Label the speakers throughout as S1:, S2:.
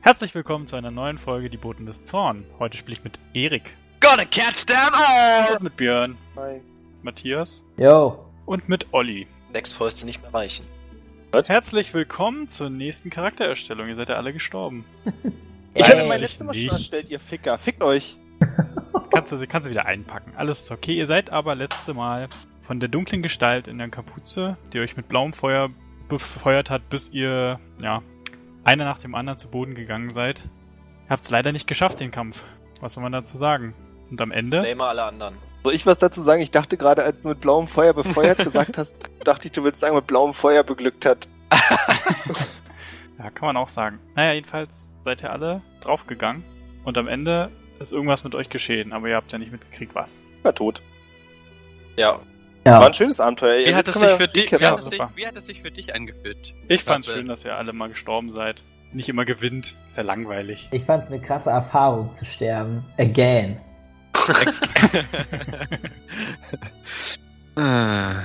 S1: Herzlich willkommen zu einer neuen Folge Die Boten des Zorn. Heute spiele ich mit Erik,
S2: Gonna catch them all!
S1: mit Björn,
S3: Hi.
S1: Matthias
S4: Yo.
S1: und mit Olli.
S2: Nextfäuste nicht mehr reichen.
S1: Herzlich willkommen zur nächsten Charaktererstellung. Ihr seid ja alle gestorben.
S3: Ich
S4: Ey,
S3: habe mein
S1: ich
S3: letztes Mal schon
S1: nicht.
S3: erstellt, ihr Ficker. Fickt euch.
S1: Kannst du, kannst du wieder einpacken. Alles ist okay. Ihr seid aber letzte Mal von der dunklen Gestalt in der Kapuze, die euch mit blauem Feuer befeuert hat, bis ihr, ja, einer nach dem anderen zu Boden gegangen seid. Ihr habt es leider nicht geschafft, den Kampf. Was soll man dazu sagen? Und am Ende?
S2: Blame alle anderen.
S3: Soll ich was dazu sagen? Ich dachte gerade, als du mit blauem Feuer befeuert gesagt hast, dachte ich, du willst sagen, mit blauem Feuer beglückt hat.
S1: Ja, kann man auch sagen. Naja, jedenfalls seid ihr alle draufgegangen und am Ende ist irgendwas mit euch geschehen, aber ihr habt ja nicht mitgekriegt, was.
S3: War tot.
S2: Ja,
S3: War
S4: Ja.
S3: ein schönes Abenteuer.
S5: Wie
S3: Also
S5: hat, es
S3: jetzt
S5: sich
S3: können wir
S5: für dich,
S3: Recap
S5: wie, hat
S1: machen.
S5: es
S3: machen.
S5: sich,
S1: Super.
S5: wie hat es sich für dich angefühlt?
S1: Ich fand's
S5: Klappe.
S1: schön, dass ihr alle mal gestorben seid. Nicht immer gewinnt. Ist ja langweilig.
S4: Ich fand's eine krasse Erfahrung zu sterben. Again.
S5: Ah.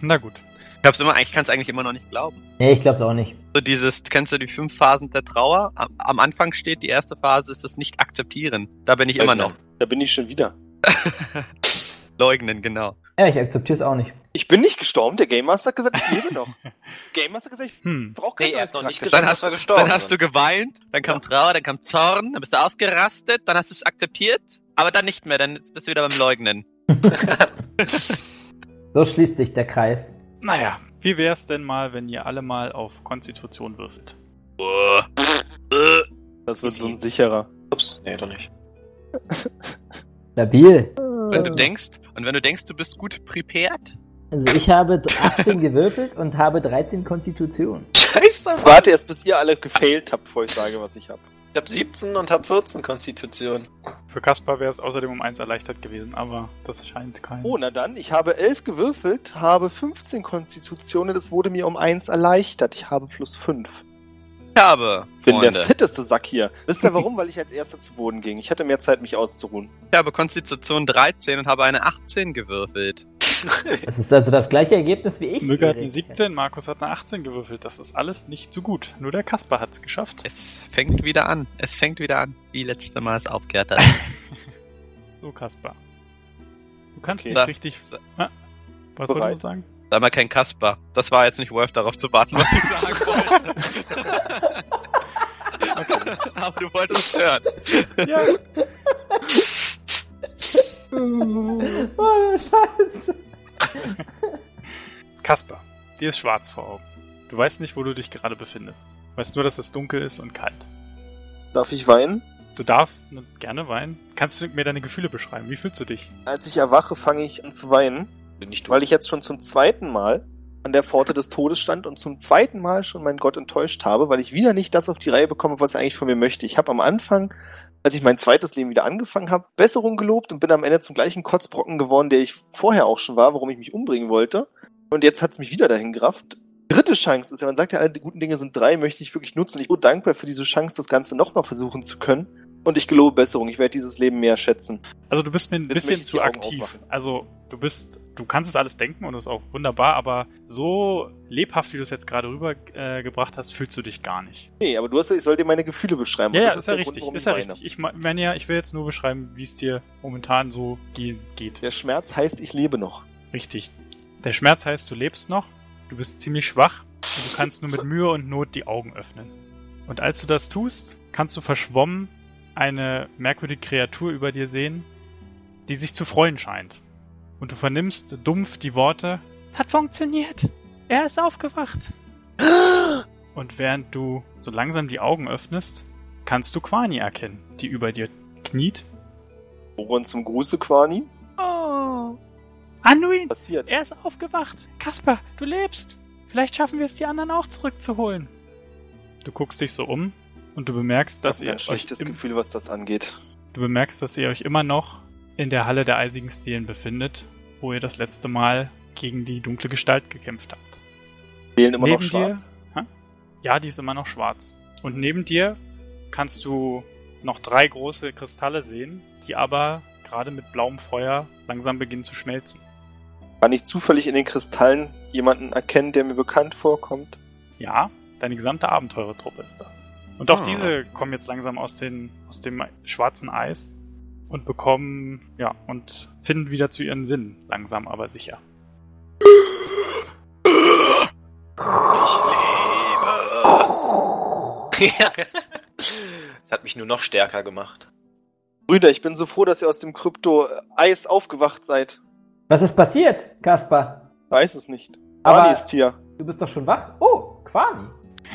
S1: Na gut.
S5: Ich hab's immer, ich kann es eigentlich immer noch nicht glauben.
S4: Nee, ich glaub's auch nicht.
S5: So dieses, kennst du die fünf Phasen der Trauer? Am, am Anfang steht, die erste Phase ist das Nicht-Akzeptieren. Da bin ich immer noch.
S3: Da bin ich schon wieder.
S5: Leugnen, genau.
S4: Ja, ich akzeptier's auch nicht.
S3: Ich bin nicht gestorben. Der Game Master hat gesagt, ich lebe noch. Game Master hat gesagt, ich
S1: Hm.
S3: brauche keinen
S2: Nee, er hat noch nicht
S3: Charakter.
S2: gesagt,
S5: Dann
S2: dass
S5: hast
S2: wir gestorben
S5: Dann hast du
S2: sind.
S5: geweint, dann kam Trauer, dann kam Zorn, dann bist du ausgerastet, dann hast du es akzeptiert, aber dann nicht mehr, dann bist du wieder beim Leugnen.
S4: So schließt sich der Kreis.
S1: Naja, wie wär's denn mal, wenn ihr alle mal auf Konstitution würfelt?
S5: Uah. Äh.
S3: Das wird so ein sicherer.
S2: Ups, nee, doch nicht.
S4: Labil.
S5: Wenn du denkst, und wenn du denkst, du bist gut prepared,
S4: Also ich habe 18 gewürfelt und habe 13 Konstitution.
S2: Scheiße!
S3: Warte erst, bis ihr alle gefailt habt, bevor ich sage, was ich habe.
S2: Ich hab 17 und hab 14 Konstitution.
S1: Für Kaspar wäre es außerdem um eins erleichtert gewesen, aber das scheint kein.
S3: Oh, na dann. Ich habe 11 gewürfelt, habe 15 Konstitutionen. Das wurde mir um 1 erleichtert. Ich habe plus 5.
S5: ich habe,
S3: bin
S5: Freunde,
S3: der fetteste Sack hier. Wisst ihr warum? Weil ich als erster zu Boden ging. Ich hatte mehr Zeit, mich auszuruhen.
S5: ich habe Konstitution 13 und habe eine 18 gewürfelt.
S4: Das ist also das gleiche Ergebnis wie ich.
S1: Mücke hat
S4: Erik.
S1: eine 17, Markus hat eine 18 gewürfelt. Das ist alles nicht so gut. Nur der Kaspar hat's geschafft.
S5: Es fängt wieder an. Es fängt wieder an, wie letzte Mal es aufgehört hat.
S1: So, Kaspar. Du kannst
S3: Okay.
S1: nicht
S5: Na.
S1: richtig. Ah, was
S3: Bereit.
S1: wolltest du sagen?
S5: Sei mal kein Kasper. Das war jetzt nicht worth, darauf zu warten, was ich sagen wollte. Aber du wolltest es hören.
S1: Ja,
S4: Oh, du Scheiße.
S1: Kasper, dir ist schwarz vor Augen. Du weißt nicht, wo du dich gerade befindest. Du weißt nur, dass es dunkel ist und kalt.
S3: Darf ich weinen?
S1: Du darfst ne- gerne weinen. Kannst du mir deine Gefühle beschreiben? Wie fühlst du dich?
S3: Als ich erwache, fange ich an zu weinen,
S2: Bin nicht
S3: weil ich jetzt schon zum zweiten Mal an der Pforte des Todes stand und zum zweiten Mal schon meinen Gott enttäuscht habe, weil ich wieder nicht das auf die Reihe bekomme, was er eigentlich von mir möchte. Ich habe am Anfang, als ich mein zweites Leben wieder angefangen habe, Besserung gelobt und bin am Ende zum gleichen Kotzbrocken geworden, der ich vorher auch schon war, warum ich mich umbringen wollte. Und jetzt hat's mich wieder dahin gerafft. Dritte Chance ist ja, man sagt ja, alle guten Dinge sind drei, möchte ich wirklich nutzen. Ich bin so dankbar für diese Chance, das Ganze nochmal versuchen zu können. Und ich gelobe Besserung. Ich werde dieses Leben mehr schätzen.
S1: Also du bist mir ein
S3: Jetzt möchte
S1: bisschen
S3: ich
S1: zu
S3: die Augen
S1: aktiv.
S3: aufmachen.
S1: Also du bist, du kannst es alles denken und das ist auch wunderbar, aber so lebhaft, wie du es jetzt gerade rübergebracht äh, gebracht hast, fühlst du dich gar nicht.
S3: Nee, aber du hast ja, ich soll dir meine Gefühle beschreiben.
S1: Ja,
S3: Und
S1: ja,
S3: das
S1: ist, ja
S3: der
S1: richtig,
S3: Grund, warum
S1: ist
S3: ich
S1: ja
S3: weine.
S1: richtig. Ich meine ja, ich will jetzt nur beschreiben, wie es dir momentan so gehen geht.
S3: Der Schmerz heißt, ich lebe noch.
S1: Richtig. Der Schmerz heißt, du lebst noch, du bist ziemlich schwach und du kannst nur mit Mühe und Not die Augen öffnen. Und als du das tust, kannst du verschwommen eine merkwürdige Kreatur über dir sehen, die sich zu freuen scheint. Und du vernimmst dumpf die Worte, es hat funktioniert, er ist aufgewacht. Und während du so langsam die Augen öffnest, kannst du Quani erkennen, die über dir kniet.
S3: Oron zum Gruße, Quani.
S1: Oh. Anduin,
S3: Passiert.
S1: er ist aufgewacht. Kasper, du lebst. Vielleicht schaffen wir es, die anderen auch zurückzuholen. Du guckst dich so um und du bemerkst, dass
S3: das ist ein
S1: ihr euch
S3: schlechtes
S1: im,
S3: Gefühl, was das angeht.
S1: du bemerkst, dass ihr euch immer noch in der Halle der eisigen Stelen befindet, wo ihr das letzte Mal gegen die dunkle Gestalt gekämpft habt.
S3: Wählen immer
S1: Neben
S3: noch schwarz.
S1: dir? Hä? Ja, die ist immer noch schwarz. Und neben dir kannst du noch drei große Kristalle sehen, die aber gerade mit blauem Feuer langsam beginnen zu schmelzen.
S3: Kann ich zufällig in den Kristallen jemanden erkennen, der mir bekannt vorkommt?
S1: Ja, deine gesamte Abenteurertruppe ist das. Und auch
S5: Ah.
S1: diese kommen jetzt langsam aus, den, aus dem schwarzen Eis und bekommen, ja, und finden wieder zu ihren Sinnen, langsam aber sicher.
S4: Oh,
S2: Es hat mich nur noch stärker gemacht.
S3: Brüder, ich bin so froh, dass ihr aus dem Krypto-Eis aufgewacht seid.
S4: Was ist passiert, Kaspar?
S3: Weiß es nicht.
S4: Aber-
S3: Barney ist hier.
S4: Du bist doch schon wach? Oh, Quani.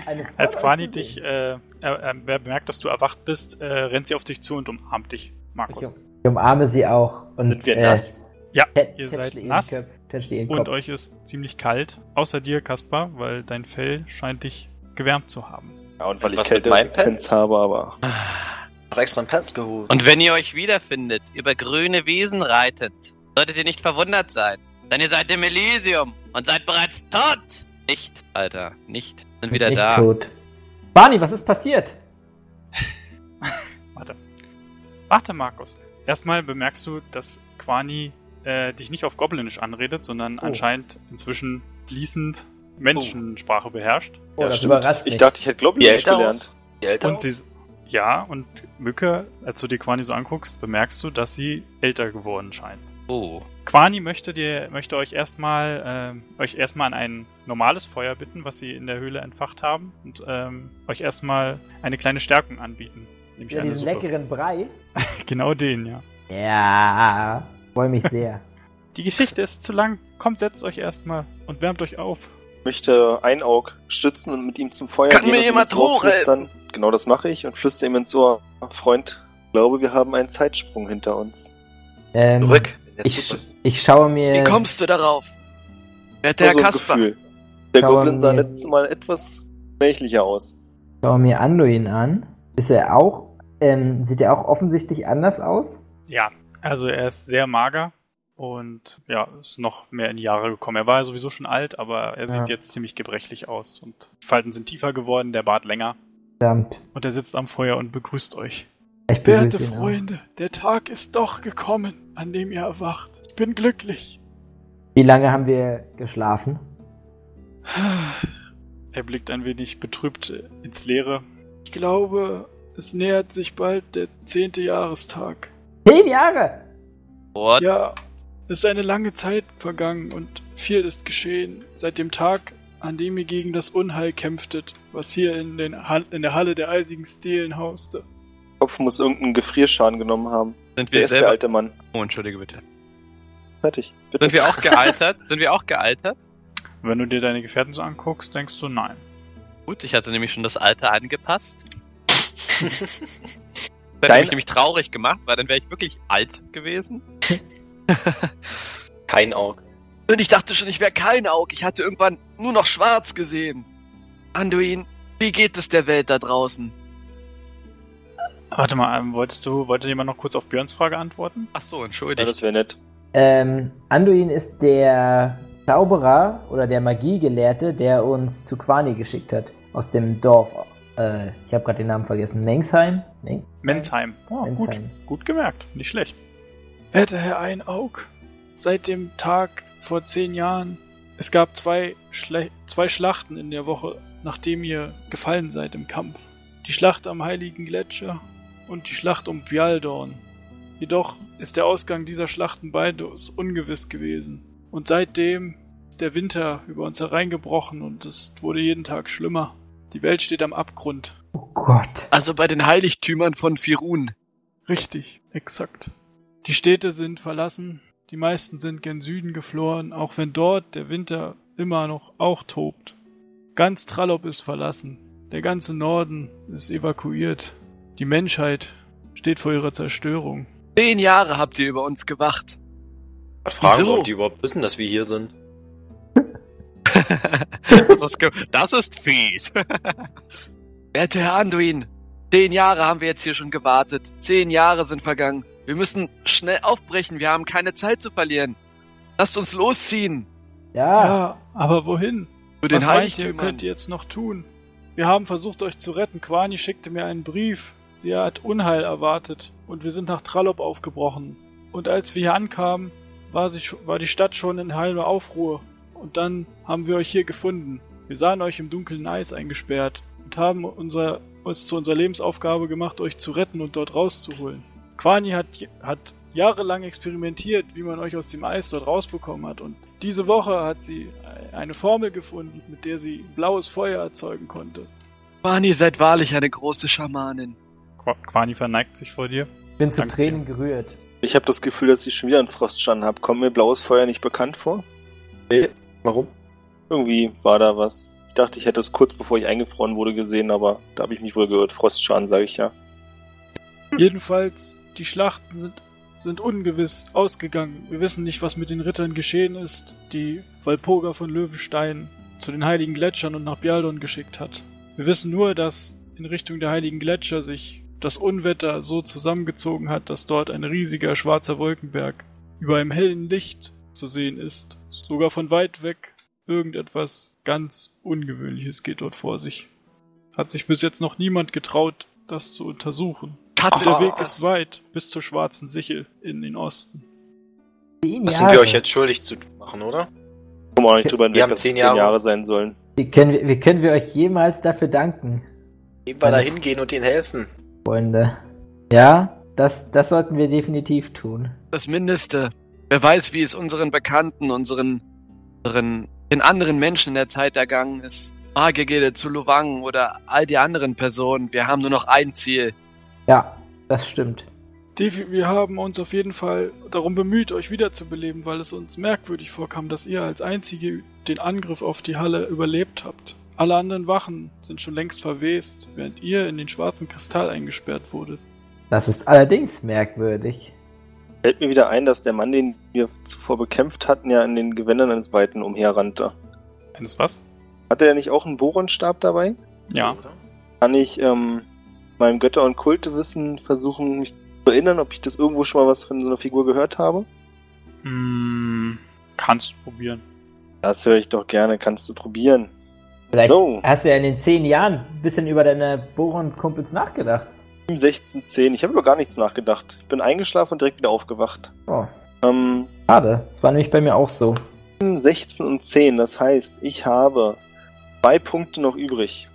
S4: Eine Freude,
S1: Als Quani
S4: euch zu
S1: dich,
S4: sehen.
S1: äh, äh, äh, wer bemerkt, dass du erwacht bist, äh, rennt sie auf dich zu und umarmt dich, Markus.
S4: Ich, um- ich umarme sie auch. Und, äh,
S3: Sind wir nass?
S1: Ja,
S4: tä-
S1: ihr
S4: tätschle
S1: seid
S4: ihren
S1: nass.
S4: Kopf- tätschle ihren
S1: Und
S4: Kopf.
S1: euch ist ziemlich kalt, außer dir, Kaspar, weil dein Fell scheint dich gewärmt zu haben.
S3: Ja, und weil ich
S2: Was mit meinem
S3: Kälteresistenz habe, aber.
S2: Hat extra ein Pad geholt.
S5: Und wenn ihr euch wiederfindet, über grüne Wiesen reitet, solltet ihr nicht verwundert sein. Denn ihr seid im Elysium und seid bereits tot. Nicht, Alter, nicht. Sind wieder
S4: Nicht
S5: da.
S4: tot. Barney, was ist passiert?
S1: Warte, Markus. Erstmal bemerkst du, dass Quani äh, dich nicht auf Goblinisch anredet, sondern anscheinend inzwischen fließend Menschensprache beherrscht.
S4: Oh,
S2: Ja,
S4: das
S2: stimmt.
S4: überrascht mich.
S3: Ich dachte, ich hätte Globulus gelernt.
S2: aus? Die älter
S1: Und sie. Ja, und Mücke, als du dir Quani so anguckst, bemerkst du, dass sie älter geworden scheint.
S5: Oh.
S1: Quani möchte dir, möchte euch erstmal, ähm, euch erstmal an ein normales Feuer bitten, was sie in der Höhle entfacht haben und ähm, euch erstmal eine kleine Stärkung anbieten. Nämlich
S4: ja,
S1: eine
S4: diesen
S1: Suppe.
S4: leckeren Brei.
S1: Genau den, ja.
S4: Ja, freue mich sehr.
S1: Die Geschichte ist zu lang. Kommt, setzt euch erstmal und wärmt euch auf.
S3: Ich möchte Einaug stützen und mit ihm zum Feuer
S5: Kann
S3: gehen
S5: mir
S3: und ihm
S5: jemand
S3: ins Ohr
S5: hochhelfen?
S3: flüstern. Genau das mache ich und flüstere ihm ins Ohr. Freund, ich glaube, wir haben einen Zeitsprung hinter uns.
S4: Ähm,
S2: Zurück.
S4: Ich, ich schaue mir.
S5: du darauf? Wer hat
S3: Nur so ein Gefühl. Der
S4: Aber
S3: Goblin sah
S4: mir-
S3: letztes Mal etwas schmächlicher aus.
S4: Schaue mir Anduin an. Ist er auch. Ähm, sieht er auch offensichtlich anders aus?
S1: Ja, also er ist sehr mager und ja, ist noch mehr in die Jahre gekommen. Er war ja sowieso schon alt, aber er sieht
S4: Ja.
S1: jetzt ziemlich gebrechlich aus und die Falten sind tiefer geworden, der Bart länger
S4: Verdammt.
S1: und er sitzt am Feuer und begrüßt euch.
S4: Ich
S1: Werte
S4: begrüße ihn auch.
S1: Freunde, der Tag ist doch gekommen, an dem ihr erwacht. Ich bin glücklich.
S4: Wie lange haben wir geschlafen?
S1: Er blickt ein wenig betrübt ins Leere. Ich glaube, es nähert sich bald der zehnte Jahrestag.
S4: Zehn Jahre!
S5: What?
S1: Ja, es ist eine lange Zeit vergangen und viel ist geschehen seit dem Tag, an dem ihr gegen das Unheil kämpftet, was hier in, den Hall in der Halle der eisigen Stelen hauste.
S3: Kopf muss irgendeinen Gefrierschaden genommen haben.
S5: Sind
S3: Wer
S5: wir
S3: ist der
S5: selber.
S3: alte Mann?
S5: Oh, entschuldige bitte.
S3: Fertig. Bitte.
S5: Sind wir auch gealtert? Sind wir auch gealtert?
S1: Wenn du dir deine Gefährten so anguckst, denkst du nein.
S5: Gut, ich hatte nämlich schon das Alter angepasst. Das
S3: Dein-
S5: hätte mich nämlich traurig gemacht, weil dann wäre ich wirklich alt gewesen.
S2: Kein Auge.
S6: Und ich dachte schon, ich wäre kein Aug. Ich hatte irgendwann nur noch schwarz gesehen. Anduin, wie geht es der Welt da draußen?
S1: Warte mal, ähm, wolltest du, wollte jemand noch kurz auf Björns Frage antworten?
S5: Ach so,
S3: Ja,
S5: entschuldigt.
S3: das wäre nett.
S4: Ähm, Anduin ist der Zauberer oder der Magiegelehrte, der uns zu Quani geschickt hat. Aus dem Dorf. Äh, ich habe gerade den Namen vergessen. Mengsheim? Meng
S1: Mensheim. Oh, gut,
S4: Mensheim.
S1: gut gemerkt, nicht schlecht. Werte Herr Einaug, seit dem Tag vor zehn Jahren, es gab zwei, Schle zwei Schlachten in der Woche, nachdem ihr gefallen seid im Kampf. Die Schlacht am Heiligen Gletscher und die Schlacht um Bjaldorn. Jedoch ist der Ausgang dieser Schlachten beides ungewiss gewesen. Und seitdem ist der Winter über uns hereingebrochen und es wurde jeden Tag schlimmer. Die Welt steht am Abgrund.
S4: Oh Gott.
S6: Also bei den Heiligtümern von Firun.
S1: Richtig, exakt. Die Städte sind verlassen, die meisten sind gen Süden geflohen, auch wenn dort der Winter immer noch auch tobt. Ganz Trallop ist verlassen, der ganze Norden ist evakuiert. Die Menschheit steht vor ihrer Zerstörung.
S6: Zehn Jahre habt ihr über uns gewacht.
S2: Was fragen
S6: Wieso?
S2: wir, ob die überhaupt wissen, dass wir hier sind?
S5: Das ist, ge- das ist fies.
S6: Werte Herr Anduin, zehn Jahre haben wir jetzt hier schon gewartet. Zehn Jahre sind vergangen. Wir müssen schnell aufbrechen. Wir haben keine Zeit zu verlieren. Lasst uns losziehen.
S4: Ja.
S1: Ja, aber wohin?
S6: Zu den
S1: Was meint ihr,
S6: Heiligtümern.
S1: könnt ihr jetzt noch tun? Wir haben versucht, euch zu retten. Quani schickte mir einen Brief. Sie hat Unheil erwartet und wir sind nach Trallop aufgebrochen. Und als wir hier ankamen, war, sie, sch- war die Stadt schon in heiler Aufruhr. Und dann haben wir euch hier gefunden. Wir sahen euch im dunklen Eis eingesperrt und haben unser,
S7: uns zu unserer Lebensaufgabe gemacht, euch zu retten und dort rauszuholen. Quani hat, hat jahrelang experimentiert, wie man euch aus dem Eis dort rausbekommen hat. Und diese Woche hat sie eine Formel gefunden, mit der sie blaues Feuer erzeugen konnte.
S6: Barney, seid wahrlich eine große Schamanin.
S1: Qua- Quani verneigt sich vor dir.
S4: Bin zu
S1: Danke.
S4: Tränen gerührt.
S3: Ich habe das Gefühl, dass ich schon wieder einen Froststand habe. Kommt mir blaues Feuer nicht bekannt vor?
S2: Warum?
S3: Irgendwie war da was. Ich dachte, ich hätte es kurz bevor ich eingefroren wurde gesehen, aber da habe ich mich wohl gehört. Frostschaden, sage ich ja.
S7: Jedenfalls, die Schlachten sind, sind ungewiss ausgegangen. Wir wissen nicht, was mit den Rittern geschehen ist, die Walpurga von Löwenstein zu den Heiligen Gletschern und nach Bialdon geschickt hat. Wir wissen nur, dass in Richtung der Heiligen Gletscher sich das Unwetter so zusammengezogen hat, dass dort ein riesiger schwarzer Wolkenberg über einem hellen Licht zu sehen ist. Sogar von weit weg irgendetwas ganz Ungewöhnliches geht dort vor sich. Hat sich bis jetzt noch niemand getraut, das zu untersuchen.
S6: Tate
S1: Ah,
S7: Der Weg ist weit bis zur schwarzen Sichel in den Osten.
S4: Zehn
S2: Das sind wir euch jetzt schuldig zu machen, oder?
S3: Komm mal nicht drüber hinweg,
S2: haben
S3: dass
S2: zehn
S3: es zehn
S2: Jahre.
S3: Jahre sein sollen.
S4: Wie können, wir, wie können wir euch jemals dafür danken,
S2: Eben mal da
S4: Ja.
S2: hingehen und ihnen helfen.
S4: Freunde? Ja, das, das sollten wir definitiv tun.
S6: Das Mindeste. Wer weiß, wie es unseren Bekannten, unseren, unseren den anderen Menschen in der Zeit ergangen ist. Magegede, Zuluwang oder all die anderen Personen. Wir haben nur noch ein Ziel.
S4: Ja, das stimmt.
S7: Defi, wir haben uns auf jeden Fall darum bemüht, euch wiederzubeleben, weil es uns merkwürdig vorkam, dass ihr als Einzige den Angriff auf die Halle überlebt habt. Alle anderen Wachen sind schon längst verwest, während ihr in den schwarzen Kristall eingesperrt wurdet.
S4: Das ist allerdings merkwürdig.
S3: Fällt mir wieder ein, dass der Mann, den wir zuvor bekämpft hatten, ja in den Gewändern eines Weiten umherrannte.
S1: Eines was?
S3: Hatte er nicht auch einen Boronstab dabei?
S1: Ja.
S2: Oder?
S3: Kann ich ähm, meinem Götter- und Kultewissen versuchen, mich zu erinnern, ob ich das irgendwo schon mal was von so einer Figur gehört habe?
S1: Mm, kannst probieren.
S3: Das höre ich doch gerne, kannst du probieren.
S4: Vielleicht
S3: So,
S4: hast du ja in den zehn Jahren ein bisschen über deine Bohren-Kumpels nachgedacht.
S3: 7, 16, 10. Ich habe über gar nichts nachgedacht. Ich bin eingeschlafen und direkt wieder aufgewacht.
S4: Oh,
S3: Ähm,
S4: schade. Das war nämlich bei mir auch so.
S3: 7, 16 und 10, das heißt, ich habe zwei Punkte noch übrig.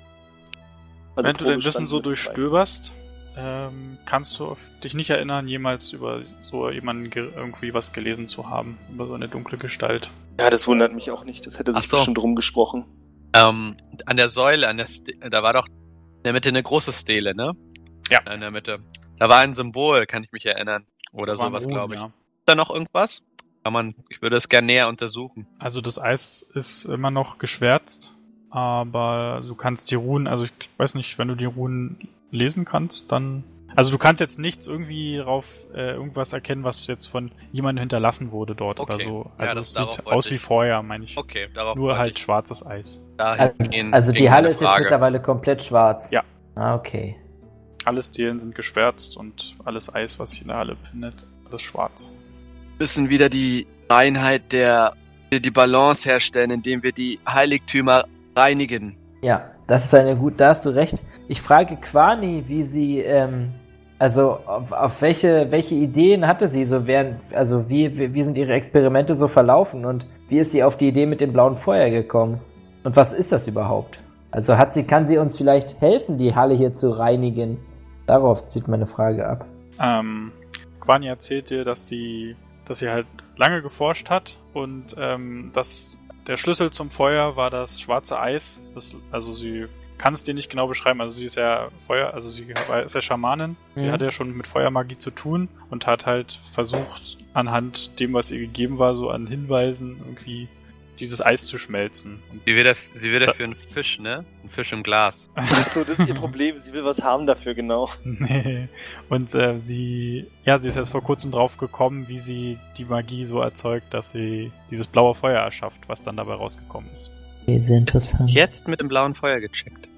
S3: Also
S1: Wenn du dein Wissen
S3: Probestand
S1: so
S3: mit zwei.
S1: durchstöberst, ähm, kannst du auf dich nicht erinnern, jemals über so jemanden ge irgendwie was gelesen zu haben, über so eine dunkle Gestalt.
S3: Ja, das wundert mich auch nicht. Das hätte sich
S5: Ach so.
S3: bestimmt rumgesprochen.
S5: Ähm, an der Säule, an der Ste da war doch in der Mitte eine große Stele, ne?
S1: Ja.
S5: In der Mitte. Da war ein Symbol, kann ich mich erinnern. Oder
S1: Waren
S5: sowas,
S1: Runen,
S5: glaube ich.
S1: ja.
S5: Ist da noch irgendwas? Kann man, ich würde es gerne näher untersuchen.
S1: Also das Eis ist immer noch geschwärzt, aber du kannst die Runen, also ich weiß nicht, wenn du die Runen lesen kannst, dann. Also du kannst jetzt nichts irgendwie drauf äh, irgendwas erkennen, was jetzt von jemandem hinterlassen wurde dort oder
S5: Okay.
S1: so.
S5: Ja,
S1: Also
S5: das-
S1: es
S5: darauf
S1: sieht
S5: wollte
S1: aus wie
S5: ich.
S1: vorher, meine ich.
S5: Okay, darauf
S1: Nur
S5: wollte
S1: halt
S5: ich
S1: schwarzes Eis.
S2: Ah,
S5: da
S4: Also,
S5: hingehen,
S4: also die
S5: wegen
S4: Halle
S5: der
S4: ist jetzt
S5: Frage.
S4: mittlerweile komplett schwarz.
S1: Ja.
S4: Ah, okay.
S1: Alle Stelen sind geschwärzt und alles Eis, was sich in der Halle befindet, alles schwarz.
S6: Wir müssen wieder die Reinheit der, die Balance herstellen, indem wir die Heiligtümer reinigen.
S4: Ja, das ist eine gut, da hast du recht. Ich frage Quani, wie sie, ähm, also auf, auf welche, welche Ideen hatte sie so während, also wie, wie, wie sind ihre Experimente so verlaufen und wie ist sie auf die Idee mit dem blauen Feuer gekommen? Und was ist das überhaupt? Also hat sie, kann sie uns vielleicht helfen, die Halle hier zu reinigen? Darauf zieht meine Frage ab.
S1: Ähm, Quani erzählt dir, dass sie, dass sie halt lange geforscht hat und ähm, dass der Schlüssel zum Feuer war das schwarze Eis. Das, also sie kann es dir nicht genau beschreiben. Also sie ist ja Feuer, also sie war- ist ja Schamanin. Sie
S4: Mhm.
S1: hat ja schon mit Feuermagie zu tun und hat halt versucht, anhand dem, was ihr gegeben war, so an Hinweisen irgendwie dieses Eis zu schmelzen. Und
S5: Sie wird, ja- sie wird ja für einen Fisch, ne? Ein Fisch im Glas.
S3: Ach so, das ist ihr Problem. Sie will was haben dafür, genau.
S1: Nee. Und äh, sie, ja, sie ist jetzt vor kurzem drauf gekommen, wie sie die Magie so erzeugt, dass sie dieses blaue Feuer erschafft, was dann dabei rausgekommen ist.
S4: Sehr interessant.
S5: Jetzt mit dem blauen Feuer gecheckt.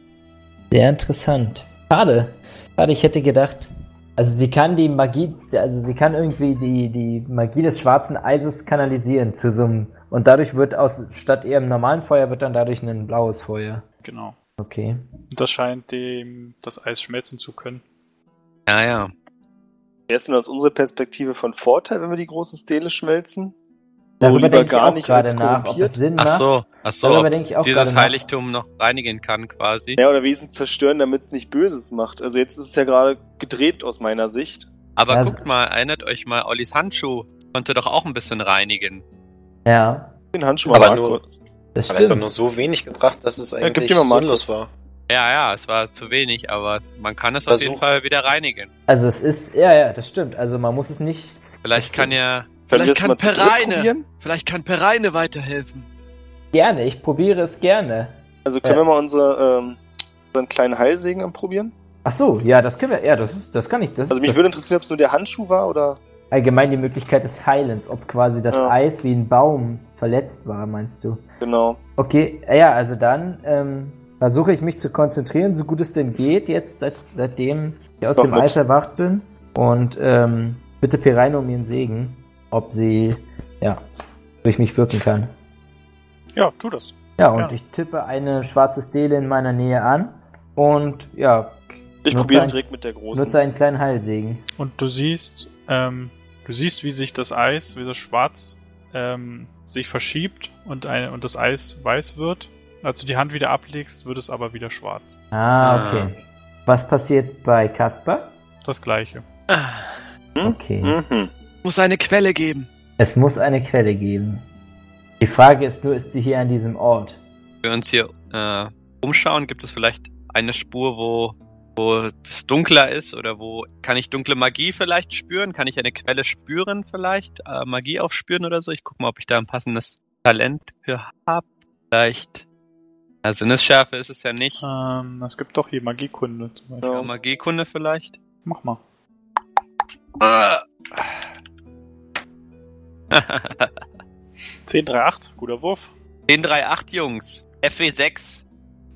S4: Sehr interessant. Schade. Schade, ich hätte gedacht. Also sie kann die Magie, also sie kann irgendwie die, die Magie des schwarzen Eises kanalisieren zu so einem, und dadurch wird aus, statt ihrem normalen Feuer wird dann dadurch ein blaues Feuer.
S1: Genau.
S4: Okay.
S1: Und das scheint dem das Eis schmelzen zu können.
S5: Ja, ja.
S3: Wäre es denn aus unserer Perspektive von Vorteil, wenn wir die große Stele schmelzen?
S4: Darüber
S3: Worüber
S4: denke ich
S3: gar
S4: auch
S3: nicht
S4: gerade
S3: als
S4: nach, ob
S3: korrumpiert.
S4: es Sinn
S5: Ach
S4: macht.
S5: so, ach
S4: Darüber
S5: so.
S4: denke ich auch gerade
S5: Dieses
S4: nach.
S5: Heiligtum noch reinigen kann quasi.
S3: Ja, oder wenigstens zerstören, damit es nicht Böses macht. Also jetzt ist es ja gerade gedreht aus meiner Sicht.
S5: Aber
S4: Das-
S5: guckt mal, erinnert euch mal, Ollis Handschuh konnte doch auch ein bisschen reinigen.
S4: Ja,
S3: Den Handschuh
S2: Aber
S3: mal
S2: nur-
S3: kurz.
S4: das
S2: Aber er hat doch
S4: stimmt.
S2: nur so wenig gebracht, dass es eigentlich
S3: gib dir mal Markus.
S2: sinnlos war.
S5: Ja, ja, es war zu wenig, aber man kann es auf
S2: Versuch.
S5: jeden Fall wieder reinigen.
S4: Also es ist, ja, ja, das stimmt. Also man muss es nicht.
S5: Vielleicht kann ja.
S3: Können wir
S6: Vielleicht
S3: es
S6: kann
S3: mal zu dritt
S6: Pereine.
S3: probieren?
S6: Vielleicht kann Pereine weiterhelfen.
S4: Gerne, ich probiere es gerne.
S3: Also können
S4: Ja.
S3: wir mal unsere, ähm, unseren kleinen Heilsegen anprobieren?
S4: Ach so, ja, das können wir. Ja, das ist, das kann ich. Das
S3: Also
S4: ist
S3: mich
S4: das-
S3: würde interessieren, ob es nur der Handschuh war oder...
S4: allgemein die Möglichkeit des Heilens, ob quasi das
S3: Ja.
S4: Eis wie ein Baum verletzt war, meinst du?
S3: Genau.
S4: Okay, äh, ja, also dann ähm, versuche ich mich zu konzentrieren, so gut es denn geht, jetzt seit, seitdem ich aus
S3: Doch,
S4: dem
S3: mit.
S4: Eis erwacht bin. Und ähm, bitte Piraino um ihren Segen, ob sie, ja, durch mich wirken kann.
S1: Ja, tu das.
S4: Ja, und
S1: Ja.
S4: ich tippe eine schwarze Stele in meiner Nähe an und ja,
S3: Ich
S4: Nutze
S3: probiere es
S4: ein-
S3: direkt mit der großen.
S4: nutze einen kleinen Heilsegen.
S1: Und du siehst, ähm, du siehst, wie sich das Eis, wie das Schwarz ähm, sich verschiebt und, eine, und das Eis weiß wird. Als du die Hand wieder ablegst, wird es aber wieder schwarz.
S4: Ah,
S5: Ah.
S4: okay. Was passiert bei Kasper?
S1: Das gleiche.
S6: Ah,
S4: Okay.
S3: Mhm.
S6: muss eine Quelle geben.
S4: Es muss eine Quelle geben. Die Frage ist nur, ist sie hier an diesem Ort?
S5: Wenn wir uns hier äh, umschauen, gibt es vielleicht eine Spur, wo, wo es dunkler ist oder wo kann ich dunkle Magie vielleicht spüren? Kann ich eine Quelle spüren vielleicht? Äh, Magie aufspüren oder so? Ich gucke mal, ob ich da ein passendes Talent für habe. Vielleicht. Ja, Sinnesschärfe ist es ja nicht.
S1: Ähm, es gibt doch hier Magiekunde zum Beispiel.
S3: Genau.
S5: Ja, Magiekunde vielleicht.
S1: Mach mal.
S6: Ah,
S1: 10, 3, 8, guter Wurf.
S5: 1038 Jungs. FW6.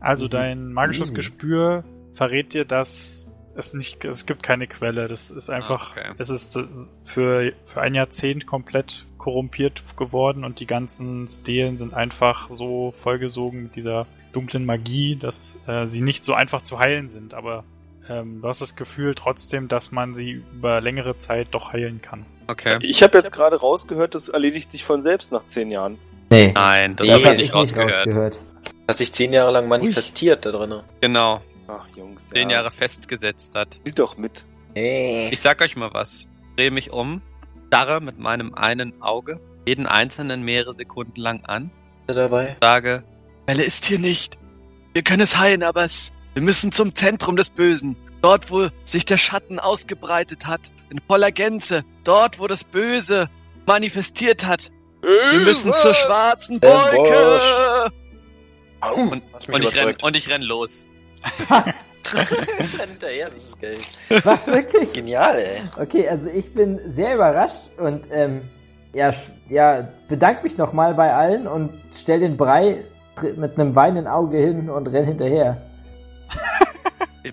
S1: Also
S4: Easy.
S1: dein magisches
S4: Easy.
S1: Gespür verrät dir, dass es nicht, es gibt keine Quelle. Das ist einfach,
S5: Ah, okay.
S1: es ist äh, für, für ein Jahrzehnt komplett korrumpiert geworden und die ganzen Stelen sind einfach so vollgesogen mit dieser dunklen Magie, dass äh, sie nicht so einfach zu heilen sind. Aber ähm, du hast das Gefühl trotzdem, dass man sie über längere Zeit doch heilen kann.
S5: Okay.
S3: Ich habe jetzt gerade rausgehört, das erledigt sich von selbst nach zehn Jahren.
S4: Nee,
S5: Nein, das,
S2: Nee,
S5: hab habe ich
S4: das habe ich
S5: nicht
S4: nicht
S5: rausgehört.
S4: rausgehört.
S2: Hat sich zehn Jahre lang manifestiert da drinnen.
S5: Genau.
S3: Ach Jungs,
S5: Zehn
S3: ja.
S5: Jahre festgesetzt hat.
S3: Spielt doch mit.
S2: Hey.
S5: Ich sag euch mal was. Drehe mich um, starre mit meinem einen Auge jeden einzelnen mehrere Sekunden lang an,
S2: dabei.
S5: sage,
S6: Quelle ist hier nicht. Wir können es heilen, aber es. Wir müssen zum Zentrum des Bösen. Dort, wo sich der Schatten ausgebreitet hat. In voller Gänze. Dort, wo das Böse manifestiert hat. Wir müssen zur schwarzen
S2: Ambush.
S6: Wolke.
S5: und,
S2: Hast mich
S5: und, ich renn,
S2: überzeugt.
S5: und ich renn los.
S2: ich renn hinterher, das ist geil.
S4: Was wirklich?
S2: Genial, ey.
S5: Genau.
S4: Okay, also ich bin sehr überrascht und ähm, ja, sch- ja, bedank mich nochmal bei allen und stell den Brei tr- mit einem weinenden Auge hin und renn hinterher.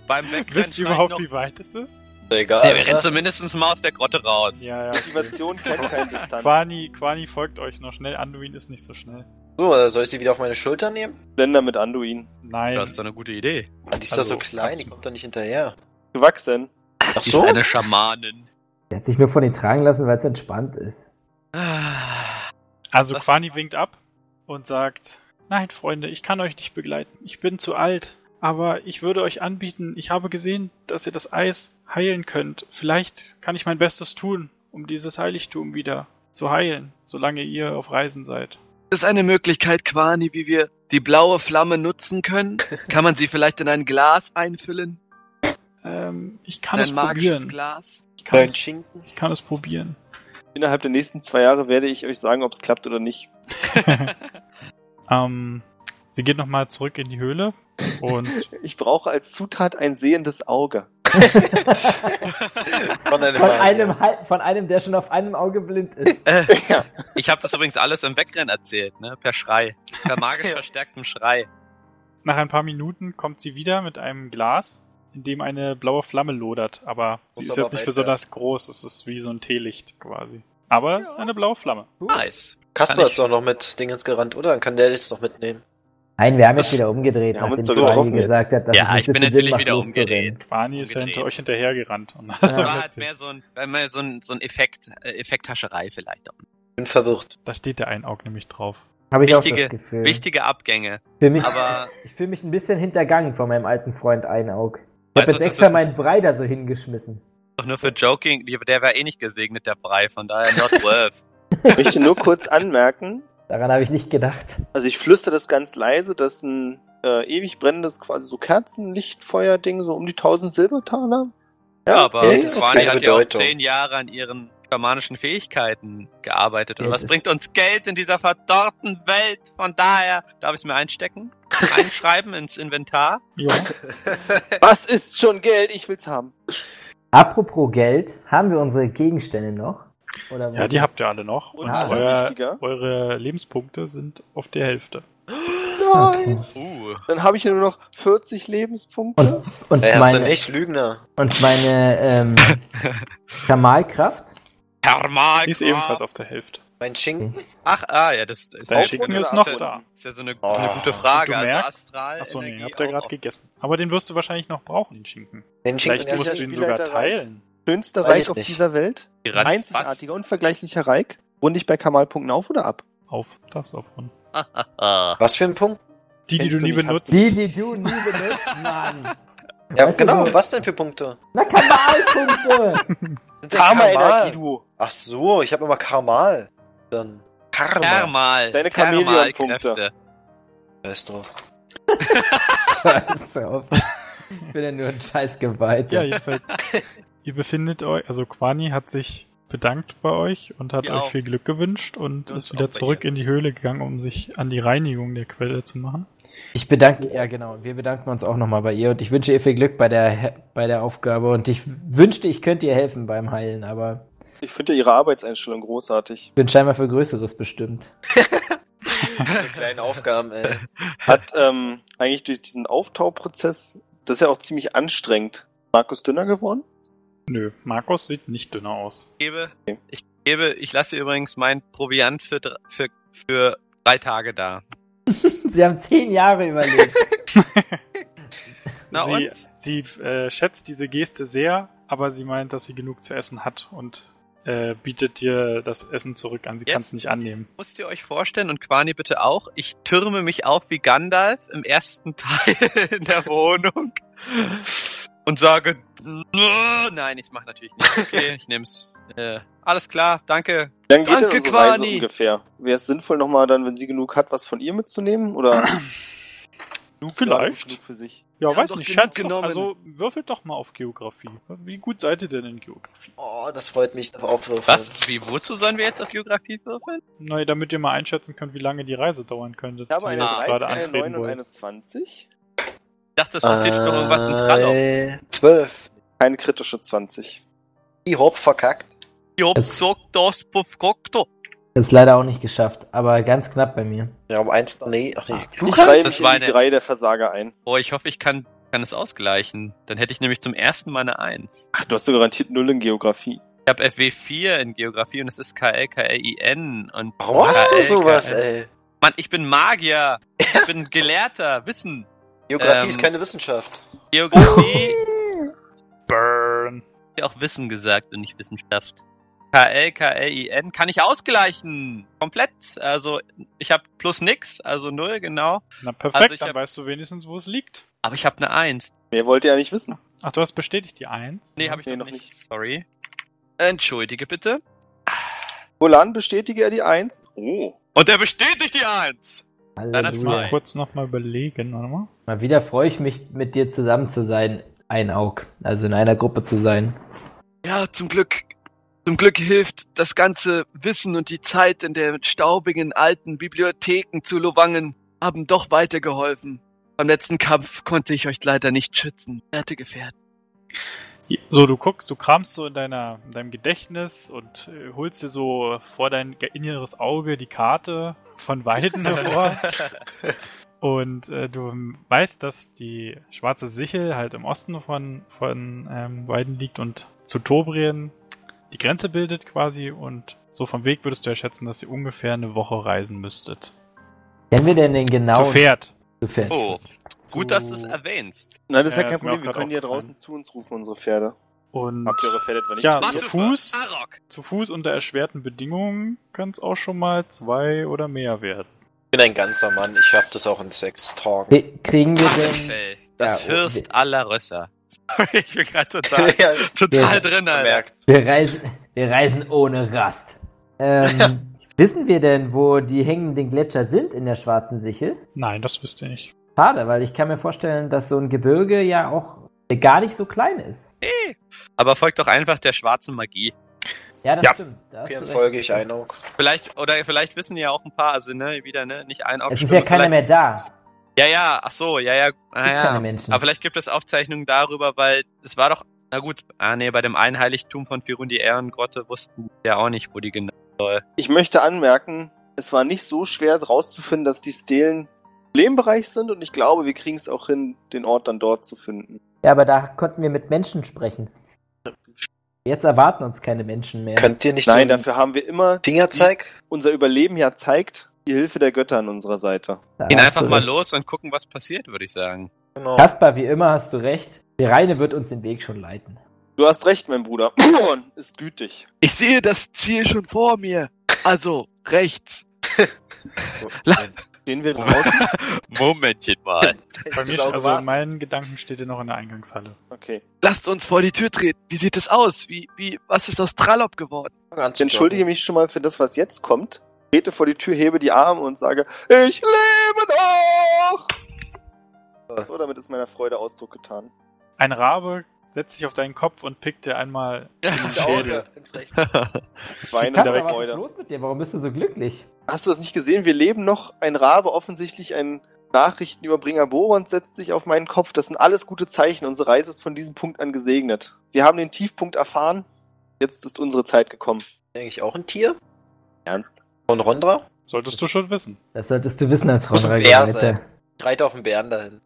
S5: Beim Wegrennen
S1: Wisst ihr
S5: schneid
S1: überhaupt,
S5: noch-
S1: wie weit es ist?
S2: Egal.
S5: Nee, wir rennen zumindest mal aus der Grotte raus.
S1: Ja, ja.
S3: Motivation kennt keine Distanz.
S1: Quani, Quani folgt euch noch schnell. Anduin ist nicht so schnell.
S2: So, oder soll ich sie wieder auf meine Schulter nehmen?
S3: Länder mit Anduin.
S1: Nein.
S5: Das ist doch eine gute Idee.
S2: Die ist doch
S1: Also,
S2: so klein,
S1: kannst
S2: die kommt da nicht hinterher.
S3: Gewachsen.
S2: Ach
S5: Sie ist eine Schamanin.
S4: Der hat sich nur von den tragen lassen, weil es entspannt ist.
S6: Ah,
S1: Also
S5: Was-
S1: Quani winkt ab und sagt, nein, Freunde, ich kann euch nicht begleiten. Ich bin zu alt. Aber ich würde euch anbieten, ich habe gesehen, dass ihr das Eis heilen könnt. Vielleicht kann ich mein Bestes tun, um dieses Heiligtum wieder zu heilen, solange ihr auf Reisen seid.
S6: Ist eine Möglichkeit, Quani, wie wir die blaue Flamme nutzen können? Kann man sie vielleicht in ein Glas einfüllen?
S1: Ähm, ich kann
S6: in
S1: es
S6: ein magisches
S1: probieren.
S6: Glas?
S1: Ich kann es,
S2: Schinken.
S1: ich kann es probieren.
S3: Innerhalb der nächsten zwei Jahre werde ich euch sagen, ob es klappt oder nicht.
S1: Ähm, sie geht nochmal zurück in die Höhle und
S3: Ich brauche als Zutat ein sehendes Auge.
S2: Von einem,
S4: Von einem, Hal- von einem, der schon auf einem Auge blind ist.
S3: Ja.
S5: Ich habe das übrigens alles im Wegrennen erzählt, ne? Per Schrei. Per magisch verstärktem Schrei.
S1: Nach ein paar Minuten kommt sie wieder mit einem Glas, in dem eine blaue Flamme lodert. Aber sie
S2: Muss
S1: ist
S2: aber
S1: jetzt nicht
S2: weit
S1: besonders groß. Es ist wie so ein Teelicht quasi. Aber es ist eine blaue Flamme.
S5: Nice.
S2: Kasper
S5: Kann ich-
S2: ist doch noch mit Dingens gerannt, oder? Dann kann der das doch mitnehmen.
S4: Nein, wir haben jetzt
S2: Das-
S4: wieder umgedreht,
S3: wir haben uns
S4: nachdem
S3: doch
S4: Quani
S3: getroffen
S4: gesagt hat, dass
S5: Ja,
S4: es nicht
S5: ich
S4: so
S5: bin
S4: viel Sinn
S5: natürlich
S4: macht,
S5: wieder
S4: loszureden.
S1: Quani ist ja
S5: Umgedreht.
S1: hinter euch hinterhergerannt. Und also,
S5: Das war halt mehr so ein, mehr so ein, so ein Effekt, äh, Effekthascherei vielleicht auch.
S2: Bin verwirrt.
S1: Da steht der Einaug nämlich drauf.
S4: Habe ich auch
S5: Wichtige-
S4: das Gefühl.
S5: Wichtige Abgänge.
S4: Für mich,
S5: Aber
S4: ich fühle mich ein bisschen hintergangen von meinem alten Freund Einaug. Ich
S5: Weißt
S4: habe
S5: du,
S4: jetzt
S5: das
S4: extra
S5: ist-
S4: meinen Brei da so hingeschmissen.
S5: doch nur für Joking, der war eh nicht gesegnet, der Brei, von daher not worth.
S3: Ich möchte nur kurz anmerken,
S4: Daran habe ich nicht gedacht.
S3: also ich flüstere das ganz leise, dass ein äh, ewig brennendes quasi so Kerzenlichtfeuer-Ding so um die 1000 Silbertaler.
S5: Ja, aber
S2: nee,
S3: ist
S2: das
S5: Wani
S2: keine
S5: hat halt ja auch
S2: Bedeutung.
S5: zehn Jahre an ihren schamanischen Fähigkeiten gearbeitet. Und
S4: Ja,
S5: was
S4: das-
S5: bringt uns Geld in dieser verdorrten Welt? Von daher darf ich es mir einstecken, einschreiben ins Inventar.
S1: Ja.
S3: Was ist schon Geld? Ich will's haben.
S4: Apropos Geld, haben wir unsere Gegenstände noch? Oder
S1: ja, die habt ihr alle noch. Und
S4: Ah.
S1: euer,
S3: Wichtiger.
S1: eure Lebenspunkte sind auf der Hälfte.
S3: Nein!
S5: Uh,
S3: Dann habe ich ja nur noch 40 Lebenspunkte.
S4: Und
S2: Ey, hast du
S4: meine,
S2: nicht, Lügner?
S4: und meine ähm, Thermalkraft?
S5: Thermal.
S1: Die ist ebenfalls auf der Hälfte.
S2: Mein Schinken?
S5: Ach, ah, ja, das ist
S1: Dein
S5: auch-
S1: Schicken
S3: oder
S1: ist noch
S5: ist ja,
S1: da.
S5: ist ja so eine,
S2: Oh,
S5: eine gute Frage.
S1: du
S5: also
S1: merkst-
S5: Astral.
S1: Achso, nee, habt ihr
S5: ihr
S1: gerade gegessen. Aber den wirst du wahrscheinlich noch brauchen, den Schinken.
S2: Den
S1: Vielleicht
S2: Schinken
S1: musst
S2: ist
S1: du ihn
S3: Spieler
S1: sogar
S3: da rein.
S1: teilen.
S3: Schönster
S2: Weiß ich
S3: Reich auf
S2: nicht.
S3: dieser Welt. Einzigartiger, unvergleichlicher Reich. Runde ich bei Kamalpunkten auf oder ab?
S1: Auf, darfst aufrunden.
S2: Was für ein Punkt?
S1: Die, die
S3: Kennst
S1: du
S3: du
S1: nie
S3: nicht,
S1: benutzt.
S3: hast
S4: Die, die du nie benutzt, Mann.
S2: Ja,
S4: Weißt du,
S2: genau.
S4: so-
S2: Was denn für Punkte?
S4: Na, Kamalpunkte.
S2: Sind denn
S3: Karma-Energie, du.
S2: Ach so, ich habe immer Karmal. Dann Karma. Karma.
S5: Thermal.
S3: Deine
S5: Thermalkräfte.
S2: Weißt du.
S4: Scheiß auf. Ich bin ja nur ein scheiß
S1: Ja,
S4: Geweihter.
S1: jedenfalls. ihr befindet euch, also Quani hat sich bedankt bei euch und hat
S5: Die
S1: euch
S5: auch.
S1: viel Glück gewünscht und
S5: Und
S1: ist
S5: auch
S1: wieder
S5: bei
S1: zurück
S5: ihr.
S1: in die Höhle gegangen, um sich an die Reinigung der Quelle zu machen.
S4: Ich bedanke, ja genau, und wir bedanken uns auch nochmal bei ihr und ich wünsche ihr viel Glück bei der, bei der Aufgabe und ich wünschte, ich könnte ihr helfen beim Heilen, aber
S3: Ich finde ja ihre Arbeitseinstellung großartig.
S4: ich bin scheinbar für Größeres bestimmt.
S2: Diese kleinen Aufgaben, ey.
S3: Hat ähm, eigentlich durch diesen Auftauprozess, das ist ja auch ziemlich anstrengend, Markus dünner geworden?
S1: Nö, Markus sieht nicht dünner aus.
S5: Ich gebe, ich gebe, ich lasse übrigens mein Proviant für, dr- für, für drei Tage da.
S4: Sie haben zehn Jahre überlebt.
S5: Na
S1: sie
S5: und?
S1: sie äh, schätzt diese Geste sehr, aber sie meint, dass sie genug zu essen hat und äh, bietet dir das Essen zurück an. Sie
S5: Jetzt?
S1: kann es nicht annehmen.
S5: Müsst ihr euch vorstellen, und Quani bitte auch, ich türme mich auf wie Gandalf im ersten Teil in der Wohnung und sage, "Nö." nein, ich mache natürlich nicht. Okay, ich nehm's. Äh, alles klar, danke.
S3: Wie lange geht denn
S5: Danke,
S3: unsere
S5: Quani.
S3: Reise ungefähr? Wäre es sinnvoll, nochmal dann, wenn sie genug hat, was von ihr mitzunehmen? Oder genug
S1: Vielleicht.
S3: genug für sich?
S1: Ja,
S6: haben
S1: weiß
S6: doch
S1: nicht,
S6: genug
S1: schätzt doch,
S6: genommen.
S1: also würfelt doch mal auf Geografie. Wie gut seid ihr denn in Geografie?
S2: Oh, das freut mich auf Aufwürfe.
S5: Was? Wie, wozu sollen wir jetzt auf Geografie würfeln?
S1: Naja, damit ihr mal einschätzen könnt, wie lange die Reise dauern könnte.
S3: Ich habe
S1: die
S3: eine
S1: ihr jetzt
S3: 13,
S1: gerade
S3: eine
S1: antreten
S3: 9 und
S1: wollt.
S3: eine 20.
S5: Ich dachte, es passiert doch irgendwas
S2: Äh.
S5: in Trallo.
S2: Zwölf.
S3: Keine kritische 20.
S2: Die Hop verkackt.
S5: Job, sock, dos, puff, guck, do.
S4: Das ist leider auch nicht geschafft, aber ganz knapp bei mir.
S2: Ja, um eins dann nee. Ach nee.
S3: Ich reihe
S5: Das
S3: mich in
S5: war
S3: die
S5: eine-
S3: drei der Versager ein.
S5: Oh, ich hoffe, ich kann, kann es ausgleichen. Dann hätte ich nämlich zum ersten Mal eine Eins.
S3: Ach, du hast doch garantiert null in Geografie.
S5: Ich habe FW4 in Geografie und es ist KL, KLIN. Und
S2: Warum hast du
S5: KL,
S2: sowas,
S5: KL?
S2: ey?
S5: Mann, ich bin Magier. Ich bin Gelehrter. Wissen.
S2: Geografie
S5: Ähm.
S2: ist keine Wissenschaft.
S5: Geografie.
S1: Burn.
S5: Ich hab auch Wissen gesagt und nicht Wissenschaft. KL, KLIN kann ich ausgleichen. Komplett. Also, ich habe plus nix, also null, genau.
S1: Na perfekt,
S5: Also ich
S1: dann
S5: hab-
S1: weißt du wenigstens, wo es liegt.
S5: Aber ich habe eine Eins.
S3: Mehr wollt ihr ja nicht wissen.
S1: Ach, du hast bestätigt die Eins.
S5: Nee, habe ich
S3: Nee,
S5: noch
S3: noch
S5: nicht. Sorry. Entschuldige bitte.
S3: Wolan bestätige er die 1. Oh.
S5: Und er bestätigt die Eins. Dann hat's
S1: Mal
S5: Zwei.
S4: Halleluja.
S1: kurz nochmal überlegen, warte mal.
S4: Mal wieder freue ich mich, mit dir zusammen zu sein, ein Aug. Also in einer Gruppe zu sein.
S6: Ja, zum Glück. Zum Glück hilft das ganze Wissen und die Zeit in der staubigen alten Bibliotheken zu Lowangen haben doch weitergeholfen. Beim letzten Kampf konnte ich euch leider nicht schützen, werte Gefährten.
S1: So, du guckst, du kramst so in, deiner, in deinem Gedächtnis und äh, holst dir so vor dein ge- inneres Auge die Karte von Weiden hervor. Und äh, du weißt, dass die schwarze Sichel halt im Osten von, von ähm, Weiden liegt und zu Tobrien die Grenze bildet quasi. Und so vom Weg würdest du erschätzen, dass ihr ungefähr eine Woche reisen müsstet.
S4: Kennen wir denn den
S1: Zu
S4: genauen
S1: Pferd.
S4: Zu Pferd?
S5: Oh,
S1: Zu-
S5: gut, dass du es erwähnst.
S3: Na, das ist ja,
S1: Ja,
S3: kein
S1: ist mir auch
S3: Problem. Wir
S1: gerade
S3: können die ja
S1: aufgefallen.
S3: draußen zu uns rufen, unsere Pferde.
S7: Und
S3: Habt ihr eure Pferde etwa nicht?
S7: Ja,
S3: trainiert?
S7: zu Fuß.
S5: Arok.
S7: zu Fuß unter erschwerten Bedingungen kann es auch schon mal zwei oder mehr werden.
S2: bin ein ganzer Mann, ich schaff das auch in sechs Tagen.
S4: Wie- Kriegen wir denn.
S5: Affenfell. Das
S4: Ja, oh,
S5: Fürst
S4: nee.
S5: aller Rösser. Sorry, ich bin gerade total,
S2: ja,
S5: total drin, Alter.
S2: gemerkt.
S4: Wir reisen, wir reisen ohne Rast. Ähm, wissen wir denn, wo die hängenden Gletscher sind in der schwarzen Sichel?
S7: Nein, das wisst ihr nicht.
S4: Schade, weil ich kann mir vorstellen, dass so ein Gebirge ja auch gar nicht so klein ist.
S5: Aber folgt doch einfach der schwarzen Magie.
S4: Ja, das
S7: Ja.
S4: stimmt. Da hast
S2: Okay,
S4: du
S2: dann
S4: recht.
S2: folge ich ein Auge.
S5: Vielleicht, oder vielleicht wissen ja auch ein paar, also ne, wieder, ne, nicht ein Auge.
S4: Es ist ja keiner mehr da.
S5: Ja, ja, ach so, ja, ja, ah,
S4: Gibt keine
S5: ja.
S4: Menschen.
S5: Aber vielleicht gibt es Aufzeichnungen darüber, weil es war doch, na gut, ah nee, bei dem einen Heiligtum von Firun die Ehrengrotte wussten wir ja auch nicht, wo die genau.
S3: Ich möchte anmerken, es war nicht so schwer herauszufinden, dass die Stelen Problembereich sind und ich glaube, wir kriegen es auch hin, den Ort dann dort zu finden.
S4: Ja, aber da konnten wir mit Menschen sprechen. Jetzt erwarten uns keine Menschen mehr.
S2: Könnt ihr nicht
S3: Nein,
S2: so einen
S3: dafür haben wir immer
S2: Fingerzeig?
S3: unser Überleben ja zeigt, die Hilfe der Götter an unserer Seite.
S4: Da
S5: Gehen
S4: hast
S5: einfach
S4: du
S5: mal
S4: recht.
S5: los und gucken, was passiert, würde ich sagen.
S2: Genau.
S4: Kaspar, wie immer hast du recht. Die Reine wird uns den Weg schon leiten.
S3: Du hast recht, mein Bruder. ist gütig.
S6: Ich sehe das Ziel schon vor mir. Also rechts.
S3: Stehen wir draußen?
S5: Momentchen mal.
S7: Bei mir, also in meinen Gedanken steht ihr noch in der Eingangshalle.
S3: Okay.
S6: Lasst uns vor die Tür treten. Wie sieht es aus? Wie, wie, was ist aus Trallop geworden?
S3: Ich entschuldige mich schon mal für das, was jetzt kommt. Trete vor die Tür, hebe die Arme und sage, ich lebe noch! So, damit ist meiner Freude Ausdruck getan.
S7: Ein Rabe setzt sich auf deinen Kopf und pickt dir einmal in den
S2: ins
S7: Schädel.
S2: Auge, ins rechte.
S3: Ich weine der
S4: Kaspar, was ist
S3: Freude.
S4: los mit dir? Warum bist du so glücklich?
S3: Hast du das nicht gesehen? Wir leben noch. Ein Rabe, offensichtlich ein Nachrichtenüberbringer Borons, setzt sich auf meinen Kopf. Das sind alles gute Zeichen. Unsere Reise ist von diesem Punkt an gesegnet. Wir haben den Tiefpunkt erfahren. Jetzt ist unsere Zeit gekommen.
S2: Eigentlich auch ein Tier?
S3: Ernst?
S2: Von Rondra?
S7: Solltest du schon wissen.
S4: Das solltest du wissen als
S2: Muss ein
S4: Ronrad.
S2: Bär sein. Ich reite auf den Bären dahin.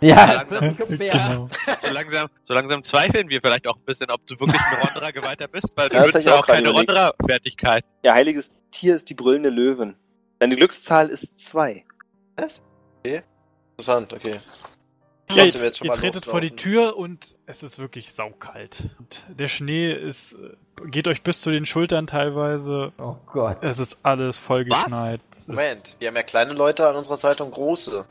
S4: Ja, plötzlich kommt ein Bär.
S7: Genau.
S5: So langsam, so langsam zweifeln wir vielleicht auch ein bisschen, ob du wirklich ein Rondra-Geweihter bist, weil du
S3: Ja, das hab
S5: nützt
S3: ich auch
S5: ja auch keine
S3: gerade überlegt.
S5: Rondra-Fertigkeit.
S3: Ihr heiliges Tier ist die brüllende Löwin. Deine Glückszahl ist zwei.
S2: Interessant, okay.
S7: Ja,
S2: Trotzdem
S7: ihr,
S2: jetzt schon
S7: ihr
S2: mal
S7: tretet vor die
S2: loslaufen.
S7: Tür und es ist wirklich saukalt. Und der Schnee ist, äh, geht euch bis zu den Schultern teilweise.
S4: Oh Gott.
S7: Es ist alles vollgeschneit. Es ist-
S2: Moment, wir haben ja kleine Leute an unserer Seite und große.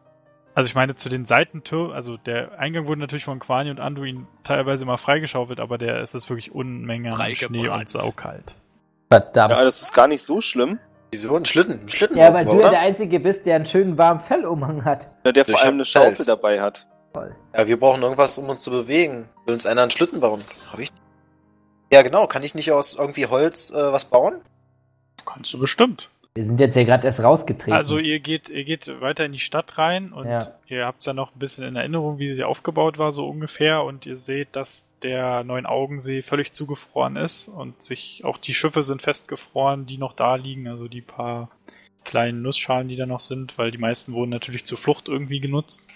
S7: Also ich meine, zu den Seitentürmen, also der Eingang wurde natürlich von Quani und Anduin teilweise mal freigeschaufelt, aber der es ist wirklich Unmengen an
S5: Freigebrannt.
S7: Schnee und saukalt.
S4: Verdammt.
S3: Ja, das ist gar nicht so schlimm.
S2: Wieso? Ein Schlitten. Ein Schlitten
S4: Ja, weil
S2: irgendwo,
S4: du ja
S2: oder?
S4: der Einzige bist, der einen schönen warmen Fellumhang hat.
S3: Na, Der
S2: Also Ich
S3: vor
S2: hab
S3: allem eine Schaufel
S2: Pelz.
S3: dabei hat.
S2: Ja, wir brauchen irgendwas, um uns zu bewegen. Will uns einer einen Schlitten bauen? Hab ich. Ja, genau. Kann ich nicht aus irgendwie Holz äh, was bauen?
S7: Kannst du bestimmt.
S4: Wir sind jetzt hier gerade erst rausgetreten.
S7: Also ihr geht, ihr geht weiter in die Stadt rein und
S4: Ja.
S7: ihr habt es ja noch ein bisschen in Erinnerung, wie sie aufgebaut war, so ungefähr, und ihr seht, dass der Neuen Augensee völlig zugefroren ist und sich auch die Schiffe sind festgefroren, die noch da liegen, also die paar kleinen Nussschalen, die da noch sind, weil die meisten wurden natürlich zur Flucht irgendwie genutzt.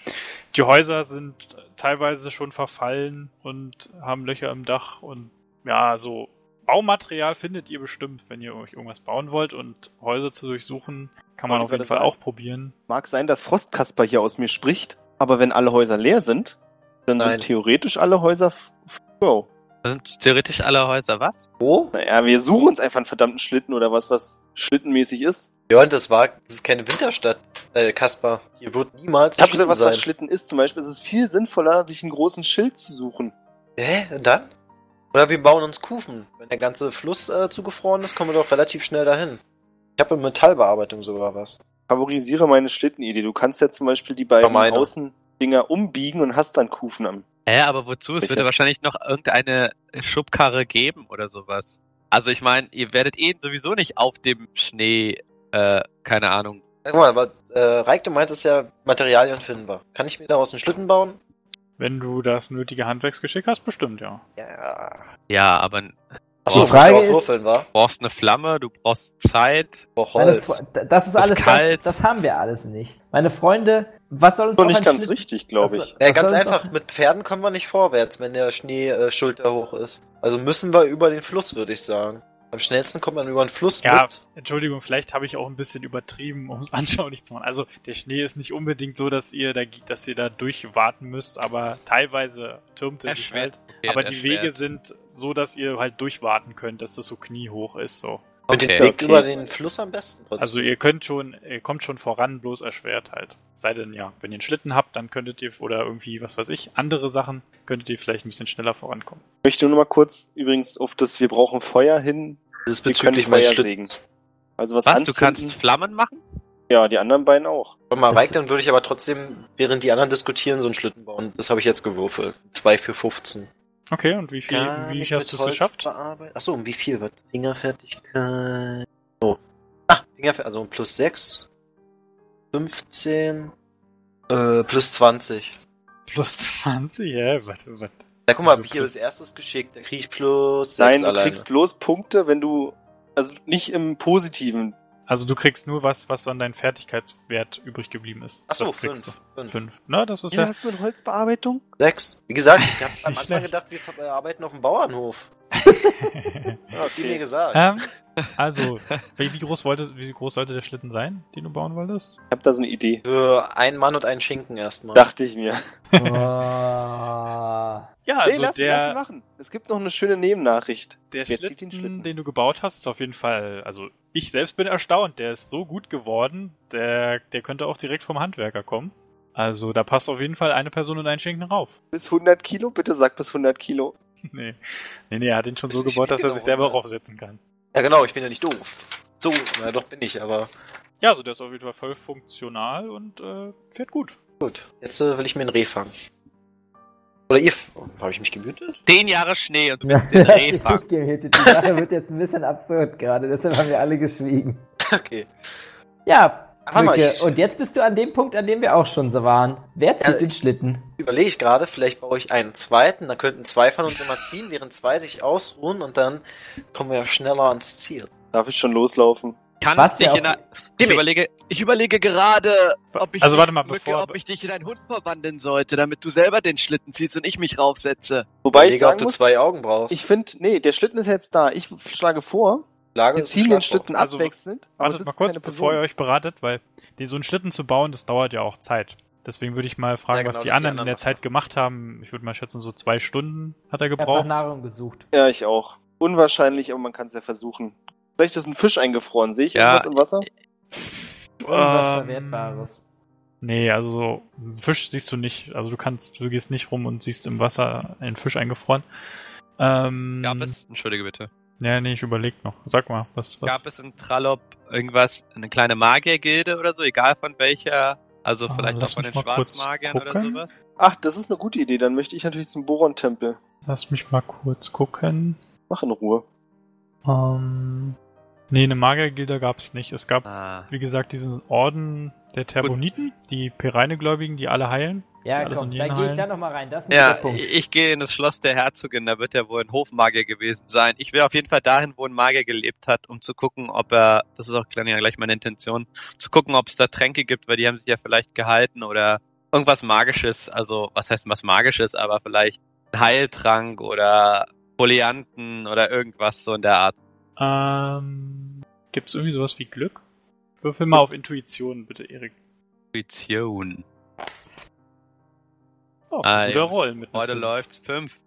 S7: Die Häuser sind teilweise schon verfallen und haben Löcher im Dach und ja, so Baumaterial findet ihr bestimmt, wenn ihr euch irgendwas bauen wollt und Häuser zu durchsuchen, kann man
S3: Wollte
S7: auf jeden
S3: gerade
S7: Fall
S3: sagen.
S7: auch probieren.
S3: Mag sein, dass Frostkasper hier aus mir spricht, aber wenn alle Häuser leer sind, dann
S2: Nein.
S3: sind theoretisch alle Häuser f- f- go.
S5: Sind theoretisch alle Häuser was?
S2: Wo?
S3: Naja, wir suchen uns einfach einen verdammten Schlitten oder was, was schlittenmäßig ist.
S2: Jörn, das war, das ist keine Winterstadt, äh, Kaspar. Hier wird niemals
S3: Ich habe
S2: ein
S3: gesagt, was,
S2: Schlitten
S3: was Schlitten ist. Zum Beispiel ist es viel sinnvoller, sich einen großen Schild zu suchen.
S2: Hä? Und dann? Oder wir bauen uns Kufen. Wenn der ganze Fluss äh, zugefroren ist, kommen wir doch relativ schnell dahin. Ich habe in Metallbearbeitung sogar was.
S3: Favorisiere meine Schlittenidee. Du kannst ja zum Beispiel die beiden
S2: meine.
S3: Außendinger umbiegen und hast dann Kufen am.
S5: Hä, aber wozu? Es
S3: Sicher.
S5: wird ja wahrscheinlich noch irgendeine Schubkarre geben oder sowas. Also ich meine, ihr werdet eh sowieso nicht auf dem Schnee, äh, keine Ahnung.
S2: Guck mal, aber äh, Reik, du meinst, es ist ja Materialien findbar. Kann ich mir daraus einen Schlitten bauen?
S7: Wenn du das nötige Handwerksgeschick hast, bestimmt, ja.
S2: Ja.
S5: Ja, aber du
S2: Achso,
S4: Die Frage
S2: ich
S4: ist-
S2: auch Würfeln, war?
S5: brauchst eine Flamme, du brauchst Zeit.
S2: Auch
S4: Meine
S2: Holz.
S4: Fre- d- das ist alles,
S5: kalt.
S4: Das, das haben wir alles nicht. Meine Freunde, was soll uns
S3: Doch
S4: auch
S3: nicht
S4: ein
S3: ganz
S4: Schlitten- Also
S3: richtig, glaube
S4: was
S3: ich.
S4: soll-
S2: Ja,
S4: was
S2: ganz
S4: soll uns
S2: einfach,
S4: Auch,
S2: mit Pferden kommen wir nicht vorwärts, wenn der Schnee äh, schulterhoch ist. Also müssen wir über den Fluss, würde ich sagen. Am schnellsten kommt man über einen Fluss
S7: Ja,
S2: mit.
S7: Entschuldigung, vielleicht habe ich auch ein bisschen übertrieben, um es anschaulich zu machen. Also der Schnee ist nicht unbedingt so, dass ihr da, dass ihr da durchwarten müsst, aber teilweise türmt er sich halt.
S5: Erschwert.
S7: aber die Wege sind so, dass ihr halt durchwarten könnt, dass das so kniehoch ist. So.
S2: Mit
S5: Okay.
S2: dem Blick
S3: Okay.
S2: über den Fluss am besten. trotzdem.
S7: Also ihr könnt schon, ihr kommt schon voran, bloß erschwert halt. Sei denn ja, wenn ihr einen Schlitten habt, dann könntet ihr oder irgendwie, was weiß ich, andere Sachen, könntet ihr vielleicht ein bisschen schneller vorankommen.
S3: Ich möchte nur noch mal kurz übrigens auf das Wir brauchen Feuer hin.
S2: Diesbezüglich
S3: wir können
S2: meines
S3: Feuer
S2: Schlittens.
S3: Also was,
S5: Was? Du
S3: anzünden.
S5: kannst Flammen machen?
S3: Ja, die anderen beiden auch.
S2: Wenn man weigt, dann würde ich aber trotzdem, während die anderen diskutieren, so einen Schlitten bauen. Das habe ich jetzt gewürfelt. 2 für 15.
S7: Okay, und wie viel, wie
S2: nicht
S7: hast
S2: mit
S7: du es
S2: Holz
S7: geschafft?
S2: bearbeitet. Achso, um wie viel wird Fingerfertigkeit? So. Ah, Fingerfertigkeit, also um plus 6, 15, äh, plus 20.
S7: Plus 20, ja, warte, warte.
S2: Ja, guck mal,
S7: Also plus-
S2: hier als erstes geschickt, dann krieg ich plus 6
S3: Nein, du
S2: alleine.
S3: kriegst bloß Punkte, wenn du, also nicht im Positiven.
S7: Also du kriegst nur was, was an deinem Fertigkeitswert übrig geblieben ist.
S2: Achso,
S7: Das kriegst
S2: 5.
S7: du. Fünf. Na, das ist
S3: Ja,
S7: ja.
S3: hast du in Holzbearbeitung?
S2: 6. Wie gesagt, ich habe am
S7: Nicht
S2: Anfang
S7: schlecht.
S2: gedacht, wir äh, arbeiten auf dem Bauernhof. Ja, hat die mir gesagt.
S7: ähm, also, wie, wie, groß wollte, wie groß sollte der Schlitten sein, den du bauen wolltest?
S3: Ich hab da so eine Idee.
S2: Für einen Mann und einen Schinken erstmal.
S3: Dachte ich mir.
S4: Oh.
S7: Ja, also
S3: nee, lass, lass ihn
S7: der,
S3: machen. Es gibt noch eine schschöne Nebennachricht.
S7: der
S3: Wer zieht
S7: Schlitten, den
S3: den Schlitten?
S7: du gebaut hast, ist auf jeden Fall. Also, ich selbst bin erstaunt. Der ist so gut geworden, der, der könnte auch direkt vom Handwerker kommen. Also, da passt auf jeden Fall eine Person und ein Schinken rauf.
S3: Bis 100 Kilo? Bitte sag bis 100 Kilo.
S7: nee. Nee, nee, er hat ihn schon
S2: Ist
S7: so
S2: nicht
S7: gebaut, dass er
S2: viel
S7: sich selber
S2: darunter.
S7: raufsetzen kann.
S2: Ja, genau, ich bin ja nicht doof. So, na doch bin ich, aber
S7: Ja, also der ist auf jeden Fall voll funktional und äh, fährt gut.
S2: gut. Jetzt äh, will ich mir einen Reh fangen. Oder ihr. Oh, Habe ich mich gemütet?
S5: Zehn Jahre Schnee und du
S4: Ja,
S5: bist den
S4: du hast
S5: Reh
S4: dich
S5: fangen.
S4: nicht gemutet. Die Sache wird jetzt ein bisschen absurd gerade, deshalb haben wir alle geschwiegen.
S2: Okay.
S4: Ja,
S2: Warte mal,
S4: Brücke.
S2: ich-
S4: Und jetzt bist du an dem Punkt, an dem wir auch schon so waren. Wer zieht
S2: Ja,
S4: den
S2: ich-
S4: Schlitten?
S2: Überlege ich gerade, vielleicht baue ich einen zweiten, dann könnten zwei von uns immer ziehen, während zwei sich ausruhen und dann kommen wir ja schneller ans Ziel.
S3: Darf ich schon loslaufen?
S5: Kann
S4: Was
S5: dich
S4: wir
S5: in
S4: auf-
S5: einer, ich überlege,
S6: Ich überlege gerade, ob ich,
S7: Also,
S6: dich-
S7: warte mal, bevor-
S6: ob ich dich in einen Hund verwandeln sollte, damit du selber den Schlitten ziehst und ich mich raufsetze.
S3: Wobei ich
S2: Überlege, ob
S3: sagen
S2: du
S3: muss,
S2: zwei Augen brauchst.
S3: ich finde, nee, der Schlitten ist jetzt da. Ich schlage vor,
S2: Lage
S3: wir
S2: ist ein
S3: ziehen den
S2: Schlagwort.
S3: Schlitten
S7: Also,
S3: abwechselnd. aber es
S7: Wartet
S3: sitzt
S7: mal kurz,
S3: keine Person.
S7: bevor ihr euch beratet, weil die, so einen Schlitten zu bauen, das dauert ja auch Zeit. Deswegen würde ich mal fragen,
S2: Ja, genau,
S7: was die
S2: das
S7: anderen,
S2: die
S7: in der
S2: anderen
S7: Zeit gemacht haben. Ich würde mal schätzen, so zwei Stunden hat er
S4: Ich habe nach
S7: gebraucht.
S4: Nahrung gesucht.
S3: Ja, ich auch. Unwahrscheinlich, aber man kann es ja versuchen. Vielleicht ist ein Fisch eingefroren, sehe ich
S5: Ja.
S3: irgendwas im Wasser?
S4: Irgendwas
S7: Ähm,
S4: Verwertbares.
S7: Nee, also so einen Fisch siehst du nicht. Also du kannst, du gehst nicht rum und siehst im Wasser einen Fisch eingefroren. Ähm,
S1: Mhm.
S5: Gab es, entschuldige bitte.
S7: Ja, nee, ich überlege noch. Sag mal, was, was.
S5: Gab es in Trallop irgendwas, eine kleine Magiergilde oder so, egal von welcher, also
S7: Ah,
S5: vielleicht auch
S7: lass
S5: von
S7: mich
S5: den
S7: mal kurz
S5: Schwarzmagiern oder
S7: gucken.
S5: sowas?
S3: Ach, das ist eine gute Idee. Dann möchte ich natürlich zum Boron-Tempel.
S7: Lass mich mal kurz gucken.
S3: Mach in Ruhe.
S7: Ähm, nee, eine Magiergilde gab es nicht. Es gab
S5: Ah.
S7: wie gesagt, diesen Orden der Terboniten, die Pereine-Gläubigen, die alle heilen.
S4: Ja,
S7: alles
S4: komm,
S7: in
S4: dann
S7: jeden
S4: gehe ich
S7: Hallen.
S4: da nochmal rein. Das ist ein
S5: Ja, äh,
S4: guter Punkt.
S5: ich ich gehe in das Schloss der Herzogin, da wird ja wohl ein Hofmagier gewesen sein. Ich will auf jeden Fall dahin, wo ein Magier gelebt hat, um zu gucken, ob er, das ist auch gleich- ja gleich meine Intention, zu gucken, ob es da Tränke gibt, weil die haben sich ja vielleicht gehalten oder irgendwas Magisches, also was heißt was Magisches, aber vielleicht ein Heiltrank oder Folianten oder irgendwas so in der Art.
S7: Ähm, Gibt es irgendwie sowas wie Glück? Würfel mal auf Intuition, bitte, Erik.
S5: Intuition.
S7: Oh,
S5: Ah,
S7: guter
S5: Jungs,
S7: Roll mit einer
S5: Heute
S7: Fünf.
S5: läuft's fünf.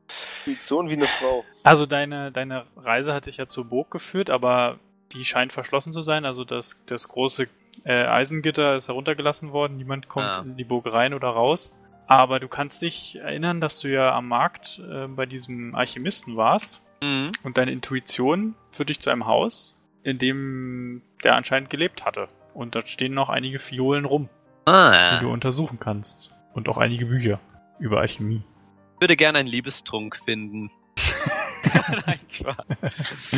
S3: Intuition wie eine Frau.
S7: Also deine, deine Reise hat dich ja zur Burg geführt, aber die scheint verschlossen zu sein. Also das, das große äh, Eisengitter ist heruntergelassen worden. Niemand kommt
S5: Ah.
S7: in die Burg rein oder raus. Aber du kannst dich erinnern, dass du ja am Markt äh, bei diesem Alchemisten warst.
S5: Mhm.
S7: Und deine Intuition führt dich zu einem Haus, in dem der anscheinend gelebt hatte. Und dort stehen noch einige Fiolen rum,
S5: Ah,
S7: die du untersuchen kannst. Und auch einige Bücher über Alchemie.
S5: ich würde gerne einen Liebestrunk finden. Nein, Spaß.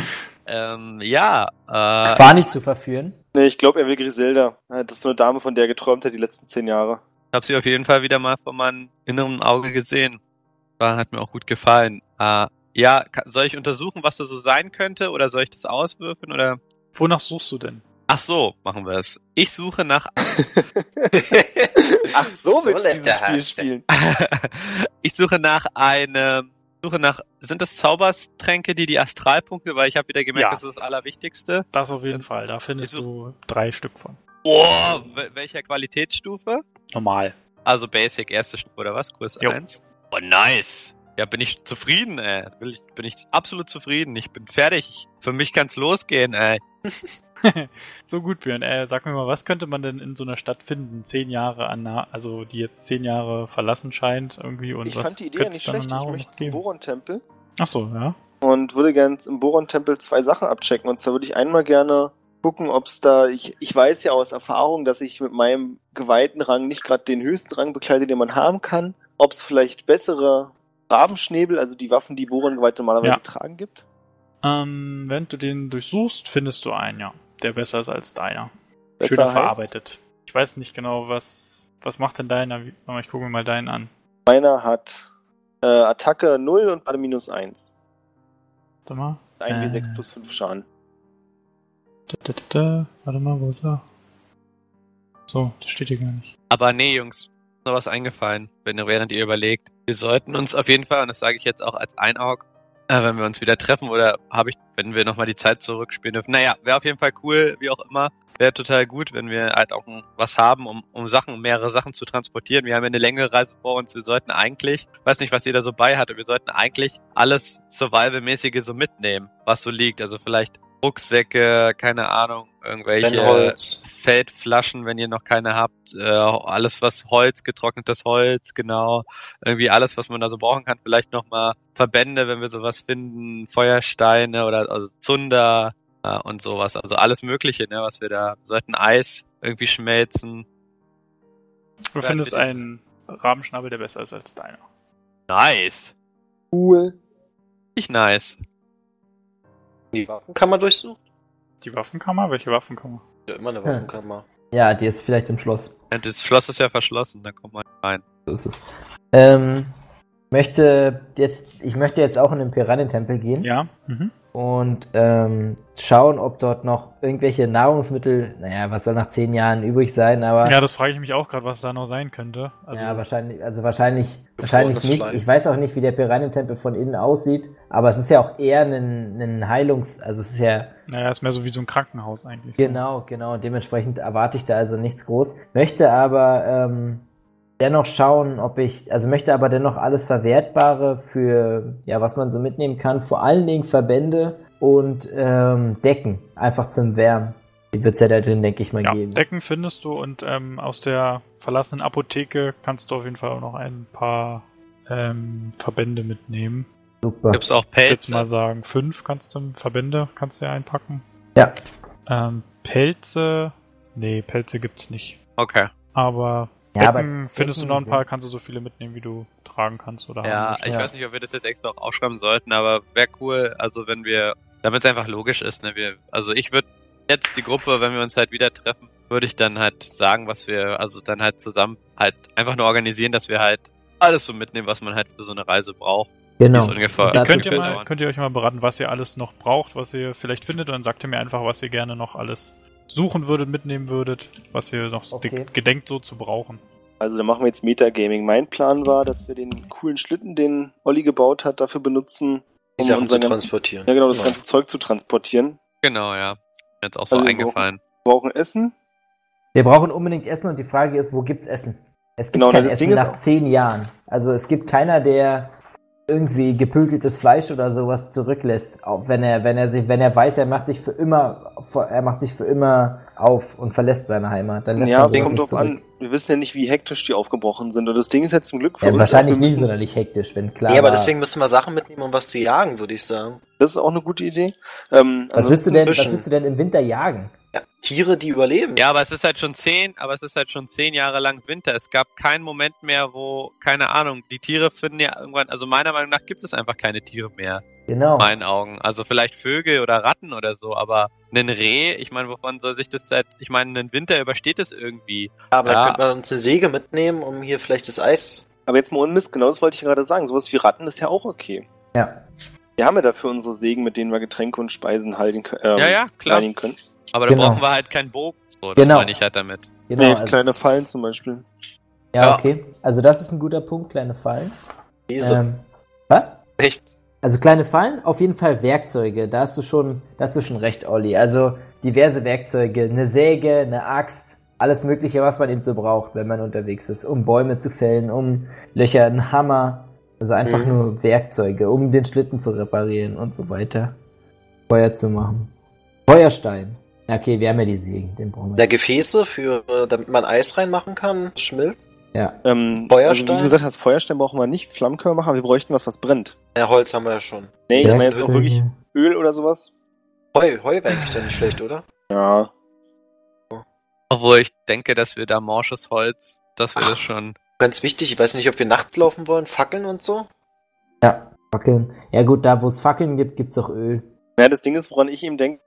S5: ähm, ja, äh,
S4: War nicht zu verführen.
S3: Nee, ich glaube, er will Griselda. Ja, Das ist so eine Dame, von der er geträumt hat die letzten zehn Jahre.
S5: ich habe sie auf jeden Fall wieder mal vor meinem inneren Auge gesehen. War, hat mir auch gut gefallen. Äh, ja, ka- soll ich untersuchen, was da so sein könnte oder soll ich das auswürfen oder?
S7: Wonach suchst du denn?
S5: Ach so, machen wir es. Ich suche nach
S3: Ach so,
S2: So
S3: willst du dieses
S2: lässt der
S3: Spiel
S2: Hass
S3: spielen.
S5: ich suche nach einem Suche nach, sind das Zaubertränke, die die Astralpunkte, weil ich habe wieder gemerkt,
S1: Ja.
S5: das ist das Allerwichtigste.
S1: Das auf
S7: Äh,
S1: jeden Fall. Da findest
S5: Ich
S1: du drei Stück von.
S5: Boah, wel- welcher Qualitätsstufe?
S1: Normal.
S5: Also Basic, erste Stufe oder was? Kurs
S1: Jo.
S5: 1. Oh, nice. Ja, bin ich zufrieden, ey. Will ich, bin ich absolut zufrieden. Ich bin fertig. Für mich kann's losgehen, ey.
S1: So gut, Björn. Äh, sag mir mal, was könnte man denn in so einer Stadt finden, zehn Jahre an, Na- also die jetzt zehn Jahre verlassen scheint irgendwie und
S3: ich
S1: was
S3: fand die Idee ja
S1: könnte es
S3: nicht
S1: dann an
S3: schlecht. Ich
S1: Nahrung
S3: möchte
S1: noch
S3: zum
S1: geben?
S3: Boron-Tempel
S1: Ach so, ja.
S3: und würde gerne im Boron-Tempel zwei Sachen abchecken. Und zwar würde ich einmal gerne gucken, ob es da. Ich, ich weiß ja aus Erfahrung, dass ich mit meinem geweihten Rang nicht gerade den höchsten Rang bekleide, den man haben kann. Ob es vielleicht bessere Rabenschnäbel, also die Waffen, die Boron-Geweihte normalerweise
S1: Ja.
S3: tragen, gibt.
S1: Ähm, wenn du den durchsuchst, findest du einen, ja. Der besser ist als deiner.
S3: Besser
S1: Schöner
S3: heißt-
S1: verarbeitet. Ich weiß nicht genau, was, was macht denn deiner? Wie- Warte mal, ich gucke mir mal deinen an.
S3: Meiner hat äh, Attacke 0 und alle minus 1.
S1: Warte mal.
S3: 1
S1: Äh.
S4: Ah.
S3: W6 plus 5 Schaden.
S1: Da, da, da, da. Warte mal, wo ist er? So, das steht hier gar nicht.
S5: Aber nee, Jungs, ist noch was eingefallen, wenn, während ihr überlegt. Wir sollten uns auf jeden Fall, und das sage ich jetzt auch als Einaug, äh, wenn wir uns wieder treffen oder habe ich, wenn wir nochmal die Zeit zurückspielen dürfen. Naja, wäre auf jeden Fall cool, wie auch immer. Wäre total gut, wenn wir halt auch ein- was haben, um, um Sachen, mehrere Sachen zu transportieren. Wir haben ja eine längere Reise vor uns. Wir sollten eigentlich, weiß nicht, was jeder so bei hatte, wir sollten eigentlich alles Survival-mäßige so mitnehmen, was so liegt. Also vielleicht Rucksäcke, keine Ahnung, irgendwelche.
S2: Brennholz.
S5: Feldflaschen, wenn ihr noch keine habt, äh, alles was Holz, getrocknetes Holz, genau, irgendwie alles, was man da so brauchen kann, vielleicht nochmal Verbände, wenn wir sowas finden, Feuersteine oder also Zunder äh, und sowas, also alles mögliche, ne, was wir da, wir sollten Eis irgendwie schmelzen.
S1: Du
S5: Ja,
S1: findest
S5: bitte.
S1: einen Rabenschnabel, der besser ist als deiner.
S5: Nice!
S3: Cool.
S5: Nicht nice.
S2: Die Waffenkammer durchsuchen?
S1: Die Waffenkammer? Welche Waffenkammer?
S2: Ja, immer eine Waffenkammer.
S4: Ja, die ist vielleicht im Schloss.
S5: Ja, Das Schloss ist ja verschlossen, da kommt man nicht rein.
S4: So ist es. Ähm, möchte jetzt, ich möchte jetzt auch in den Piranentempel gehen
S1: Ja. Mhm.
S4: und ähm, schauen, ob dort noch irgendwelche Nahrungsmittel, naja, was soll nach zehn Jahren übrig sein, aber
S1: Ja, das frage ich mich auch gerade, was da noch sein könnte. Also,
S4: ja, wahrscheinlich, also wahrscheinlich, wahrscheinlich
S2: Gefrorenes
S4: nicht.
S2: Schwein.
S4: Ich weiß auch nicht, wie der Piranentempel von innen aussieht, aber es ist ja auch eher ein, ein Heilungs-, also es ist ja,
S1: naja, ist mehr so wie so ein Krankenhaus eigentlich.
S4: Genau, genau. Und dementsprechend erwarte ich da also nichts groß. Möchte aber ähm, dennoch schauen, ob ich, also möchte aber dennoch alles Verwertbare für, ja, was man so mitnehmen kann, vor allen Dingen Verbände und ähm, Decken, einfach zum Wärmen. Die wird es ja da drin, denke ich mal,
S1: So. Ja,
S4: geben.
S1: Decken findest du und ähm, aus der verlassenen Apotheke kannst du auf jeden Fall auch noch ein paar ähm, Verbände mitnehmen.
S4: Super.
S5: Gibt's auch
S1: Ich würde mal
S5: Pelze?
S1: sagen, fünf kannst du, Verbände kannst du ja einpacken.
S4: Ja.
S1: Ähm, Pelze, nee, Pelze gibt's nicht.
S5: Okay.
S1: Aber
S4: Ja, aber
S1: Decken findest
S4: Decken
S1: du noch ein paar,
S4: sind-
S1: kannst du so viele mitnehmen, wie du tragen kannst oder
S5: Ja,
S1: haben
S5: Ähm, ich
S1: möchtest.
S4: Ja.
S5: weiß nicht, ob wir das jetzt extra auch aufschreiben sollten, aber wäre cool, also wenn wir, damit es einfach logisch ist, ne, wir, also ich würde jetzt die Gruppe, wenn wir uns halt wieder treffen, würde ich dann halt sagen, was wir, also dann halt zusammen halt einfach nur organisieren, dass wir halt alles so mitnehmen, was man halt für so eine Reise braucht.
S4: Genau.
S5: ist ungefähr- Ihr
S4: Und dazu-
S1: Könnt ihr,
S5: gefällt
S1: mal,
S5: dauern.
S1: könnt ihr euch mal beraten, was ihr alles noch braucht, was ihr vielleicht findet, und dann sagt ihr mir einfach, was ihr gerne noch alles suchen würdet, mitnehmen würdet, was ihr noch so
S4: Okay.
S1: de- gedenkt so zu brauchen.
S3: Also dann machen wir jetzt Metagaming. Mein Plan war, dass wir den coolen Schlitten, den Olli gebaut hat, dafür benutzen,
S2: Die Sachen um zu
S3: unser ganzes-
S2: transportieren.
S3: ja, genau, das ganze Zeug zu transportieren.
S5: Genau, ja. Mir jetzt auch so
S3: Also wir
S5: eingefallen.
S3: Wir brauchen Essen.
S4: Wir brauchen unbedingt Essen und die Frage ist, wo gibt's Essen? Es gibt
S3: Genau,
S4: kein
S3: das
S4: Essen
S3: Ding ist
S4: nach
S3: auch-
S4: zehn Jahren. Also es gibt keiner, der irgendwie gepökeltes Fleisch oder sowas zurücklässt, auch wenn er, wenn er sich, wenn er weiß, er macht sich für immer, er macht sich für immer auf und verlässt seine Heimat. Dann lässt
S3: Ja,
S4: man
S3: es
S4: sowas
S3: kommt
S4: nicht
S3: drauf an.
S4: zurück.
S3: Wir wissen ja nicht, wie hektisch die aufgebrochen sind. Und das Ding ist jetzt zum Glück für
S4: Ja,
S3: uns.
S4: wahrscheinlich
S3: wir
S4: nicht
S3: müssen,
S4: sonderlich hektisch, wenn klar.
S2: Nee, aber
S4: war.
S2: deswegen müssen wir Sachen mitnehmen, um was zu jagen, würde ich sagen.
S3: Das ist auch eine gute Idee. Ähm,
S4: Was willst du
S3: ansonsten
S4: denn, was
S2: Büschen.
S4: willst du denn im Winter jagen?
S2: Tiere, die überleben.
S5: Ja, aber es ist halt schon zehn, aber es ist halt schon zehn Jahre lang Winter. Es gab keinen Moment mehr, wo, keine Ahnung, die Tiere finden ja irgendwann, also meiner Meinung nach gibt es einfach keine Tiere mehr.
S4: Genau.
S5: meinen Augen. Also vielleicht Vögel oder Ratten oder so, aber ein Reh, ich meine, wovon soll sich das seit, ich meine, einen Winter übersteht es irgendwie.
S2: aber
S5: Ja.
S2: dann könnte man uns eine Säge mitnehmen, um hier vielleicht das Eis.
S3: Aber jetzt mal unmist, genau das wollte ich gerade sagen. Sowas wie Ratten ist ja auch okay.
S4: Ja.
S3: Wir haben ja dafür unsere Sägen, mit denen wir Getränke und Speisen halten können. Ähm,
S5: ja, ja, klar.
S3: reinigen können.
S5: Aber
S4: Genau.
S5: da brauchen wir halt keinen Bogen. So, das
S4: Genau.
S5: meine ich halt damit.
S4: Genau.
S3: Nee,
S4: also,
S3: kleine Fallen zum Beispiel.
S4: ja,
S5: Ja.
S4: okay. Also das ist ein guter Punkt, kleine Fallen.
S2: Käse.
S4: Ähm, was?
S2: Echt?
S4: Also kleine Fallen, auf jeden Fall Werkzeuge. Da hast du schon, da hast du schon recht, Olli. Also diverse Werkzeuge, eine Säge, eine Axt, alles Mögliche, was man eben so braucht, wenn man unterwegs ist, um Bäume zu fällen, um Löcher, einen Hammer. Also einfach
S2: Mhm.
S4: nur Werkzeuge, um den Schlitten zu reparieren und so weiter. Feuer zu machen. Feuerstein. Na, Okay, wir haben ja die Sägen, den brauchen
S2: Da
S4: wir.
S2: Gefäße für, äh, damit man Eis reinmachen kann, das schmilzt.
S4: Ja.
S3: Ähm,
S2: Feuerstein?
S3: Also, wie du gesagt hast, Feuerstein brauchen wir nicht, Flammenkörper machen, aber wir bräuchten was, was brennt.
S2: Ja, Holz haben wir ja schon.
S3: Nee, ich
S2: Ja,
S3: meine jetzt auch
S4: Werkzeuge.
S3: wirklich Öl oder sowas.
S2: Heu, Heu wäre eigentlich da nicht schlecht, oder?
S3: Ja.
S5: Obwohl ich denke, dass wir da morsches Holz, dass wir das schon.
S2: Ganz wichtig, ich weiß nicht, ob wir nachts laufen wollen, Fackeln und so.
S4: Ja, Fackeln. Ja gut, da wo es Fackeln gibt, gibt's auch Öl.
S3: Naja, das Ding ist, woran ich eben denke,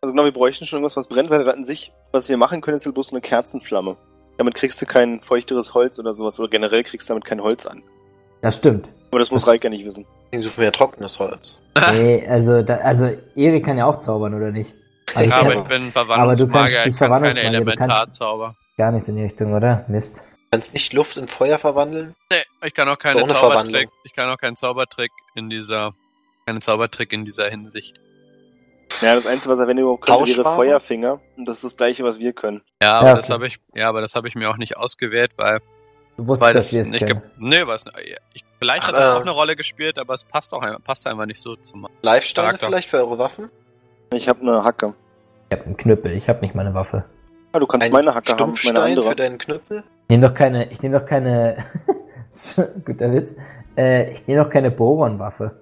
S3: also genau, wir bräuchten schon irgendwas, was brennt, weil an sich, was wir machen können, ist halt bloß eine Kerzenflamme. Damit kriegst du kein feuchteres Holz oder sowas, oder generell kriegst du damit kein Holz an.
S4: Das stimmt.
S3: Aber das muss Reik ja nicht wissen.
S2: Deswegen suchen wir ja trockenes Holz.
S5: Ah.
S4: Nee, also, da, also Erik kann ja auch zaubern, oder nicht? Also,
S5: Ja,
S4: kann-
S5: aber ich bin
S4: aber du kannst
S5: Verwandlungsmagier,
S4: nicht
S5: ich kann keine
S4: Verwandlungsmagier, du kannst-
S5: Elementarzauber.
S4: Gar nichts in die Richtung, oder? Mist.
S2: Kannst nicht Luft in Feuer verwandeln?
S5: Nee, Äh, ich kann auch keine
S2: Doch eine
S5: Zaubertrick.
S2: Verwandlung.
S5: Ich kann auch keinen Zaubertrick in dieser, keinen Zaubertrick in dieser Hinsicht.
S3: Ja, das Einzige, was er wenn überhaupt könnte, wäre
S2: Tauschware?
S3: Feuerfinger. Und das ist das Gleiche, was wir können.
S5: Ja, aber
S4: Ja,
S5: das
S4: okay.
S5: habe ich, ja, aber das habe ich mir auch nicht ausgewählt, weil,
S4: Du
S5: weil
S4: wusstest,
S5: das
S4: dass wir es
S5: nicht,
S4: können.
S5: ge- nee, was, ich, vielleicht hat
S2: Ach,
S5: das
S2: äh.
S5: auch eine Rolle gespielt, aber es passt auch, ein- passt einfach nicht so zum,
S2: Live-Steine
S5: Charakter.
S2: vielleicht für eure Waffen?
S3: Ich habe eine Hacke.
S4: Ich hab einen Knüppel, ich hab nicht meine Waffe.
S3: Ah, du kannst
S2: Ein
S3: meine Hacke haben,
S2: Stumpfstein
S3: meine
S2: für
S3: andere.
S2: deinen Knüppel?
S4: Ich nehm doch keine, ich nehm doch keine, guter Witz, äh, ich nehm doch keine Boron-Waffe.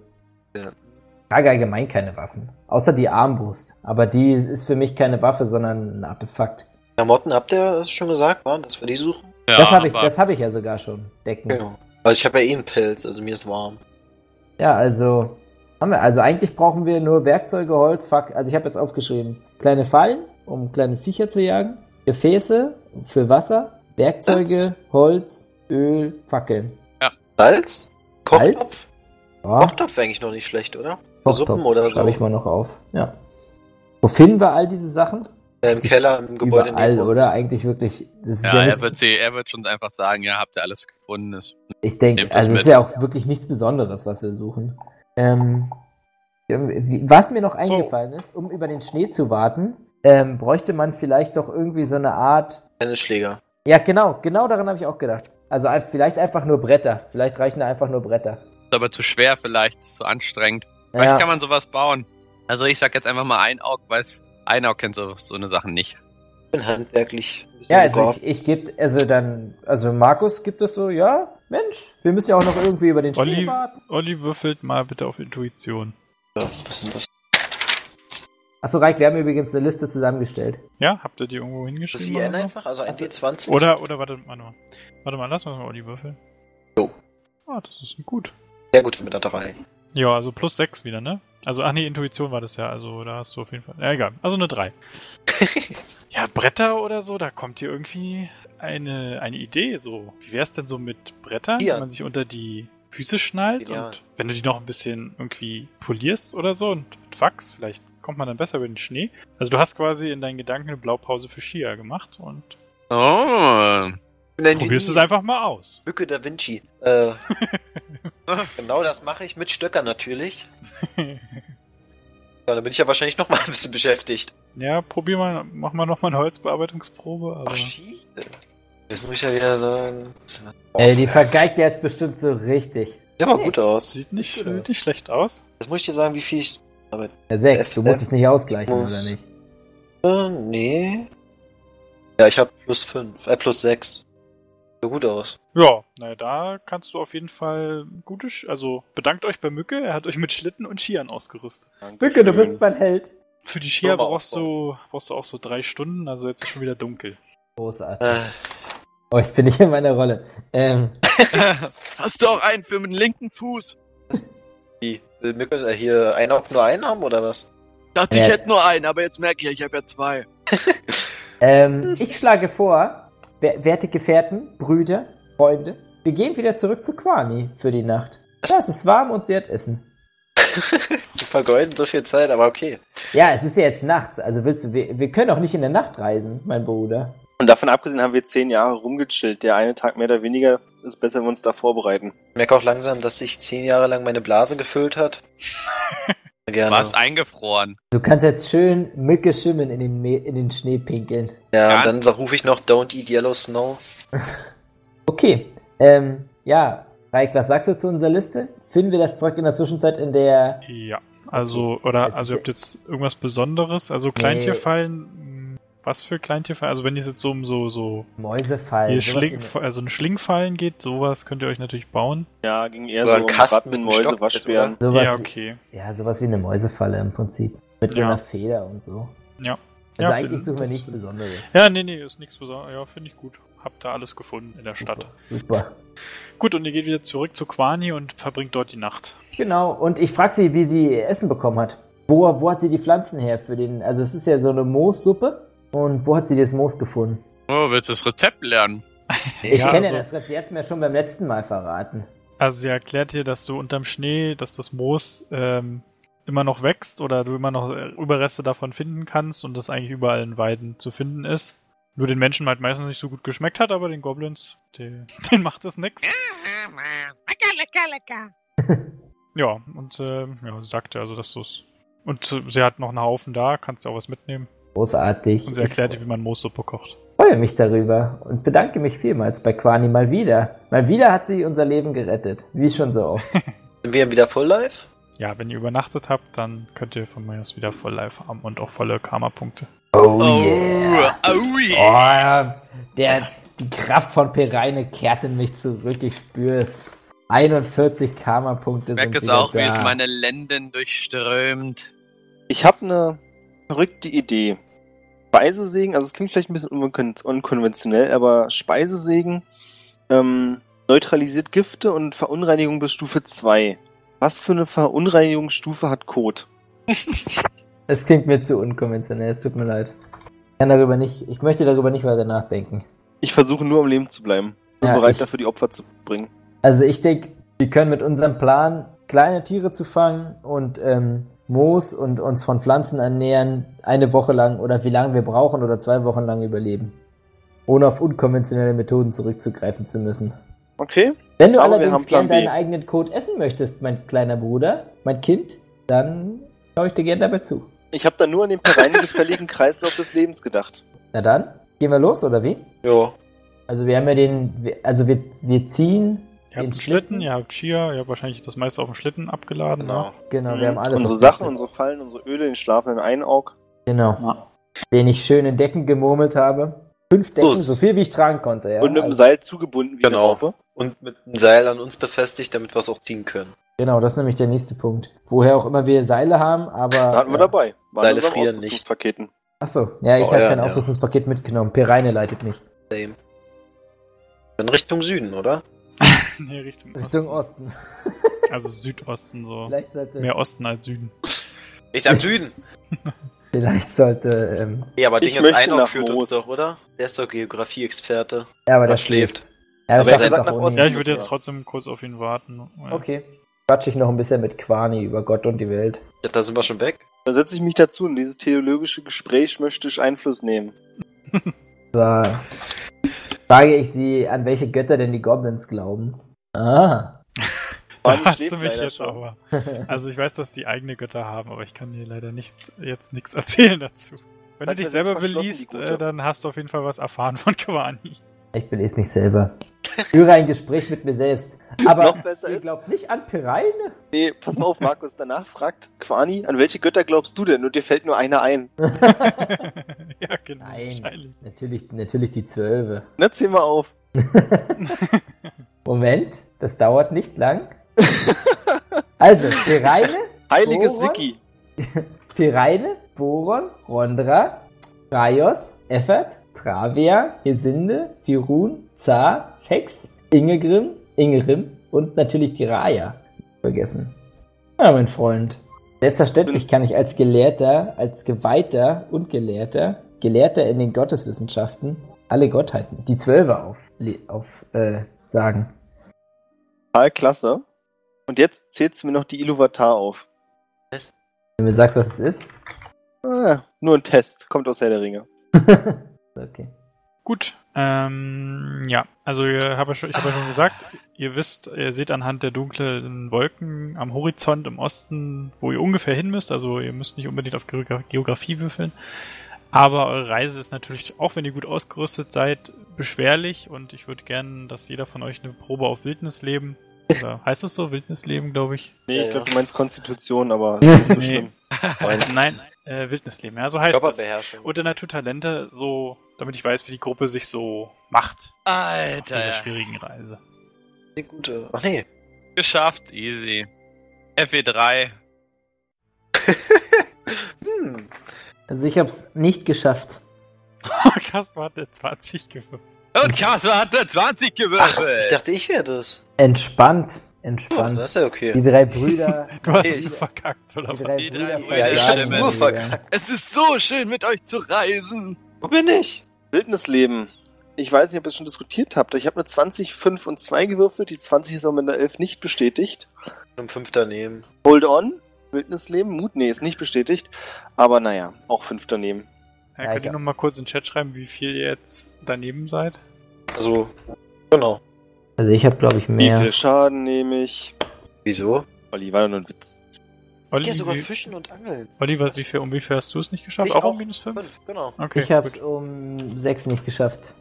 S2: Ja.
S4: Ich trage allgemein keine Waffen. Außer die Armbrust. Aber die ist für mich keine Waffe, sondern ein Artefakt.
S2: Klamotten habt ihr es schon gesagt, war, dass wir die suchen?
S5: ja,
S4: das habe ich,
S5: aber-
S4: das hab ich ja sogar schon. Decken.
S2: Genau. Weil ich habe ja eh einen Pilz, also mir ist warm.
S4: Ja, also haben wir. Also eigentlich brauchen wir nur Werkzeuge, Holz, Fuck. Also ich habe jetzt aufgeschrieben: kleine Fallen, um kleine Viecher zu jagen, Gefäße für Wasser, Werkzeuge, Holz, Öl, Fackeln.
S2: Salz? Kochtopf?
S4: Ja,
S2: Kochtopf wäre eigentlich noch nicht schlecht, oder? Suppen oder so.
S4: Schreibe ich mal noch auf. Ja. Wo finden wir all diese Sachen?
S2: Äh, Im Keller, im Gebäude.
S4: Überall,
S2: neben uns.
S4: oder? Eigentlich wirklich. Das ist
S5: Ja, er
S4: nicht-
S5: wird, sie, er wird schon einfach sagen, ja, habt ihr alles gefunden. Ist.
S4: Ich denke,
S5: Nehmt das
S4: also es ist
S5: mit.
S4: ja auch wirklich nichts Besonderes, was wir suchen. Ähm, wie- was mir noch eingefallen ist, um über den Schnee zu warten, ähm, bräuchte man vielleicht doch irgendwie so eine Art.
S2: Tennisschläger.
S4: Ja, genau, genau daran habe ich auch gedacht. Also ein- vielleicht einfach nur Bretter. Vielleicht reichen da einfach nur Bretter.
S5: Ist aber zu schwer vielleicht, ist zu anstrengend. Vielleicht
S4: Ja,
S5: kann man sowas bauen. Also ich sag jetzt einfach mal ein Auge, weil es- ein Auge kennt so, so eine Sachen nicht.
S2: Ich bin handwerklich. ein bisschen
S4: ja also
S2: begabt.
S4: ich, ich gebe, also dann, also Markus gibt es so, ja, Mensch, wir müssen ja auch noch irgendwie über den Schnee
S7: Olli-
S4: warten.
S7: Olli würfelt mal bitte auf Intuition.
S2: Ja, was ist denn das?
S4: Achso, Reik, wir haben übrigens eine Liste zusammengestellt.
S7: Ja, habt ihr die irgendwo
S2: Das ist
S7: hingeschrieben?
S2: IN
S7: Oder,
S2: einfach? Also ein
S4: Also-
S2: D20?
S7: so? oder, oder warte mal nur. Warte mal, lass uns mal Olli würfeln.
S2: Jo.
S7: Ah, das ist gut.
S2: Sehr gut mit der 3.
S7: Ja, also plus 6 wieder, ne? Also, ach nee, Intuition war das ja, also da hast du auf jeden Fall. Ja, egal. Also eine 3. ja, Bretter oder so, da kommt dir irgendwie eine, eine Idee so. Wie wär's denn so mit Brettern,
S2: Ja.
S7: die man sich unter die Füße schnallt
S2: Ideal.
S7: und wenn du die noch ein bisschen irgendwie polierst oder so und mit Wachs, vielleicht kommt man dann besser über den Schnee. Also du hast quasi in deinen Gedanken eine Blaupause für Skia gemacht und
S5: Oh.
S2: Nein,
S7: probierst es einfach mal aus.
S2: Mücke da Vinci. Äh, genau das mache ich mit Stöcker natürlich. Ja, da bin ich ja wahrscheinlich noch mal ein bisschen beschäftigt.
S7: ja, probier mal, mach mal nochmal eine Holzbearbeitungsprobe, aber.
S2: Ach, Schiede. Das muss ich ja wieder sagen.
S4: Ey, Äh, die vergeigt ihr jetzt bestimmt so richtig.
S2: Sieht aber gut aus.
S7: Sieht nicht, sieht nicht schlecht aus.
S2: Das muss ich dir sagen, wie viel ich.
S4: Ja, sechs, du musst es nicht ausgleichen, oder
S2: Muss.
S4: nicht?
S2: Äh, nee. Ja, ich habe plus 5. Äh, plus 6. Sieht gut aus.
S7: Ja, naja, da kannst du auf jeden Fall gute. Sch also bedankt euch bei Mücke, er hat euch mit Schlitten und Skiern ausgerüstet.
S4: Mücke, du bist mein Held.
S7: Für die Skier
S2: Firma
S7: brauchst du, brauchst du auch so drei Stunden, also jetzt ist schon wieder dunkel.
S4: Großartig.
S2: Äh,
S4: Oh, ich bin nicht in meiner Rolle. Ähm,
S6: Hast du auch einen für den linken Fuß?
S2: wie? Will Mücke da hier einen auch nur einen haben oder was?
S6: Ich dachte,
S4: Ja.
S6: ich hätte nur einen, aber jetzt merke ich, ich habe ja zwei.
S4: ähm, ich schlage vor, wer- werte Gefährten, Brüder, Freunde, wir gehen wieder zurück zu Kwani für die Nacht. Ja, es ist warm und sie hat Essen.
S2: Wir vergeuden so viel Zeit, aber okay.
S4: Ja, es ist ja jetzt nachts, also willst du, wir, wir können auch nicht in der Nacht reisen, mein Bruder.
S3: Und davon abgesehen haben wir zehn Jahre rumgechillt. Der eine Tag mehr oder weniger ist besser, wenn wir uns da vorbereiten.
S2: Ich merke auch langsam, dass sich zehn Jahre lang meine Blase gefüllt hat.
S5: Du
S2: Gerne.
S5: warst eingefroren.
S4: Du kannst jetzt schön Mücke schimmen in den, Me in den Schnee pinkeln.
S2: Ja,
S5: Ja.
S2: und dann sa- rufe ich noch Don't Eat Yellow Snow.
S4: Okay, ähm, ja, Raik, was sagst du zu unserer Liste? Finden wir das direkt in der Zwischenzeit in der...
S1: Ja, also, oder,
S4: Es
S1: also
S4: ist-
S1: ihr habt jetzt irgendwas Besonderes, also Kleintierfallen, mh, was für Kleintierfallen? Also wenn es jetzt so um so, so,
S4: Mäusefallen.
S1: hier
S4: sowas
S1: Schling,
S4: in-
S1: also eine Schlingfallen geht, sowas könnt ihr euch natürlich bauen.
S3: Ja, ging eher
S2: Oder ein
S3: so
S2: Kasten
S3: Ratten,
S2: mit
S3: Mäuse,
S2: Stock,
S3: Waschbären.
S4: Sowas,
S1: ja, okay.
S4: ja, sowas wie eine Mäusefalle im Prinzip. Mit so
S1: Ja.
S4: einer Feder und so.
S1: Ja.
S4: Also
S1: Ja,
S4: eigentlich
S1: finden-
S4: suchen wir
S1: das-
S4: nichts Besonderes.
S1: Ja, nee, nee, ist nichts Besonderes. Ja, finde ich gut. Habt da alles gefunden in der Stadt.
S4: Super.
S1: Gut, und ihr geht wieder zurück zu Quani und verbringt dort die Nacht.
S4: Genau, und ich frage sie, wie sie ihr Essen bekommen hat. Wo, wo hat sie die Pflanzen her für den... Also es ist ja so eine Moossuppe. Und wo hat sie das Moos gefunden?
S5: Oh, willst du das Rezept lernen?
S4: Ich kenne
S1: also-
S4: das Rezept, sie hat es mir schon beim letzten Mal verraten.
S1: Also sie erklärt dir, dass du unterm Schnee, dass das Moos ähm, immer noch wächst oder du immer noch äh, Überreste davon finden kannst und das eigentlich überall in Weiden zu finden ist. Nur den Menschen halt meistens nicht so gut geschmeckt hat, aber den Goblins, den, den macht es nix.
S8: Lecker, lecker, lecker.
S1: Ja, und äh, ja, sie sagte also, dass du es. Und äh, sie hat noch einen Haufen da, kannst du auch was mitnehmen.
S4: Großartig.
S1: Und sie erklärt
S4: ich
S1: dir, wie man Moossuppe kocht.
S4: freue mich darüber und bedanke mich vielmals bei Quani mal wieder. Mal wieder hat sie unser Leben gerettet, wie schon so oft.
S2: Sind wir wieder voll live?
S1: Ja, wenn ihr übernachtet habt, dann könnt ihr von mir aus wieder voll live haben und auch volle Karma-Punkte.
S4: Oh,
S5: oh
S4: Oh, ja. der, die Kraft von Pereine kehrt in mich zurück, ich spüre es. 41 Karma-Punkte
S5: Ich
S4: sind
S5: merke es
S4: wieder
S5: auch,
S4: da.
S5: wie es meine Lenden durchströmt.
S3: Ich habe eine verrückte Idee. Speisesägen, also es klingt vielleicht ein bisschen unkon- unkonventionell, aber Speisesägen ähm, neutralisiert Gifte und Verunreinigung bis Stufe 2. Was für eine Verunreinigungsstufe hat Kot?
S4: Es klingt mir zu unkonventionell, es tut mir leid. Ich kann darüber nicht, ich möchte darüber nicht weiter nachdenken.
S3: Ich versuche nur am Leben zu bleiben. Bin
S4: Ja,
S3: bereit
S4: ich-
S3: dafür, die Opfer zu bringen.
S4: Also ich denke, wir können mit unserem Plan, kleine Tiere zu fangen und ähm, Moos und uns von Pflanzen ernähren, eine Woche lang oder wie lange wir brauchen oder zwei Wochen lang überleben. Ohne auf unkonventionelle Methoden zurückzugreifen zu müssen.
S3: Okay,
S4: Wenn du
S3: Aber wir haben
S4: allerdings
S3: Plan
S4: gern deinen
S3: B.
S4: eigenen Kot essen möchtest, mein kleiner Bruder, mein Kind, dann schaue ich dir gern dabei zu.
S3: ich habe da nur an den pereinigefälligen Kreislauf des Lebens gedacht.
S4: Na dann, gehen wir los, oder wie?
S2: Ja.
S4: Also wir haben ja den, wir- also wir, wir ziehen
S1: Ihr habt
S4: den
S1: einen Schlitten, ihr habt Chia, ihr habt wahrscheinlich das meiste auf dem Schlitten abgeladen. ne?
S2: Genau.
S4: Genau, wir haben alles.
S3: Mhm. unsere
S4: auf-
S3: Sachen, unsere Fallen, unsere Öle, den schlafenden Einaug.
S4: Genau.
S1: Ja.
S4: Den ich schön in Decken gemurmelt habe. Fünf Decken,
S2: Los.
S4: so viel wie ich tragen konnte, ja.
S3: und mit dem
S4: Also-
S3: Seil zugebunden wie eine
S2: Genau.
S3: Raupe.
S2: Und mit einem Seil an uns befestigt, damit wir es auch ziehen können.
S4: Genau, das ist nämlich der nächste Punkt. Woher auch immer wir Seile haben, aber.
S3: Da hatten wir
S4: ja.
S3: dabei. Waren
S2: Seile
S3: in unseren
S2: frieren nicht.
S3: Ausrüstungspaketen.
S4: Achso, ja, ich
S2: Oh,
S4: habe
S2: ja,
S4: kein
S2: ja.
S4: Ausrüstungspaket mitgenommen. Pereine leitet mich.
S2: Same. Dann Richtung Süden, oder?
S1: Nee, Richtung,
S4: Richtung
S1: Osten.
S4: Osten.
S1: Also Südosten so.
S4: vielleicht sollte,
S1: Mehr Osten als Süden.
S2: Ich sag Süden.
S4: vielleicht sollte ähm,
S2: Ja, aber
S3: Ich
S2: Ding jetzt
S3: möchte
S2: ein
S3: nach
S2: führt uns
S3: Moos.
S2: doch, oder? Der ist doch Geografie-Experte.
S4: ja, aber
S2: Er
S4: der
S2: schläft.
S4: schläft. Ja,
S2: Aber
S4: schafft
S2: er
S4: es
S2: sagt
S4: auch
S3: nach
S4: ohne
S3: Osten.
S1: Ja,
S4: ihn.
S1: ich
S3: das
S1: würde jetzt
S3: ja.
S1: trotzdem kurz auf ihn warten. Ja.
S4: Okay. Quatsch ich noch ein bisschen mit Quani über Gott und die Welt.
S2: Ja, Da sind wir schon weg.
S3: Da setze ich mich dazu und dieses theologische Gespräch möchte ich Einfluss nehmen.
S4: Da frage ich sie, an welche Götter denn die Goblins glauben. Ah.
S3: Mann,
S1: Da hast
S3: schläft
S1: du mich
S3: leider
S1: jetzt
S3: schon.
S1: aber. Also ich weiß, dass die eigene Götter haben, aber ich kann dir leider nicht, jetzt nichts erzählen dazu. Wenn
S3: Hat
S1: du dich
S3: mir
S1: selber
S3: jetzt verschlossen, die
S1: beliest,
S3: Gute.
S1: äh, dann hast du auf jeden Fall was erfahren von Kawani.
S4: Ich belese mich selber. Führe ein Gespräch mit mir selbst. Aber
S3: Noch besser
S4: ihr
S3: ist,
S4: glaubt nicht an Pereine?
S3: nee, pass mal auf, Markus, danach fragt Quani, an welche Götter glaubst du denn? Und dir fällt nur einer ein.
S1: ja, genau.
S4: Nein,
S1: Wahrscheinlich.
S4: natürlich, natürlich die Zwölfe.
S3: Na, Ne, zähl mal auf.
S4: Moment, das dauert nicht lang. Also, Pereine,
S3: Heiliges
S4: Woran?
S3: Wiki.
S4: Pereine, Boron, Rondra, Raios, Effert, Travia, Hesinde, Firun, Zar, Fex, Ingegrim, Ingerim und natürlich die Raya. Vergessen. Ja, mein Freund. Selbstverständlich kann ich als Gelehrter, als Geweihter und Gelehrter, Gelehrter in den Gotteswissenschaften, alle Gottheiten, die Zwölfe auf, auf äh, sagen.
S3: Total klasse. Und jetzt zählst du mir noch die Iluvatar auf.
S4: Wenn du mir sagst, was es ist.
S3: Ah, nur ein Test. Kommt aus Herr der Ringe.
S4: okay.
S1: Gut. Ähm, ja, also ihr hab ja schon, ich habe ja schon gesagt, ihr wisst, ihr seht anhand der dunklen Wolken am Horizont im Osten, wo ihr ungefähr hin müsst. Also ihr müsst nicht unbedingt auf Geogra- Geografie würfeln. Aber eure Reise ist natürlich, auch wenn ihr gut ausgerüstet seid, beschwerlich und ich würde gerne, dass jeder von euch eine Probe auf Wildnisleben. Oder heißt es so? Wildnisleben, glaube ich.
S3: Nee,
S2: Ja,
S3: ich glaube,
S2: ja.
S3: du meinst Konstitution, aber das ist nicht so
S1: Nee.
S3: schlimm.
S1: Nein, äh, Wildnisleben, ja, so heißt es.
S2: Körperbeherrschung.
S1: Oder Naturtalente, so, damit ich weiß, wie die Gruppe sich so macht auf dieser
S5: Alter.
S1: schwierigen Reise.
S2: Eine gute. Ach nee.
S5: Geschafft. Easy. E FE3.
S2: Hm.
S4: Also ich habe es nicht geschafft.
S1: Kaspar hat eine 20 gewürfelt.
S5: Und Kasper hat eine 20
S2: Ach, ich
S5: gewürfelt.
S2: dachte, ich wäre das.
S4: Entspannt,
S2: Oh,
S4: entspannt.
S2: das ist ja okay.
S4: Die drei Brüder.
S1: Du hast
S2: Nee,
S1: es
S2: ich-
S1: verkackt, oder
S4: die
S1: was?
S4: drei
S5: die drei
S4: Brüder
S5: Brüder
S4: versagen
S5: ich hab's
S2: nur
S4: wieder.
S2: verkackt.
S6: Es ist so schön, mit euch zu reisen.
S2: Wo bin ich?
S3: Wildnisleben. Ich weiß nicht, ob ihr es schon diskutiert habt. Ich habe eine 20, 5 und 2 gewürfelt. Die 20 ist aber mit einer 11 nicht bestätigt.
S2: Um fünf daneben.
S3: Hold on. Wildnisleben. Mut, nee, ist nicht bestätigt. Aber naja, auch 5 daneben.
S1: Ja,
S4: Ja,
S1: könnt
S4: ich
S1: ihr
S4: hab-
S1: nochmal kurz in den Chat schreiben, wie viel ihr jetzt daneben seid?
S2: Also, genau.
S4: Also ich habe glaube ich
S3: Wie
S4: mehr.
S3: viel Schaden nehme ich?
S2: Wieso?
S3: Olli, war doch nur ein Witz.
S1: Olli,
S2: Ja, sogar
S5: Mhm.
S1: wie,
S2: fischen und angeln.
S1: Oliver, wie viel, um wie viel hast du es nicht geschafft?
S2: Ich
S1: auch
S2: auch.
S1: um minus 5?
S2: Fünf, genau.
S1: Okay,
S4: Ich habe es
S1: gut.
S4: um sechs nicht geschafft.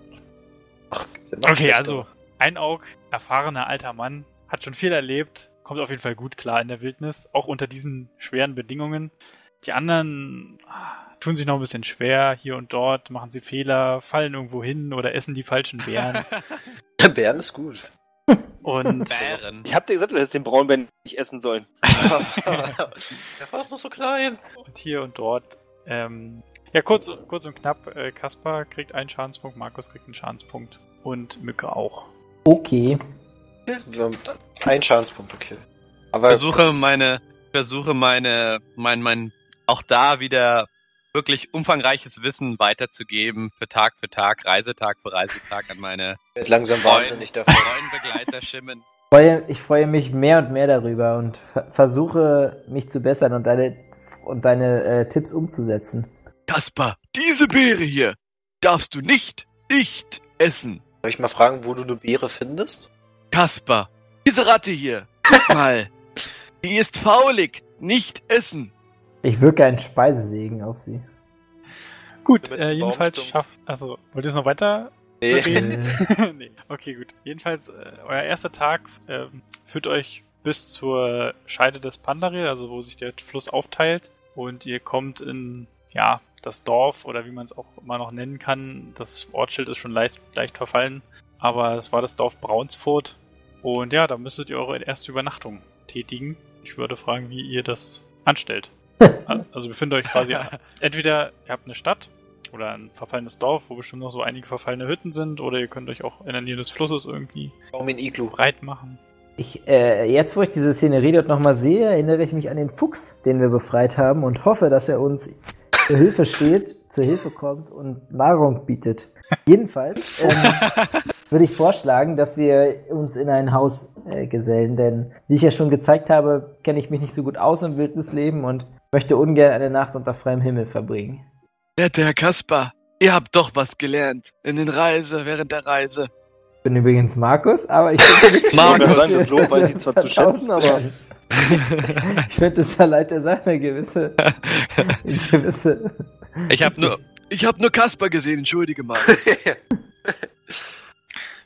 S1: Okay, also ein Aug, erfahrener alter Mann, hat schon viel erlebt, kommt auf jeden Fall gut klar in der Wildnis, auch unter diesen schweren Bedingungen. Die anderen ah, tun sich noch ein bisschen schwer, hier und dort machen sie Fehler, fallen irgendwo hin oder essen die falschen Beeren.
S2: Der Bären ist gut.
S1: und
S5: Bären.
S3: Ich hab dir gesagt, du hättest den Braunbären nicht essen sollen.
S2: der war doch noch so klein.
S1: und hier und dort. Ähm, ja, kurz, kurz und knapp, äh, Kaspar kriegt einen Schadenspunkt, Markus kriegt einen Schadenspunkt und Mücke auch.
S4: Okay.
S2: Wir haben einen Schadenspunkt, okay. Aber
S5: versuche meine, versuche meine, mein, mein, auch da Ah, wieder wirklich umfangreiches Wissen weiterzugeben für Tag für Tag, Reisetag für Reisetag an meine
S2: Wird langsam wahnsinnig davon.
S5: treuen Begleiter schimmen.
S4: Freue, ich freue mich mehr und mehr darüber und ver- versuche mich zu bessern und deine und deine äh, Tipps umzusetzen.
S6: Kaspar, diese Beere hier darfst du nicht, nicht essen.
S2: Soll ich mal fragen, wo du eine Beere findest?
S6: Kaspar, diese Ratte hier, guck mal, die ist faulig, nicht essen.
S4: Ich wirke einen Speisesegen auf sie.
S1: Gut,
S2: Mit
S1: äh,
S2: einem
S1: jedenfalls
S2: Baumstumpf.
S1: schafft. Also, wollt ihr es noch weiter
S2: Nee.
S1: bereden?
S4: Äh.
S1: nee. Okay, gut. Jedenfalls, äh, euer erster Tag ähm, führt euch bis zur Scheide des Pandaril, also wo sich der Fluss aufteilt. Und ihr kommt in, ja, das Dorf oder wie man es auch immer noch nennen kann. Das Ortsschild ist schon leicht, leicht verfallen. Aber es war das Dorf Braunsfurt. Und ja, da müsstet ihr eure erste Übernachtung tätigen. Ich würde fragen, wie ihr das anstellt. Al- Also befindet euch quasi entweder ihr habt eine Stadt oder ein verfallenes Dorf, wo bestimmt noch so einige verfallene Hütten sind, oder ihr könnt euch auch in der Nähe des Flusses irgendwie
S2: Baum in Iglu.
S1: breit machen.
S4: Ich, äh, jetzt, wo ich diese Szenerie dort nochmal sehe, erinnere ich mich an den Fuchs, den wir befreit haben und hoffe, dass er uns zur Hilfe steht, zur Hilfe kommt und Nahrung bietet. Jedenfalls ähm, würde ich vorschlagen, dass wir uns in ein Haus äh, gesellen, denn wie ich ja schon gezeigt habe, kenne ich mich nicht so gut aus im Wildnisleben und möchte ungern eine Nacht unter freiem Himmel verbringen.
S6: Werte Herr Kaspar, ihr habt doch was gelernt in den Reise, während der Reise.
S4: Ich bin übrigens Markus, aber ich finde nicht,
S6: Markus,
S4: dass
S3: sagen,
S4: wir-
S3: das Lob
S4: dass
S3: weiß
S4: wir
S3: ich zwar
S4: das
S3: zu schätzen, aber-
S4: ausstellen. ich finde, es verleiht der Sache eine gewisse, eine gewisse.
S5: Ich habe nur,
S6: Ich hab nur Kaspar gesehen, entschuldige mal.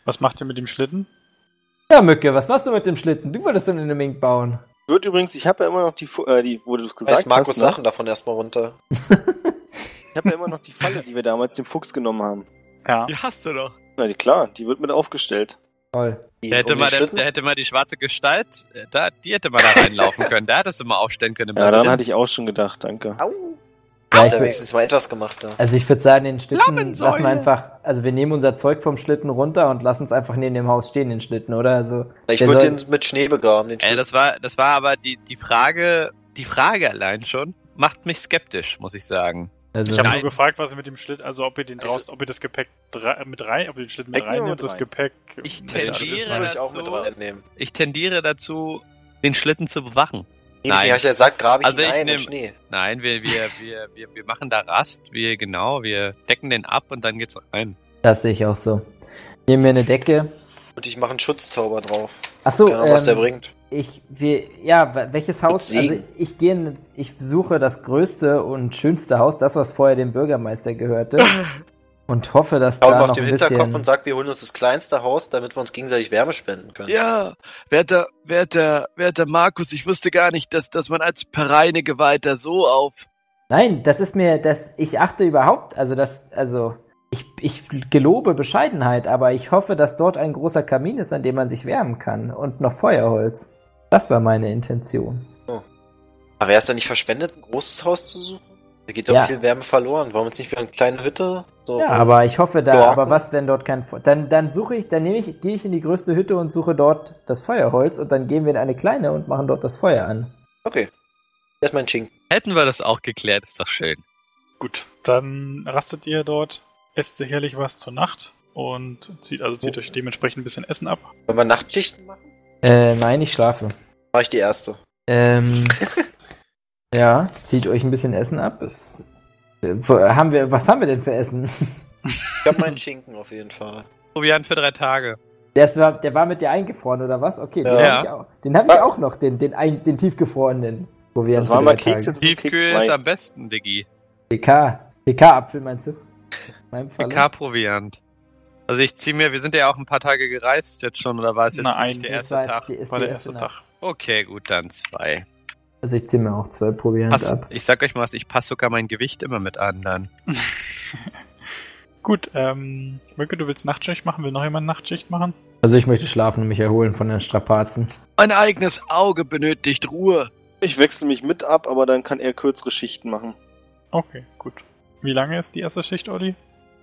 S1: Was macht ihr mit dem Schlitten?
S4: Ja, Mücke, was machst du mit dem Schlitten? Du wolltest so eine Mink bauen.
S3: Wird übrigens, ich habe ja immer noch die, Fu- äh, die wo du es gesagt
S2: Reißt Markus
S3: hast, ne?
S2: Sachen davon erstmal runter.
S3: ich habe ja immer noch die Falle, die wir damals dem Fuchs genommen haben.
S1: Ja.
S5: die hast du doch.
S3: Na die- klar, die wird mit aufgestellt.
S4: Toll.
S2: Die
S5: Der hätte,
S2: um
S5: mal
S2: den
S5: der,
S2: Schlitten?
S5: der hätte mal die schwarze Gestalt, äh, da, die hätte mal da reinlaufen können. Da hättest du mal aufstellen können. im
S3: Ja, daran
S5: Labyrinth.
S3: hatte ich auch schon gedacht, danke.
S2: Au!
S4: Ja,
S2: Hat
S4: ich
S2: er
S4: wür-
S2: wenigstens mal etwas gemacht da.
S4: also ich würde sagen, den Schlitten lassen wir einfach, also wir nehmen unser Zeug vom Schlitten runter und lassen es einfach neben dem Haus stehen, den Schlitten, oder? Also
S2: Ich
S4: der
S2: würde
S4: soll-
S2: den mit Schnee begraben, den
S5: Äh,
S2: Schlitten.
S5: das war, das war aber die, die Frage, die Frage allein schon macht mich skeptisch, muss ich sagen.
S4: also,
S1: Ich habe
S5: Nein.
S1: nur gefragt, was ihr mit dem Schlitten, also ob ihr den
S2: Also-
S1: draus, ob ihr das Gepäck drei, mit rein, ob ihr den Schlitten mit
S3: Wegnehmen oder
S1: reinnimmt, das
S3: rein?
S1: Gepäck.
S5: Ich
S1: mit der Schlitten
S5: tendiere
S1: rein-
S2: würde ich auch
S5: dazu-
S2: mit reinnehmen.
S5: Ich tendiere dazu, den Schlitten zu bewachen.
S2: Deswegen
S5: Nein.
S2: habe ich ja gesagt, grabe ich
S5: Also
S2: ihn
S5: ich
S2: ein in
S5: nehm-
S2: Schnee.
S5: Nein, wir, wir, wir, wir, wir machen da Rast, wir genau, wir decken den ab und dann geht's rein.
S4: Das sehe ich auch so. Nehmen wir eine Decke.
S2: Und ich mache einen Schutzzauber drauf.
S4: Achso,
S2: Keine Ahnung, Genau, was der
S4: ähm,
S2: bringt.
S4: ich, wir, ja, wa- welches Haus?
S2: Segen.
S4: Also ich gehe, in- ich suche das größte und schönste Haus, das was vorher dem Bürgermeister gehörte, und hoffe, dass
S2: Schau
S4: da
S2: mal auf
S4: noch
S2: dem
S4: ein
S2: Hinterkopf und
S4: bisschen.
S2: sag, wir holen uns das kleinste Haus, damit wir uns gegenseitig Wärme spenden können.
S6: Ja, werter, werter, werter Markus, ich wusste gar nicht, dass, dass man als Pereine Geweihter so auf.
S4: Nein, das ist mir, das ich achte überhaupt, also das, also ich, ich gelobe Bescheidenheit, aber ich hoffe, dass dort ein großer Kamin ist, an dem man sich wärmen kann und noch Feuerholz. Das war meine Intention.
S2: Aber wäre es dann nicht verschwendet, ein großes Haus zu suchen? Da geht doch
S4: Ja.
S2: viel Wärme verloren. Warum jetzt nicht wieder eine kleine Hütte? So,
S4: Ja, aber ich hoffe da,
S2: Ja.
S4: aber was, wenn dort kein Fe- Dann, dann suche ich, dann nehme ich, gehe ich in die größte Hütte und suche dort das Feuerholz und dann gehen wir in eine kleine und machen dort das Feuer an.
S2: Okay. Erstmal ein Schinken.
S5: Hätten wir das auch geklärt, ist doch schön.
S1: Gut, dann rastet ihr dort, esst sicherlich was zur Nacht und zieht also zieht euch dementsprechend ein bisschen Essen ab.
S2: Wollen wir Nachtschichten machen?
S4: Äh, nein, ich schlafe.
S2: Mache ich die erste.
S4: Ähm, ja, zieht euch ein bisschen Essen ab. Es, äh, wo- haben wir, was haben wir denn für Essen?
S2: Ich habe meinen Schinken auf jeden Fall.
S5: Proviant für drei Tage.
S4: Der war, der war mit dir eingefroren, oder was? Okay, den
S2: Ja.
S4: habe ich, auch- den hab ich auch noch, den, den, ein, den tiefgefrorenen. Wo wir
S3: Das
S4: haben
S3: waren mal
S4: für drei
S3: Kekse,
S4: Tage.
S3: das ist
S5: Tiefkühl ist
S3: Keksbrei.
S5: am besten, Diggi.
S4: DK. DK-Apfel meinst du? Mein
S5: PK-Proviant. Also ich ziehe mir, wir sind ja auch ein paar Tage gereist jetzt schon, oder war es jetzt
S1: Nein.
S5: wirklich der
S4: Das
S5: erste
S4: war
S5: Tag?
S4: jetzt die, ist
S1: War
S4: die
S1: der erste
S4: Nacht.
S1: Tag.
S5: Okay, gut, dann zwei.
S4: Also ich ziehe mir auch zwei Proviant
S5: Pass,
S4: ab.
S5: ich sag euch mal was, ich passe sogar mein Gewicht immer mit an dann.
S1: Gut, ähm, Mücke, du willst Nachtschicht machen? Will noch jemand Nachtschicht machen?
S4: Also ich möchte schlafen und mich erholen von den Strapazen.
S6: Mein eigenes Auge benötigt Ruhe.
S3: Ich wechsle mich mit ab, aber dann kann er kürzere Schichten machen.
S1: Okay, gut. Wie lange ist die erste Schicht, Olli?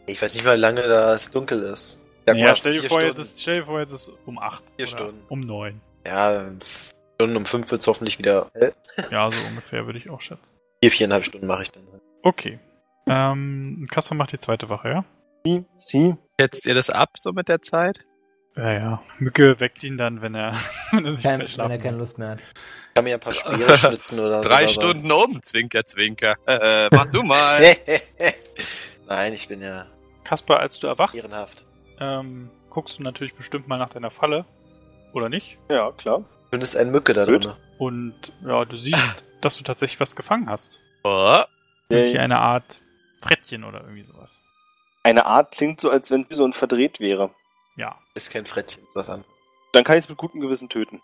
S2: Ich weiß nicht mal, wie lange das dunkel ist. Sag
S1: Naja, stell, dir
S2: vier
S1: vor, jetzt
S2: Stunden.
S1: ist, stell dir vor, jetzt ist um acht. oder
S2: Vier Stunden.
S1: Um neun.
S2: Ja, Stunden um fünf wird es hoffentlich wieder. hell.
S1: Ja, so ungefähr würde ich auch schätzen.
S2: Vier, viereinhalb Stunden mache ich dann.
S1: Okay. Ähm, Kasper macht die zweite Wache, ja?
S3: Sie, sie.
S5: Schätzt ihr das ab so mit der Zeit?
S1: Ja, ja. Mücke weckt ihn dann, wenn er, wenn er sich
S4: Kein, wenn
S1: verschlafen
S4: er keine
S1: hat.
S4: Lust mehr hat.
S2: Ich kann mir ein paar Speere schnitzen oder so.
S5: Drei
S2: dabei.
S5: Stunden oben, Zwinker, Zwinker. Äh, mach du mal.
S2: Nein, ich bin ja
S1: Kasper, als du erwachst,
S2: ehrenhaft.
S1: ähm, guckst du natürlich bestimmt mal nach deiner Falle. Oder nicht?
S3: Ja, klar.
S2: Schön ist ein Mücke da
S3: Blöd.
S2: drin.
S1: Und ja, du siehst, dass du tatsächlich was gefangen hast.
S5: Oh,
S1: Irgendwie
S3: Yay.
S1: eine Art Frettchen oder irgendwie sowas.
S3: Eine Art klingt so, als wenn es wie so ein verdreht wäre.
S1: Ja.
S2: Ist kein Frettchen, ist was anderes.
S3: Dann kann ich es mit gutem Gewissen töten.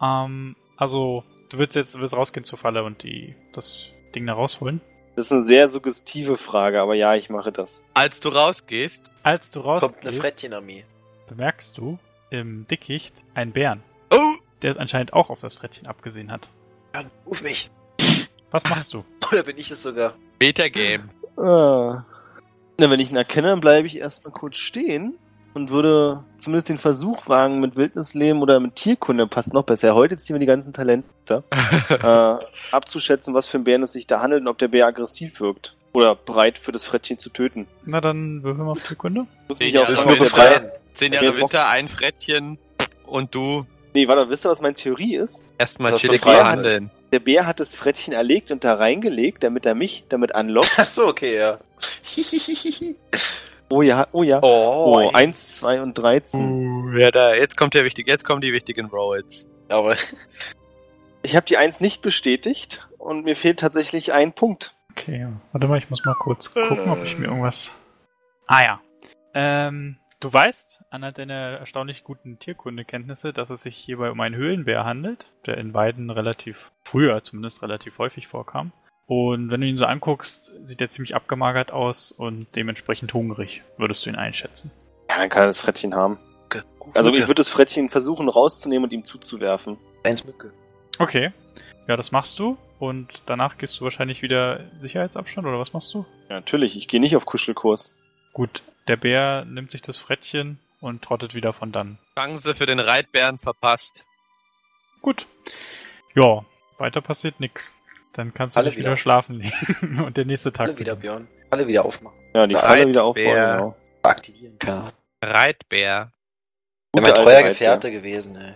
S1: Ähm, also, du willst jetzt du willst rausgehen zur Falle und die, das Ding da rausholen.
S3: Das ist eine sehr suggestive Frage, aber ja, ich mache das.
S5: als du rausgehst.
S1: Als du
S2: Kommt eine
S1: rausgehst,
S2: Frettchenarmee.
S1: bemerkst du im Dickicht einen Bären,
S5: Oh,
S1: der es anscheinend auch auf das Frettchen abgesehen hat.
S2: Jan, ruf mich.
S1: Was machst du?
S2: Oder bin ich es sogar?
S5: Beta-Game.
S3: Ah. Na, wenn ich ihn erkenne, dann bleibe ich erstmal kurz stehen und würde zumindest den Versuch wagen, mit Wildnisleben oder mit Tierkunde, passt noch besser. Heute ziehen wir die ganzen Talente, äh, abzuschätzen, was für ein Bären es sich da handelt und ob der Bär aggressiv wirkt. Oder bereit für das Frettchen zu töten.
S1: Na dann würfeln wir auf Sekunde.
S3: Muss
S5: Ja, das
S2: Willst du
S3: nur
S2: mir
S5: ist mir
S3: befreien.
S2: befreien?
S5: Zehn
S3: Ja,
S5: Jahre
S3: Bock.
S5: Winter, ein Frettchen und du
S3: Nee, warte, wisst ihr, was meine Theorie ist?
S5: erstmal
S2: Das
S5: chillig
S2: befreit
S5: verhandeln.
S3: Der Bär hat das Frettchen erlegt und da reingelegt, damit er mich damit anlockt.
S2: Ach so, okay, ja.
S3: Oh ja, oh ja.
S2: oh,
S3: Oh, eins, zwei und
S9: Hm.
S3: 13.
S5: Uh, ja, da, jetzt kommt der wichtige, jetzt kommen die wichtigen Rolls.
S2: Aber
S3: Ich habe die eins nicht bestätigt und mir fehlt tatsächlich ein Punkt.
S1: Okay, warte mal, ich muss mal kurz gucken, ob ich mir irgendwas. Ah ja. Ähm, du weißt anhand deiner erstaunlich guten Tierkundekenntnisse, dass es sich hierbei um einen Höhlenbär handelt, der in Weiden relativ früher, zumindest relativ häufig vorkam. Und wenn du ihn so anguckst, sieht er ziemlich abgemagert aus und dementsprechend hungrig, würdest du ihn einschätzen.
S3: Ja, dann kann er das Frettchen haben.
S2: Ruf
S3: Also ich
S2: Mücke.
S3: würde das Frettchen versuchen rauszunehmen und ihm zuzuwerfen.
S2: eins Mücke.
S1: Okay. Ja, das machst du. Und danach gehst du wahrscheinlich wieder Sicherheitsabstand oder was machst du?
S3: Ja, natürlich, ich gehe nicht auf Kuschelkurs.
S1: Gut, der Bär nimmt sich das Frettchen und trottet wieder von dann.
S5: Chance für den Reitbären verpasst.
S1: Gut. Ja, weiter passiert nix. Dann kannst du
S2: Alle
S1: dich
S2: wieder.
S1: wieder schlafen legen und der nächste Tag
S2: Alle wieder,
S1: beginnt.
S2: Björn. Alle wieder aufmachen.
S3: Ja, die Falle wieder aufbauen.
S5: Reitbär.
S3: Genau.
S2: Aktivieren. Ja.
S5: Reitbär.
S2: Ja,
S3: Guter
S2: mein
S3: alter
S2: treuer
S3: Reitbär.
S2: Gefährte gewesen, ey.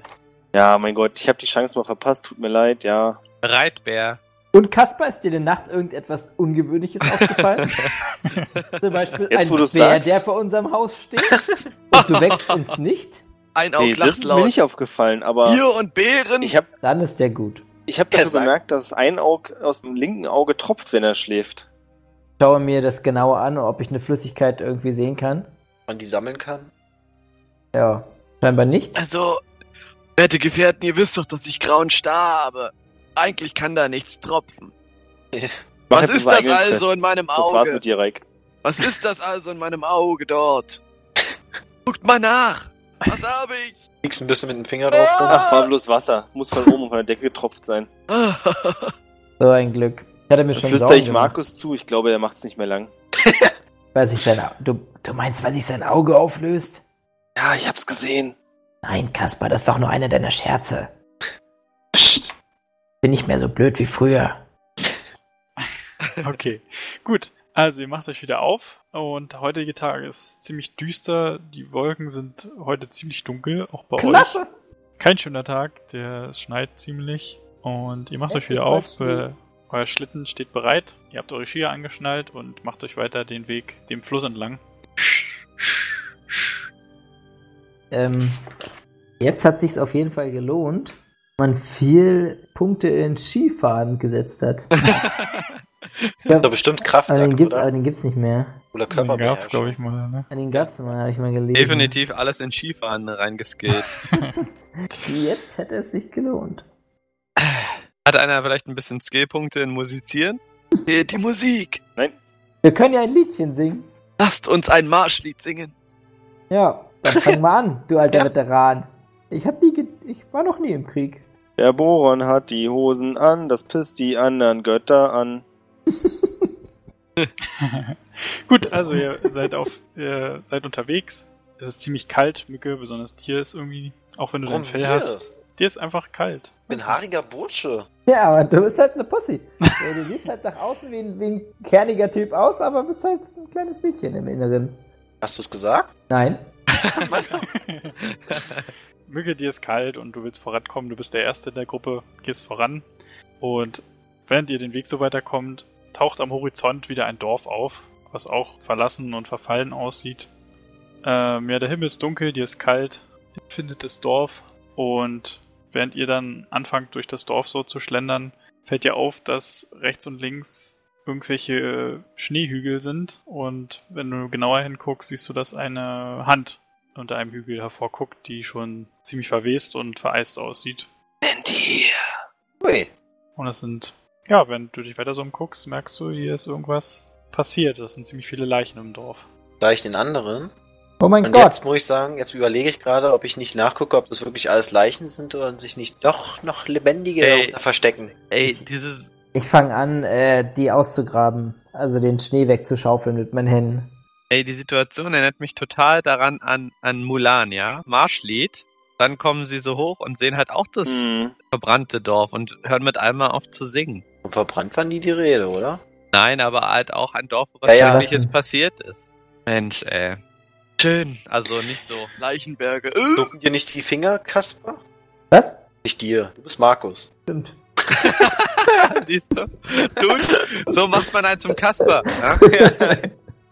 S3: Ja, mein Gott, ich habe die Chance mal verpasst, tut mir leid, ja.
S5: Reitbär.
S4: Und Kaspar, ist dir in der Nacht irgendetwas Ungewöhnliches aufgefallen? Zum Beispiel
S3: Jetzt, wo
S4: ein Bär,
S3: du's sagst.
S4: der vor unserem Haus steht und du wächst ins Nicht?
S6: Ein
S2: Genau,
S6: Auge
S3: Nee, das
S6: lacht
S3: ist mir
S6: laut.
S3: nicht aufgefallen, aber
S6: Bier und Beeren.
S3: ich habe
S4: Dann ist der gut.
S3: ich hab dafür
S2: Er sagt-
S3: bemerkt, dass ein Auge aus dem linken Auge tropft, wenn er schläft.
S4: Schaue mir das genauer an, ob ich eine Flüssigkeit irgendwie sehen kann.
S2: man die sammeln kann.
S4: Ja, scheinbar nicht.
S6: Also, werte Gefährten, ihr wisst doch, dass ich grauen Star habe. Eigentlich kann da nichts tropfen. Was
S3: Mach jetzt
S6: ist das
S3: eigenen
S6: also
S3: Tests.
S6: in meinem
S3: Das war's
S6: Auge?
S3: mit dir, Reik.
S6: Was ist das also in meinem Auge dort? Guckt mal nach. Was habe ich?
S2: Kriegst ein bisschen mit dem Finger drauf. rum.
S3: Ach, war bloß Wasser. Muss von oben und von der Decke getropft sein.
S4: So ein Glück. Ich hatte mir
S3: Dann
S4: schon ne?
S3: flüstere
S4: Sorgen
S3: ich
S4: gemacht.
S3: Markus zu. Ich glaube, er macht's nicht mehr lang.
S4: Weil sich sein Au- du, du meinst, weil sich sein Auge auflöst?
S3: Ja, ich hab's gesehen.
S4: Nein, Kaspar, das ist doch nur einer deiner Scherze.
S3: Psst.
S4: Bin nicht mehr so blöd wie früher.
S7: Okay, gut. Also ihr macht euch wieder auf und der heutige Tag ist ziemlich düster. Die Wolken sind heute ziemlich dunkel, auch bei euch.
S4: Klasse!
S7: Kein schöner Tag, der es schneit ziemlich. Und ihr macht euch wieder auf. Äh, euer Schlitten steht bereit. Ihr habt eure Skier angeschnallt und macht euch weiter den Weg dem Fluss entlang.
S4: Ähm, jetzt hat sich's auf jeden Fall gelohnt, wenn man viel Punkte in Skifahren gesetzt hat.
S2: Da bestimmt Kraft,
S4: Aber den gibt's, aber
S2: oder?
S4: den gibt's nicht mehr.
S2: Oder
S7: Den
S2: Körperbeherrschung.
S7: gab's, glaube ich, mal. Ne?
S4: An den gab's mal, habe ich mal gelesen.
S5: Definitiv alles in Skifahren reingeskillt.
S4: Jetzt hätte es sich gelohnt.
S5: Hat einer vielleicht ein bisschen Skillpunkte in Musizieren?
S6: Seht die Musik.
S4: Wir können ja ein Liedchen singen.
S6: Lasst uns ein Marschlied singen.
S4: Ja, dann fang mal an, du alter Veteran. Ich hab nie, ge ich war noch nie im Krieg.
S3: Der Boron hat die Hosen an, das pisst die anderen Götter an.
S7: Gut, also ihr seid auf, ihr seid unterwegs. Es ist ziemlich kalt, Mücke, besonders dir ist irgendwie, auch wenn du dein
S2: Warum
S7: Fell
S2: mir?
S7: hast, dir ist einfach kalt.
S2: Ich bin haariger Bursche.
S4: Ja, aber du bist halt eine Pussy. Ja, Du siehst halt nach außen wie ein, wie ein kerniger Typ aus, aber bist halt ein kleines Mädchen im Inneren.
S2: Hast du es gesagt?
S4: Nein.
S7: Mücke, dir ist kalt und du willst vorankommen, du bist der Erste in der Gruppe, gehst voran. Und während ihr den Weg so weiterkommt, taucht am Horizont wieder ein Dorf auf, was auch verlassen und verfallen aussieht. Ähm, ja, der Himmel ist dunkel, dir ist kalt, ihr findet das Dorf und während ihr dann anfangt, durch das Dorf so zu schlendern, fällt dir auf, dass rechts und links irgendwelche äh, Schneehügel sind und wenn du genauer hinguckst, siehst du, dass eine Hand unter einem Hügel hervorguckt, die schon ziemlich verwest und vereist aussieht.
S2: Ui.
S7: Und das sind, ja, wenn du dich weiter so umguckst, merkst du, hier ist irgendwas passiert. Es sind ziemlich viele Leichen im Dorf.
S2: Da ich den anderen.
S4: Oh mein
S2: Und
S4: Gott.
S2: jetzt muss ich sagen, jetzt überlege ich gerade, ob ich nicht nachgucke, ob das wirklich alles Leichen sind oder sich nicht doch noch lebendige
S5: Ey.
S2: darunter verstecken.
S5: Ey, dieses.
S4: Ich fange an, äh, die auszugraben. Also den Schnee wegzuschaufeln mit meinen Händen.
S5: Ey, die Situation erinnert mich total daran an, an Mulan, ja? Marschlied. Dann kommen sie so hoch und sehen halt auch das
S3: Hm.
S5: verbrannte Dorf und hören mit einmal auf zu singen.
S2: Und verbrannt waren die die Rede, oder?
S5: Nein, aber halt auch ein Dorf, wo was
S2: Ja, ja.
S5: Schreckliches passiert ist. Mensch, ey. Schön. Also nicht so.
S6: Leichenberge. Äh,
S2: Ducken dir nicht die Finger, Kasper?
S4: Was?
S2: Nicht dir. Du bist Markus.
S4: Stimmt.
S5: Siehst du? Du, so macht man einen zum Kasper. ne? Ja?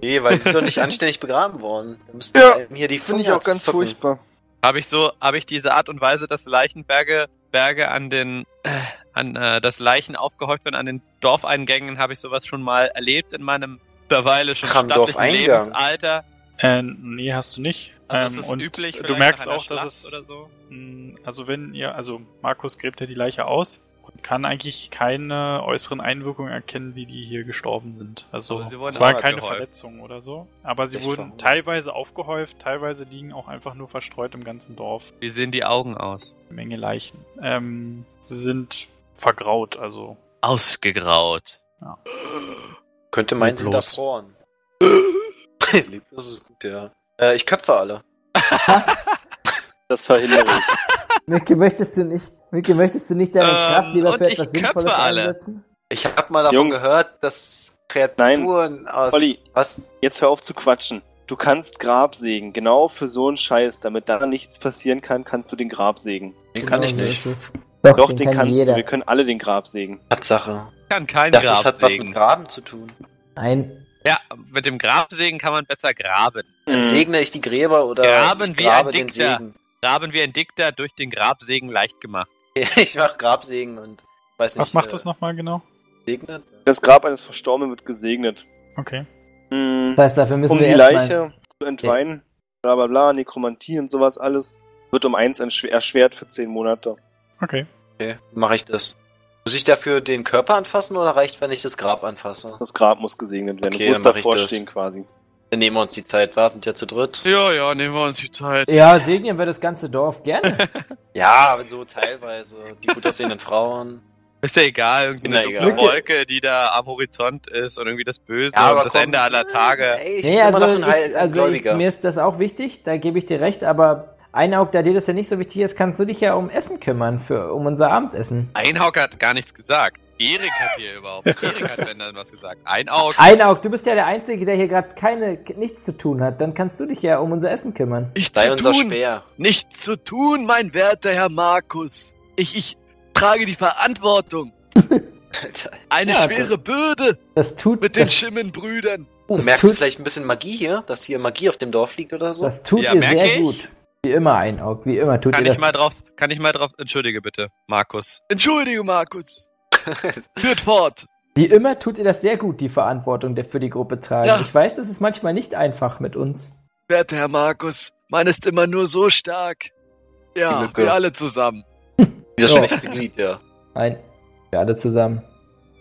S2: Nee, weil die sind doch nicht anständig begraben worden. Da müssten
S3: Ja,
S2: einem hier die
S3: Finde ich auch ganz furchtbar.
S5: Habe ich so, habe ich diese Art und Weise, dass Leichenberge Berge an den, äh, an äh, das Leichen aufgehäuft werden an den Dorfeingängen, habe ich sowas schon mal erlebt in meinem mittlerweile schon
S2: Am
S5: stattlichen
S2: Dorfeingang.
S5: Lebensalter.
S7: Äh, nee, hast du nicht.
S5: Also
S7: Ähm,
S5: es ist
S7: und
S5: üblich.
S7: du
S5: vielleicht
S7: merkst
S5: nach einer
S7: auch, dass
S5: Schlacht oder
S7: es-
S5: so.
S7: mh, also wenn ihr, also Markus gräbt ja die Leiche aus und kann eigentlich keine äußeren Einwirkungen erkennen, wie die hier gestorben sind. Also
S5: Aber sie wurden
S7: es war
S5: auch
S7: keine
S5: abgehäuft.
S7: Verletzung oder so. Aber sie
S2: Echt
S7: wurden
S2: verhungert.
S7: teilweise aufgehäuft, teilweise liegen auch einfach nur verstreut im ganzen Dorf.
S5: Wie sehen die Augen aus?
S7: Eine Menge Leichen. Ähm, sie sind vergraut, also
S5: Ausgegraut.
S2: Könnte meinen, sie sind
S7: Leblos.
S2: erfroren. Leblos ist gut, ja. Äh, ich köpfe alle.
S4: Was?
S3: Das verhindere ich.
S4: Micke, möchtest du nicht, Micke, möchtest du nicht deine
S5: Ähm,
S4: Kraft lieber
S5: und
S4: für
S5: ich
S4: etwas
S5: köpfe
S4: Sinnvolles
S5: alle.
S4: einsetzen?
S2: Ich hab mal davon
S3: Jungs.
S2: gehört, dass Kreaturen aus.
S3: Olli.
S2: Was?
S3: Jetzt hör auf zu quatschen. Du kannst Grab sägen. Genau für so einen Scheiß. Damit da nichts passieren kann, kannst du den Grab sägen.
S2: Den kann
S4: Genau
S2: ich
S4: so
S2: nicht.
S4: ist es. Doch,
S3: Doch,
S4: den,
S3: den,
S4: kann
S3: kannst
S4: jeder.
S3: du. Wir können alle den Grabsägen.
S2: Tatsache.
S5: Kann kein
S2: Das
S5: Grab
S2: ist, hat was
S5: sägen.
S2: mit Graben zu tun.
S4: Ein,
S5: Ja, mit dem Grabsägen kann man besser graben.
S3: Hm. Mhm.
S2: Dann segne ich die Gräber oder
S5: Graben
S2: ich
S5: wie ein
S2: grabe den
S5: Dichter.
S2: Segen.
S5: Graben wie ein Dichter durch den Grabsägen leicht gemacht.
S2: Ich mach Grabsegen und weiß nicht. äh,
S1: Was macht das nochmal genau?
S2: Segnet?
S3: Das Grab eines Verstorbenen wird gesegnet.
S1: Okay.
S3: Mhm.
S4: das heißt, dafür müssen
S3: Um
S4: wir
S3: die
S4: erstmal-
S3: Leiche zu entweihen, bla bla bla, Nekromantie und sowas alles, wird um eins entschw- erschwert für zehn Monate.
S1: Okay.
S2: Okay, mache ich das. Muss ich dafür den Körper anfassen oder reicht, wenn ich das Grab anfasse?
S3: Das Grab muss gesegnet werden.
S2: Okay,
S3: du musst
S2: dann mach ich
S3: davor
S2: das.
S3: stehen quasi.
S2: Dann nehmen wir uns die Zeit, war sind ja zu dritt.
S6: Ja, ja, nehmen wir uns die Zeit.
S4: Ja, segnen wir das ganze Dorf gerne.
S2: Ja, aber so teilweise. Die gut aussehenden Frauen.
S5: Ist ja egal, irgendwie
S2: Na,
S5: eine dunkle
S2: egal.
S5: Wolke, die da am Horizont ist und irgendwie das Böse und das
S2: komm,
S5: Ende aller Tage.
S2: Ey, ich
S4: Nee,
S2: bin
S4: also,
S2: immer noch ein, Heil,
S4: ich, also ich,
S2: Gläubiger.
S4: mir ist das auch wichtig, da gebe ich dir recht, aber Einhauk, da dir das ja nicht so wichtig ist, kannst du dich ja um Essen kümmern, für, um unser Abendessen.
S5: Einhauk hat gar nichts gesagt. Erik hat hier überhaupt. Erik hat wenn dann was gesagt. Einhauk.
S4: Einhauk, du bist ja der Einzige, der hier gerade keine, nichts zu tun hat, dann kannst du dich ja um unser Essen kümmern.
S6: Nichts
S2: Sei
S6: zu
S2: unser
S6: tun,
S2: Speer.
S6: nichts zu tun, mein werter Herr Markus. Ich, ich trage die Verantwortung.
S2: Alter.
S6: Eine
S4: Ja,
S6: schwere Bürde
S4: Das tut,
S6: mit den
S4: das,
S6: Schimmenbrüdern.
S2: Oh,
S4: Das
S2: merkst du
S4: tut-
S2: vielleicht ein bisschen Magie hier? Dass hier Magie auf dem Dorf liegt oder so?
S4: das tut
S5: Ja,
S4: dir
S5: merk
S4: sehr
S5: ich.
S4: gut. Wie immer, Einhauk, wie immer tut
S5: Kann
S4: dir
S5: ich
S4: das.
S5: mal drauf, kann ich mal drauf, entschuldige bitte, Markus.
S6: Entschuldige, Markus. Führt fort.
S4: Wie immer tut ihr das sehr gut, die Verantwortung der für die Gruppe tragen.
S6: Ja.
S4: Ich weiß, es ist manchmal nicht einfach mit uns.
S6: Werter Herr Markus, meine ist immer nur so stark.
S2: Die
S6: Ja,
S2: Lücke.
S6: wir alle zusammen.
S2: das
S4: Ja.
S2: schwächste Glied, ja.
S4: Nein, wir alle zusammen.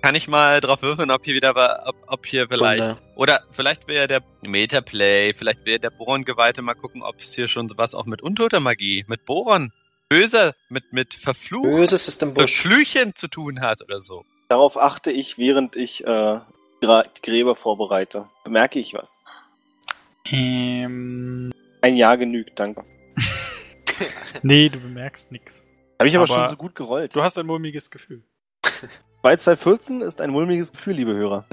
S5: Kann ich mal drauf würfeln, ob hier wieder, wa- ob, ob hier vielleicht,
S2: Wunder.
S5: oder vielleicht wäre der Metaplay, vielleicht wäre der Boron-Geweihte mal gucken, ob es hier schon was auch mit untoter Magie, mit Boron, böser, mit, mit Verfluch,
S2: Böses ist im
S5: mit
S2: Busch.
S5: Flüchen zu tun hat oder so.
S3: Darauf achte ich, während ich äh, Gra die Gräber vorbereite. Bemerke ich was.
S1: Ähm,
S3: Ein Jahr genügt, danke.
S1: nee, du bemerkst nichts.
S3: Habe ich aber,
S1: Aber-
S3: schon so gut gerollt.
S1: Du hast ein mulmiges Gefühl.
S3: 2-2-14 ist ein mulmiges Gefühl, liebe Hörer.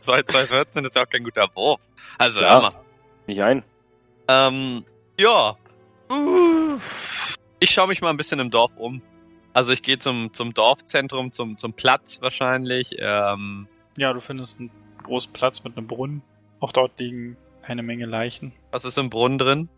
S5: 2, 2, 14 ist ja auch kein guter Wurf. Also,
S3: Ja.
S5: hör mal.
S3: Nicht ein.
S5: Ähm, ja. Uh, Ich schaue mich mal ein bisschen im Dorf um. Also, ich gehe zum, zum Dorfzentrum, zum, zum Platz wahrscheinlich. Ähm,
S1: Ja, du findest einen großen Platz mit einem Brunnen. Auch dort liegen eine Menge Leichen.
S5: was ist im Brunnen drin?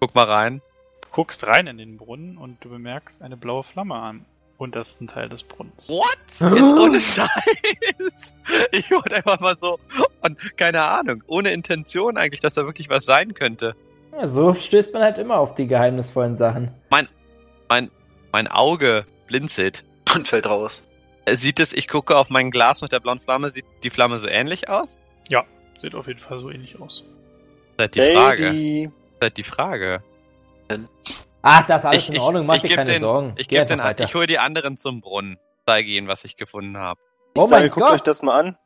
S5: Guck mal rein.
S1: Du guckst rein in den Brunnen und du bemerkst eine blaue Flamme am untersten Teil des Brunnens.
S5: What? Jetzt ohne Scheiß. Ich wurde einfach mal so, und keine Ahnung, ohne Intention eigentlich, dass da wirklich was sein könnte.
S4: Ja, so stößt man halt immer auf die geheimnisvollen Sachen.
S5: Mein Auge blinzelt.
S2: Und fällt raus.
S5: Sieht es, ich gucke auf mein Glas mit der blauen Flamme, sieht die Flamme so ähnlich aus?
S1: Sieht auf jeden Fall so ähnlich aus.
S5: Seid die Frage.
S3: Lady.
S5: Seid die Frage.
S4: Ach, das ist alles
S5: Ich-
S4: in
S5: ich-
S4: Ordnung, mach
S5: ich
S4: dir
S5: geb
S4: keine
S5: den-
S4: Sorgen.
S5: Ich
S4: Geh
S5: gebe
S4: einfach
S5: den,
S4: weiter.
S5: ich hole die anderen zum Brunnen. Zeige ihnen, was ich gefunden habe.
S3: Ich
S4: Oh
S3: sage,
S4: mein
S3: guckt
S4: Gott.
S3: euch das mal an.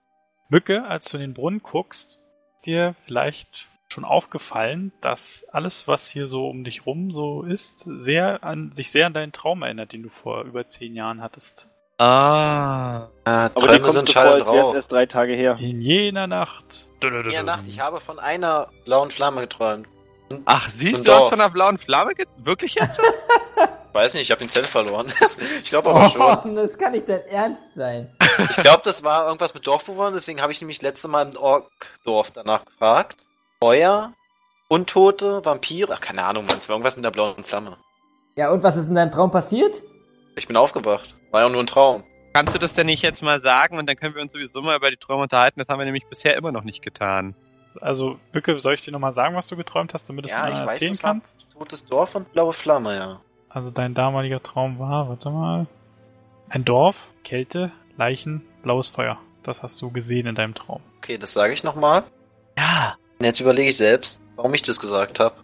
S1: Mücke, als du in den Brunnen guckst, ist dir vielleicht schon aufgefallen, dass alles, was hier so um dich rum so ist, sehr an, sich sehr an deinen Traum erinnert, den du vor über zehn Jahren hattest.
S5: Ah.
S2: Ah,
S3: Aber der
S2: Träume
S3: kommt
S2: sind
S3: so vor,
S2: Schall und
S3: als wäre es
S2: Rauch.
S3: erst drei Tage her.
S1: In jener Nacht.
S2: In der Nacht, ich habe von einer blauen Flamme geträumt.
S5: Ach, siehst du,
S2: Im
S5: du hast
S2: Dorf.
S5: von einer blauen Flamme ge Wirklich jetzt?
S2: Weiß nicht, ich habe den Cent verloren. ich glaube aber schon.
S4: Oh, das kann nicht dein Ernst sein.
S2: Ich glaube, das war irgendwas mit Dorfbewohnern, deswegen habe ich nämlich letzte Mal im Orkdorf danach gefragt. Feuer, Untote, Vampire, ach keine Ahnung, Mann, es war irgendwas mit einer blauen Flamme.
S4: Ja, und was ist in deinem Traum passiert?
S2: Ich bin aufgewacht. War ja nur ein Traum.
S5: Kannst du das denn nicht jetzt mal sagen und dann können wir uns sowieso mal über die Träume unterhalten? Das haben wir nämlich bisher immer noch nicht getan.
S1: Also, Mücke, soll ich dir nochmal sagen, was du geträumt hast, damit du es
S2: Ja,
S1: mir
S2: ich weiß,
S1: erzählen
S2: das war-
S1: kannst?
S2: Totes Dorf und blaue Flamme, ja.
S1: Also, dein damaliger Traum war, warte mal. Ein Dorf, Kälte, Leichen, blaues Feuer. Das hast du gesehen in deinem Traum.
S2: Okay, das sage ich nochmal.
S6: Ja.
S2: Und jetzt überlege ich selbst, warum ich das gesagt habe.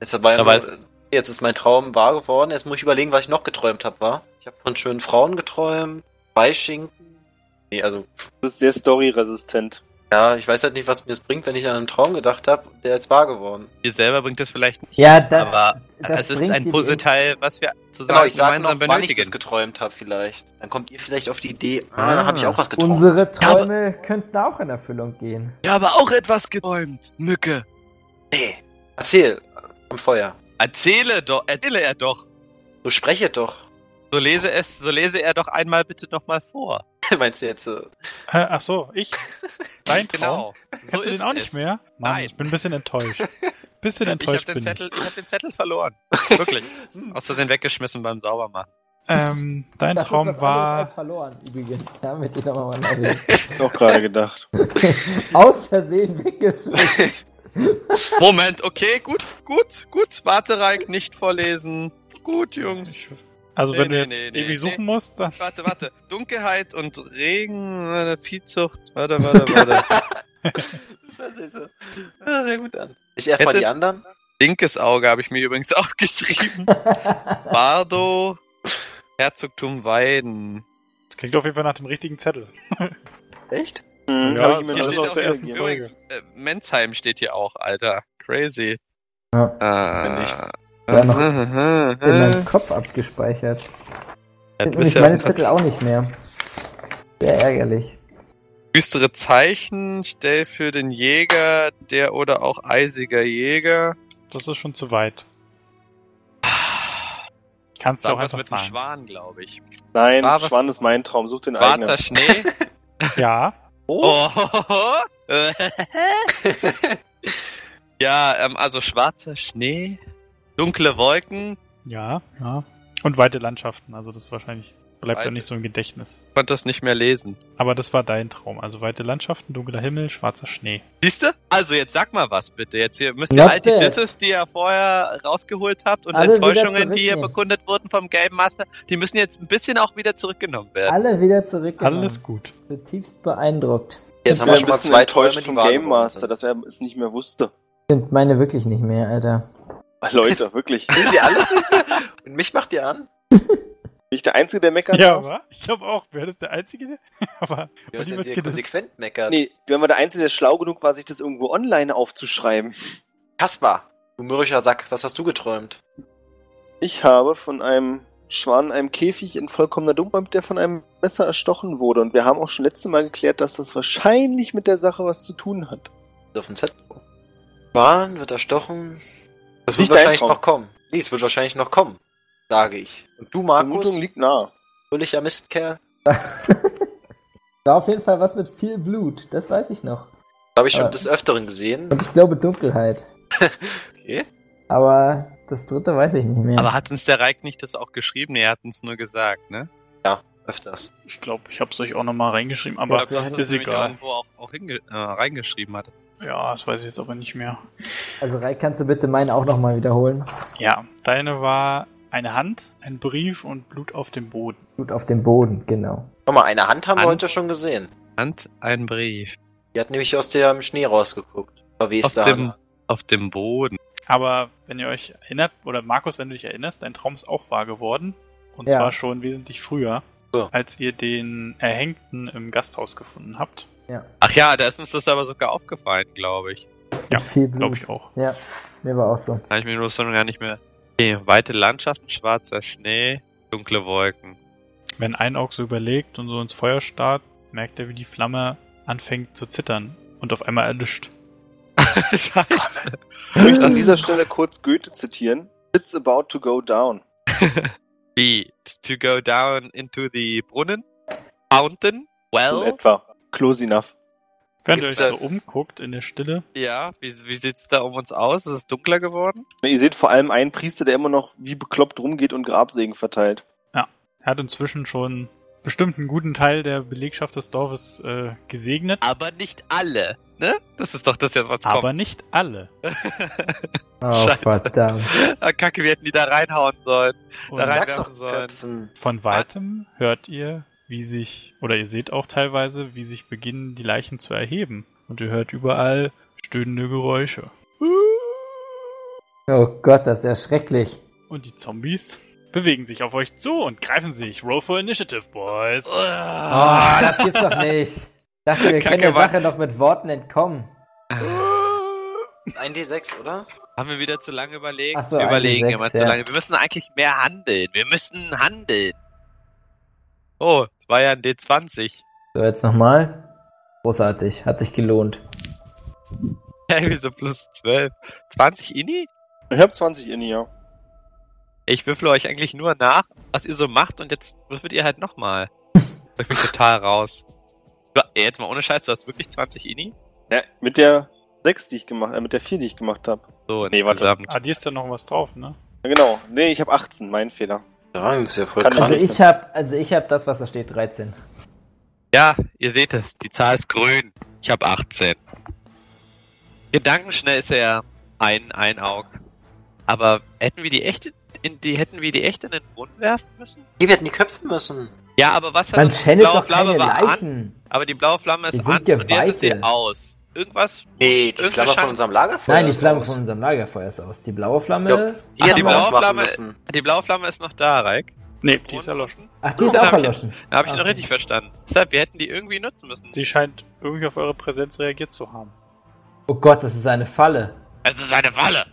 S2: Jetzt, dabei
S5: Aber es-
S2: jetzt ist mein Traum wahr geworden. Jetzt muss ich überlegen, was ich noch geträumt habe, war. Ich habe von schönen Frauen geträumt, Beischinken. Nee, also,
S3: Du bist sehr storyresistent.
S2: ja, ich weiß halt nicht, was mir das bringt, wenn ich an einen Traum gedacht habe, der jetzt wahr geworden.
S5: Dir selber bringt das vielleicht nicht,
S4: Ja, das,
S5: aber
S4: das
S5: es ist
S4: bringt
S5: ein
S4: dir die-
S5: Puzzleteil, was wir zusammen
S2: Genau, ich sage noch,
S5: gemeinsam
S2: wann ich das
S5: benötigen.
S2: geträumt habe vielleicht. Dann kommt ihr vielleicht auf die Idee, ah, da habe ich auch was geträumt.
S4: unsere Träume könnten auch in Erfüllung gehen.
S6: Ich habe auch etwas geträumt, Mücke.
S2: Nee, erzähl, am Feuer.
S5: Erzähle doch, erzähle er doch.
S2: So spreche doch.
S5: So lese es, so lese er doch einmal bitte nochmal vor.
S2: Meinst du jetzt? äh,
S1: Äh, ach so, ich? Dein Traum?
S5: Genau. So
S1: Kannst du den
S5: ist
S1: auch nicht
S5: es.
S1: mehr? Mann,
S5: Nein.
S1: ich bin ein bisschen enttäuscht. Bisschen
S5: Ich habe
S1: enttäuscht
S5: den,
S1: bin ich.
S5: Zettel- ich hab den Zettel verloren. Wirklich. Aus Versehen weggeschmissen beim Saubermachen.
S1: Ähm, dein
S4: Das
S1: Traum
S4: ist was anderes
S1: war.
S4: Als verloren, übrigens. Ja, mit dir nochmal mal erwähnt.
S3: Ich auch gerade gedacht.
S4: Aus Versehen weggeschmissen.
S5: Moment, okay, gut, gut, gut. Warte, Reik, nicht vorlesen. Gut, Jungs.
S1: Ich, also, wenn
S5: Nee,
S1: du
S5: nee,
S1: jetzt
S5: nee,
S1: ewig
S5: nee,
S1: suchen musst, dann.
S5: Warte, warte. Dunkelheit und Regen, äh, Viehzucht. Warte, warte, warte.
S2: Das hört sich so ja, sehr gut an. Ich erstmal
S5: Hätte-
S2: die anderen.
S5: Linkes Auge habe ich mir übrigens auch geschrieben. Bardo, Herzogtum Weiden.
S1: Das klingt auf jeden Fall nach dem richtigen Zettel.
S2: Echt?
S3: Hm,
S1: Ja,
S3: hab
S1: das
S3: ich mir
S1: ist
S3: noch
S1: aus der ersten
S3: gegeben.
S1: Folge.
S5: Übrigens, äh, Mensheim steht hier auch, Alter. Crazy.
S4: Ja.
S5: Äh,
S3: Wenn nicht.
S4: Ja, noch
S5: äh,
S4: in
S5: äh, äh.
S4: meinem Kopf abgespeichert.
S5: Ja, du
S4: Und ich
S5: bist ja
S4: meine
S5: auch-
S4: Zettel auch nicht mehr. Sehr ärgerlich.
S5: Düstere Zeichen, stell für den Jäger, der oder auch eisiger Jäger.
S1: Das ist schon zu weit. Kannst du auch
S5: Sag was
S1: einfach
S5: mit dem
S1: sagen.
S5: Schwan, glaube ich.
S3: Nein,
S5: War was-
S3: Schwan ist mein Traum. Such den eigenen.
S5: Schwarzer Schnee.
S1: Ja.
S5: Oh. ja, ähm, also schwarzer Schnee, dunkle Wolken.
S1: Ja. Ja. Und weite Landschaften. Also, das wahrscheinlich bleibt
S5: Weite-
S1: ja nicht so im Gedächtnis.
S5: Ich konnte das nicht mehr lesen.
S1: Aber das war dein Traum. Also, weite Landschaften, dunkler Himmel, schwarzer Schnee.
S5: Siehst du? Also jetzt sag mal was bitte. Jetzt hier müsst ihr
S4: Not
S5: all die
S4: bad.
S5: Disses, die ihr vorher rausgeholt habt und
S4: Alle wieder
S5: Enttäuschungen, die hier
S4: zurücknehmen.
S5: bekundet wurden vom Game Master, die müssen jetzt ein bisschen auch wieder zurückgenommen werden.
S4: Alle wieder zurückgenommen.
S1: Alles gut.
S4: Zutiefst beeindruckt.
S2: Jetzt
S3: Ich
S2: haben
S3: bin
S2: wir
S3: ein
S2: schon mal
S3: bisschen
S2: zwei Träume,
S3: enttäuscht
S2: die
S3: vom
S2: wahr
S3: Game
S2: geworden
S3: Master,
S2: sind.
S3: dass er es nicht mehr wusste.
S4: Sind meine wirklich nicht mehr, Alter.
S3: Leute, wirklich.
S2: Wisst ihr alles nicht mehr? Und mich macht ihr an?
S3: Bin ich der Einzige, der meckert?
S1: Ja, wa? ich glaube auch. Wer ist der Einzige? Aber
S2: Ja,
S1: Und
S2: sind
S1: wird
S2: hier
S1: gedas-
S2: konsequent meckert.
S3: Nee, wir waren der Einzige, der schlau genug war, sich das irgendwo online aufzuschreiben.
S2: Kaspar, du mürrischer Sack, was hast du geträumt?
S3: Ich habe von einem Schwan in einem Käfig in vollkommener Dunkelheit, der von einem Messer erstochen wurde. Und wir haben auch schon letzte Mal geklärt, dass das wahrscheinlich mit der Sache was zu tun hat.
S2: Auf dem Zettel. Bahn wird erstochen. Das
S3: Nicht
S2: wird
S3: dein
S2: wahrscheinlich
S3: Traum.
S2: noch kommen. Nee, es wird wahrscheinlich noch kommen, sage ich. Und du, Markus,
S3: Vermutung liegt nah.
S2: fröhlicher Mistkerl,
S4: War auf jeden Fall was mit viel Blut, das weiß ich noch.
S2: habe ich schon
S4: Ah.
S2: des Öfteren gesehen.
S4: Und ich glaube Dunkelheit.
S2: Okay.
S4: Aber das dritte weiß ich nicht mehr.
S5: Aber hat uns der Reik nicht das auch geschrieben? Nee, er hat uns nur gesagt, ne?
S2: Öfters.
S1: Ich glaube, ich habe es euch auch nochmal reingeschrieben. Aber
S5: du hast
S1: ist
S5: nämlich
S1: egal.
S5: irgendwo auch, auch hinge äh, reingeschrieben hat.
S1: ja, das weiß ich jetzt aber nicht mehr.
S4: also Raik, kannst du bitte meine auch nochmal wiederholen?
S1: Ja, deine war eine Hand, ein Brief und Blut auf dem Boden.
S4: Blut auf dem Boden, genau.
S2: Schau mal, eine Hand haben wir
S5: Hand?
S2: heute schon gesehen.
S5: Hand, ein Brief.
S2: Die hat nämlich aus dem Schnee rausgeguckt.
S5: Auf
S2: Verweste
S5: dem,
S2: Hand.
S5: auf dem Boden.
S1: Aber wenn ihr euch erinnert, oder Markus, wenn du dich erinnerst, dein Traum ist auch wahr geworden. Und
S4: Ja.
S1: zwar schon wesentlich früher,
S2: So.
S1: als ihr den Erhängten im Gasthaus gefunden habt.
S4: Ja.
S5: Ach ja, da ist uns das aber sogar aufgefallen, glaube ich.
S1: Ja,
S4: Mit viel Blut.
S1: Glaube ich auch.
S4: Ja, mir war auch so.
S5: Kann ich mir nur so gar nicht mehr. Okay, weite Landschaften, schwarzer Schnee, dunkle Wolken.
S1: Wenn ein Auge so überlegt und so ins Feuer starrt, merkt er, wie die Flamme anfängt zu zittern und auf einmal erlischt.
S5: Scheiße.
S3: Ich möchte an dieser Stelle kurz Goethe zitieren. It's about to go down.
S5: Wie? To go down into the Brunnen? Fountain?
S3: In
S5: Well?
S3: etwa. Close enough.
S1: Während
S2: Gibt's
S1: ihr euch
S2: da-
S1: so umguckt in der Stille,
S5: Ja, wie, wie sieht's da um uns aus? Ist es dunkler geworden?
S3: Ihr seht vor allem einen Priester, der immer noch wie bekloppt rumgeht und Grabsägen verteilt.
S1: er hat inzwischen schon bestimmt einen guten Teil der Belegschaft des Dorfes äh, gesegnet,
S5: Aber nicht alle, ne? Das ist doch das jetzt, was
S1: aber nicht alle.
S5: kommt.
S4: Oh,
S5: Scheiße.
S4: verdammt.
S5: Ah, Kacke, wir hätten die da reinhauen sollen.
S1: Und
S5: Da rein-
S2: Sag's
S5: reinwerfen
S2: doch,
S5: sollen.
S2: Köpfen.
S1: Von weitem hört ihr, wie sich, oder ihr seht auch teilweise, wie sich beginnen, die Leichen zu erheben. Und ihr hört überall stöhnende Geräusche.
S4: Oh Gott, das ist ja schrecklich.
S1: Und die Zombies bewegen sich auf euch zu und greifen sich. Roll for Initiative, Boys.
S4: Oh, das gibt's doch nicht. Ich dachte, wir
S5: Kacke,
S4: können der
S5: Mann.
S4: Sache noch mit Worten entkommen.
S2: Ein D6, oder?
S5: Haben wir wieder zu lange überlegt?
S4: Ach so,
S5: Überlegen
S4: 1D6,
S5: immer zu
S4: ja.
S5: lange. Wir müssen eigentlich mehr handeln. Wir müssen handeln. Oh, es war ja ein D20.
S4: So, jetzt nochmal. Großartig, hat sich gelohnt.
S5: Hey, wieso plus 12? 20 Ini?
S3: Ich habe 20 in hier.
S5: Ich würfle euch eigentlich nur nach, was ihr so macht und jetzt würfelt ihr halt nochmal. Ich bin total raus. Du, ey, jetzt mal ohne Scheiß, du hast wirklich 20 Ini?
S3: Ja, mit der 6, die ich gemacht äh, mit der 4, die ich gemacht habe.
S5: So,
S3: Nee, warte.
S5: insgesamt.
S1: Addierst Ah, ja noch was drauf, ne?
S3: Ja, genau. Nee, ich habe 18, mein Fehler.
S2: Sagen, das ist ja voll
S3: Kann
S2: krass.
S4: Also
S3: nicht
S4: ich habe also ich hab das, was da steht, 13.
S5: Ja, ihr seht es, die Zahl ist grün. Ich habe 18. Gedankenschnell ist er ein, ein Aug. Aber hätten wir die echte, in die, hätten wir die echt in den Brunnen werfen müssen?
S2: Nee, wir hätten die köpfen müssen.
S5: Ja, aber was
S4: Man
S5: uns
S4: channelt doch keine
S5: war an?
S4: Leichen.
S5: Aber die blaue Flamme ist
S4: Die sind
S5: an und jetzt ist sie
S4: Geweihe.
S5: aus. Irgendwas?
S2: Nee, die
S5: Irgendeine
S2: Flamme
S5: Schein-
S2: von unserem Lagerfeuer.
S4: Nein, die
S2: ist
S4: Flamme
S2: aus.
S4: von unserem Lagerfeuer ist aus. Die blaue Flamme.
S2: Ja. Die
S5: Ach,
S2: hätten
S5: die
S2: wir
S5: blaue
S2: ausmachen
S5: Flamme-
S2: müssen.
S5: Die blaue Flamme ist noch da, Raik.
S1: Nee, die ist erloschen.
S4: Ach, die
S5: Guck,
S4: ist auch
S5: da hab ich-
S4: verloschen.
S5: Da habe ich
S4: Ah,
S5: noch
S4: okay.
S5: richtig verstanden. Deshalb, wir hätten die irgendwie nutzen müssen.
S1: Sie scheint irgendwie auf eure Präsenz reagiert zu haben.
S4: Oh Gott, das ist eine Falle.
S5: Es ist eine Walle.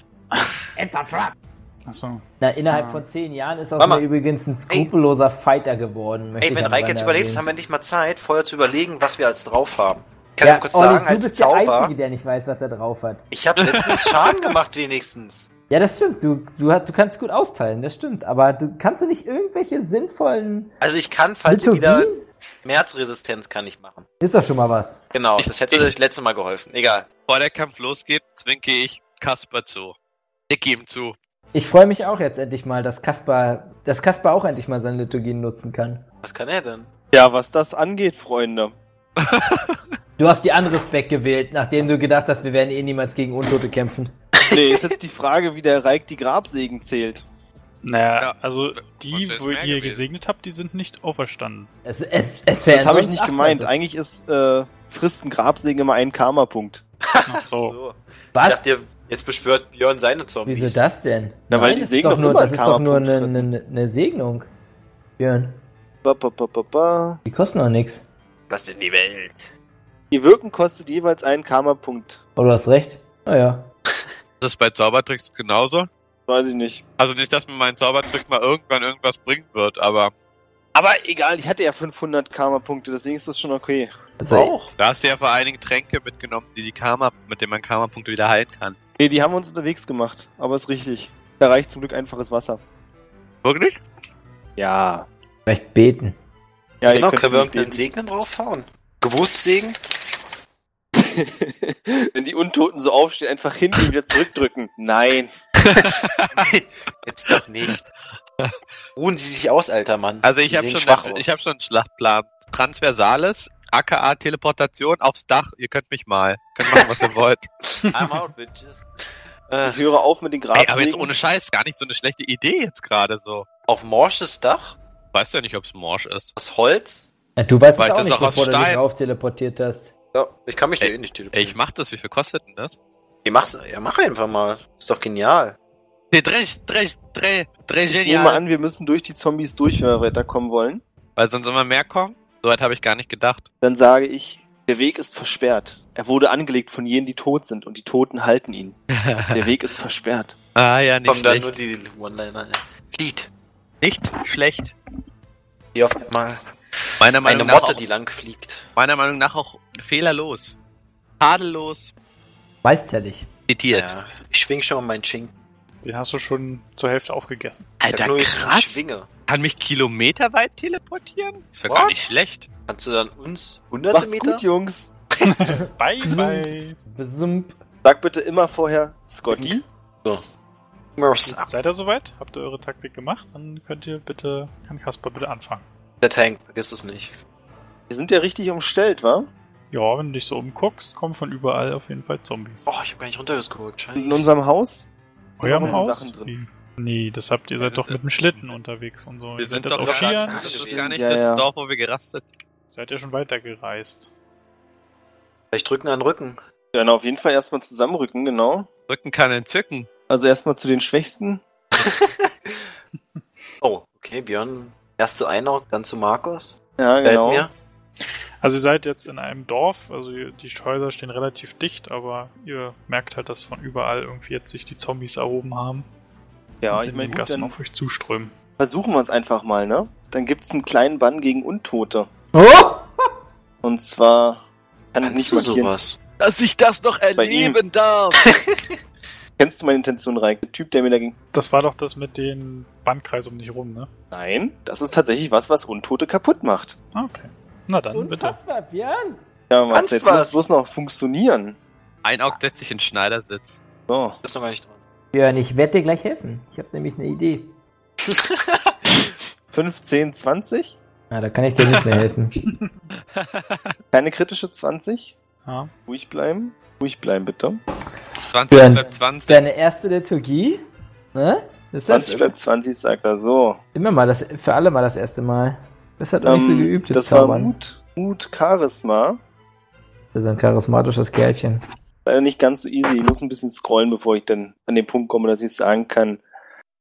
S1: Achso.
S4: Na, innerhalb
S1: Ah.
S4: von zehn Jahren ist aus
S2: Warte
S4: mir
S2: mal.
S4: übrigens ein skrupelloser Fighter geworden. möchte
S2: Ey,
S4: ich
S2: wenn
S4: am
S2: Reik
S4: Rande
S2: jetzt überlegt,
S4: erwähnen.
S2: haben wir nicht mal Zeit, vorher zu überlegen, was wir als drauf haben. Ich kann
S4: ja,
S2: dir kurz
S4: Olli,
S2: sagen,
S4: du
S2: als
S4: bist der
S2: Zauber,
S4: Einzige, der nicht weiß, was er drauf hat.
S2: ich habe letztens Schaden gemacht wenigstens.
S4: Ja, das stimmt. Du, du, hat- du kannst gut austeilen, das stimmt. Aber du kannst du nicht irgendwelche sinnvollen
S2: Also ich kann, falls ihr wieder
S4: Liturgien?
S2: Schmerzresistenz kann ich machen.
S4: Ist doch schon mal was.
S2: Genau, das hätte euch letzte Mal geholfen. Egal.
S5: Bevor der Kampf losgeht, zwinke ich Kasper zu. Ich gebe ihm zu.
S4: Ich freue mich auch jetzt endlich mal, dass Kaspar, dass Kaspar auch endlich mal seine Liturgien nutzen kann.
S2: Was kann er denn?
S3: Ja, was das angeht, Freunde.
S4: Du hast die andere Spec gewählt, nachdem du gedacht hast, wir werden eh niemals gegen Untote kämpfen.
S3: Nee, ist jetzt die Frage, wie der Reik die Grabsägen zählt.
S1: Naja,
S5: Ja.
S1: also
S5: Und
S1: die,
S5: wer ist
S1: wo
S5: mehr
S1: ihr
S5: gewesen?
S1: gesegnet habt, die sind nicht auferstanden.
S4: Es, es, es wäre
S3: das habe ich nicht gemeint. Eigentlich ist äh, Fristen Grabsägen immer ein Karma-Punkt.
S1: Ach so.
S2: So. Ich
S4: Was?
S2: dachte, ihr- jetzt beschwört Björn seine Zombies.
S4: Wieso das denn?
S3: Na, weil die
S4: das ist
S3: Segnung
S4: doch nur,
S3: immer
S4: das ist doch nur eine,
S3: Karma-Punkte
S4: eine, eine Segnung. Björn,
S3: Ba, ba, ba, ba, ba.
S4: die kosten doch nichts.
S2: Was in die Welt?
S3: Ihr Wirken kostet jeweils einen Karma-Punkt.
S4: Oh, du hast recht. Naja.
S5: Das ist bei Zaubertricks genauso.
S3: Weiß ich nicht.
S5: Also nicht, dass mir mein Zaubertrick mal irgendwann irgendwas bringen wird, aber
S3: Aber egal, ich hatte ja 500 Karma-Punkte, deswegen ist das schon okay.
S4: Also,
S5: da hast du ja vor allen Dingen Tränke mitgenommen, die die Karma, mit denen man Karma-Punkte wieder heilen kann.
S3: Nee, die haben wir uns unterwegs gemacht, aber ist richtig. Da reicht zum Glück einfaches Wasser.
S5: Wirklich?
S3: Ja.
S4: Recht beten.
S3: Ja, ihr
S2: genau,
S3: könnt
S2: können wir
S3: nicht
S2: irgendeinen Segnen draufhauen? Geburtssegen?
S3: beten. Wenn die Untoten so aufstehen, einfach hinten wieder zurückdrücken. Nein.
S2: Jetzt doch nicht. Ruhen Sie sich aus, alter Mann.
S5: Also ich
S2: Sie
S5: habe
S2: sehen
S5: schon,
S2: schwach
S5: einen-
S2: aus.
S5: ich hab schon einen Schlachtplan. Transversales, aka Teleportation aufs Dach. Ihr könnt mich mal. Könnt machen, was ihr wollt.
S2: I'm out, bitches. Äh,
S3: Ich höre auf mit den
S5: Ey,
S3: Grabsägen.
S5: aber jetzt ohne Scheiß, gar nicht so eine schlechte Idee jetzt gerade so.
S2: auf morsches Dach?
S5: Weißt du ja nicht, ob es morsch ist.
S2: Aus Holz?
S4: Ja, Äh, du weißt es
S5: Weil
S4: auch
S5: das
S4: nicht,
S5: ist doch aus
S4: bevor du dich
S5: Stein.
S4: drauf teleportiert hast.
S2: Ja, ich kann mich da
S5: Ey,
S2: eh nicht
S5: Ey, ich
S2: teleportieren.
S5: mach das. Wie viel kostet denn das?
S2: Ey, mach's, ja, mach einfach mal. Ist doch genial.
S5: Nee, dreh, dreh, dreh, dreh
S3: Ich nehme
S5: genial.
S3: an, wir müssen durch die Zombies durch, wenn wir weiterkommen wollen.
S5: Weil sonst immer mehr kommen. Soweit habe ich gar nicht gedacht.
S3: Dann sage ich, der Weg ist versperrt. Er wurde angelegt von jenen, die tot sind, und die Toten halten ihn. Der Weg ist versperrt.
S5: ah ja, nicht
S2: Kommen dann nur
S5: schlecht.
S2: die One-Liner. Fleet.
S5: Nicht schlecht.
S2: Die auf einmal
S5: Meiner
S2: eine
S5: Meinung, nach
S2: Motte,
S5: auch,
S2: die lang fliegt.
S5: meiner Meinung nach auch fehlerlos. Tadellos
S4: Meisterlich.
S5: zitiert.
S2: Ja, ich schwing schon mal meinen Schinken.
S1: Den hast du schon zur Hälfte aufgegessen.
S2: Ich hab
S5: Alter,
S2: nur ich
S5: krass.
S2: schwinge.
S5: Kann mich kilometerweit teleportieren? Ist ja
S2: What?
S5: gar nicht schlecht.
S2: Kannst du dann uns hunderte
S3: Macht's
S2: Meter?
S3: gut, Jungs.
S1: Bye, bye.
S4: Besump.
S3: Sag bitte immer vorher
S2: Mhm.
S3: Scotty.
S2: Merce.
S1: Seid ihr soweit? Habt ihr eure Taktik gemacht? Dann könnt ihr bitte, kann Kasper bitte anfangen.
S2: Der Tank, vergiss es nicht.
S3: Wir sind ja richtig umstellt, wa?
S1: Ja, wenn du dich so umguckst, kommen von überall auf jeden Fall Zombies.
S2: Oh, ich hab gar nicht runtergescrollt. Scheiße.
S3: In unserem Haus.
S1: Eurem
S3: haben wir
S1: Haus?
S3: Sachen drin.
S1: Nee, das habt ihr
S5: Wir
S1: seid doch
S5: sind-
S1: mit dem Schlitten unterwegs und so. ihr
S5: Wir sind
S1: seid jetzt
S5: doch gar
S1: auf
S5: nicht,
S2: Skiern?
S1: Skiern,
S5: das ist gar nicht
S3: Ja,
S5: das
S3: ja.
S5: Dorf, wo wir gerastet
S1: seid ihr schon weitergereist.
S2: Vielleicht drücken an den Rücken.
S3: Dann auf jeden Fall erstmal zusammenrücken, genau.
S5: Rücken kann entzücken.
S3: Also erstmal zu den Schwächsten.
S2: Oh, okay, Björn. Erst zu Einok, dann zu Markus.
S3: Ja,
S2: Gefällt
S3: genau.
S2: mir.
S1: Also ihr seid jetzt in einem Dorf, also ihr- die Häuser stehen relativ dicht, aber ihr merkt halt, dass von überall irgendwie jetzt sich die Zombies erhoben haben
S3: Ja,
S1: und
S3: ich
S1: in
S3: meine,
S1: den
S3: gut,
S1: Gassen
S3: dann
S1: auf euch zuströmen.
S3: versuchen wir es einfach mal, ne? Dann gibt's einen kleinen Bann gegen Untote.
S4: Oh!
S3: Und zwar kann ich nicht
S2: Kannst du
S3: markieren.
S2: sowas?
S6: Dass ich das noch
S3: Bei ihm.
S6: erleben darf.
S3: Kennst du meine Intention, Reik? Der Typ, der mir da ging.
S1: Das war doch das mit dem Bandkreis um dich rum, ne?
S3: Nein, das ist tatsächlich was, was Untote kaputt macht.
S1: Ah, okay. Na dann, bitte.
S4: Unfassbar, Björn.
S3: Ja, Mats,
S2: Kannst
S3: jetzt
S2: was?
S3: muss bloß noch funktionieren.
S9: Ein Auge setzt sich in Schneidersitz.
S3: So.
S2: Das ist noch gar nicht dran.
S4: Björn, ich werde dir gleich helfen. Ich habe nämlich eine Idee.
S3: 15, 20?
S4: Ah, da kann ich dir nicht mehr helfen.
S3: Keine kritische 20?
S1: Ja.
S3: Ruhig bleiben. Ruhig bleiben, bitte.
S9: 20
S4: Björn.
S9: bleibt 20.
S4: Deine erste Liturgie? Ne? Das ist
S3: 20
S4: ja
S3: bleibt 20, sagt er so.
S4: immer mal das, für alle mal das erste Mal. Das hat auch nicht so
S3: Ähm,
S4: geübt,
S3: das war Mut, Mut, Charisma.
S4: Das ist ein charismatisches Kerlchen.
S3: Leider nicht ganz so easy. Ich muss ein bisschen scrollen, bevor ich dann an den Punkt komme, dass ich sagen kann,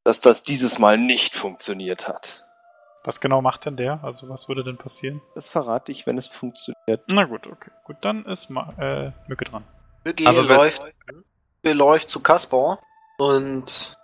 S3: dass das dieses Mal nicht funktioniert hat.
S1: Was genau macht denn der? Also was würde denn passieren?
S3: Das verrate ich, wenn es funktioniert.
S1: Na gut, okay. Gut, dann ist Ma äh, Mücke dran.
S2: Mücki
S9: Aber wenn-
S2: läuft, Mücki läuft zu Kaspar und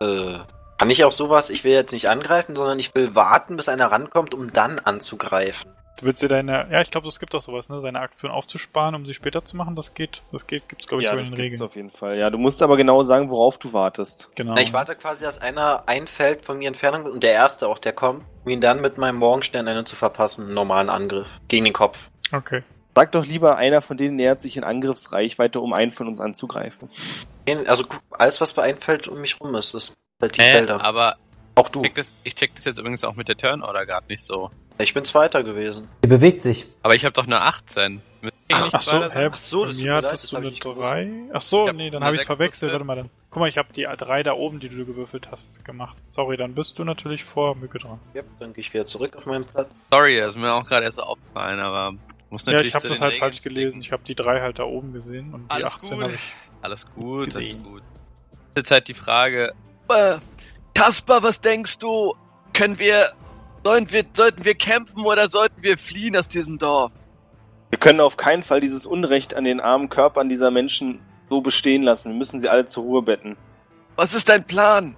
S2: äh, kann ich auch sowas, ich will jetzt nicht angreifen, sondern ich will warten, bis einer rankommt, um dann anzugreifen.
S1: Du willst dir deine, ja, ich glaube, es gibt auch sowas, ne? Deine Aktion aufzusparen, um sie später zu machen, das geht. Das geht, gibt's, glaube ich, sogar in den Regeln.
S3: auf jeden Fall. Ja, du musst aber genau sagen, worauf du wartest.
S1: Genau.
S2: Na, ich warte quasi, dass einer einfällt von mir Entfernung und der erste auch, der kommt, um ihn dann mit meinem Morgenstern eine zu verpassen, einen normalen Angriff gegen den Kopf.
S1: Okay.
S3: Sag doch lieber, einer von denen nähert sich in Angriffsreichweite, um einen von uns anzugreifen.
S2: Den- Also gu- alles, was mir einfällt, um mich rum ist, ist halt die
S9: Äh,
S2: Felder.
S9: aber
S2: Auch du.
S9: ich check, das, ich check das jetzt übrigens auch mit der Turnorder gerade nicht so.
S2: Ich bin Zweiter gewesen.
S4: Die bewegt sich.
S9: Aber ich habe doch eine 18. Müsste ich nicht
S1: Ach so,
S9: weiter
S1: hä?
S9: sein?
S2: Ach so, das
S1: bei
S2: tut
S1: mir
S2: mir leid,
S1: hattest
S2: das
S1: du
S2: hab
S1: eine
S2: ich nicht gewusst.
S1: 3. Ach so,
S9: Ich hab
S1: nee, dann
S9: eine
S1: habe ich
S9: sechs
S1: verwechselt.
S9: plus, äh,
S1: Warte mal dann. Guck mal, ich habe die 3 da oben, die du gewürfelt hast, gemacht. Sorry, dann bist du natürlich vor Mücke dran.
S2: Ja, dann gehe ich wieder zurück auf meinen Platz.
S9: Sorry, das ist mir auch gerade erst so aufgefallen, aber muss
S1: Ja,
S9: natürlich.
S1: ich habe
S9: zu
S1: das
S9: den
S1: halt
S9: Regeln
S1: falsch
S9: sticken.
S1: gelesen. Ich habe die 3 halt da oben gesehen und die
S9: Alles
S1: 18
S9: gut.
S1: habe ich.
S9: Alles gut, das ist
S1: gesehen.
S9: gut. Jetzt halt die Frage,
S6: Äh, Kaspar, was denkst du? Können wir. Sollen wir, sollten wir kämpfen oder sollten wir fliehen aus diesem Dorf?
S3: Wir können auf keinen Fall dieses Unrecht an den armen Körpern dieser Menschen so bestehen lassen. Wir müssen sie alle zur Ruhe betten.
S6: Was ist dein Plan?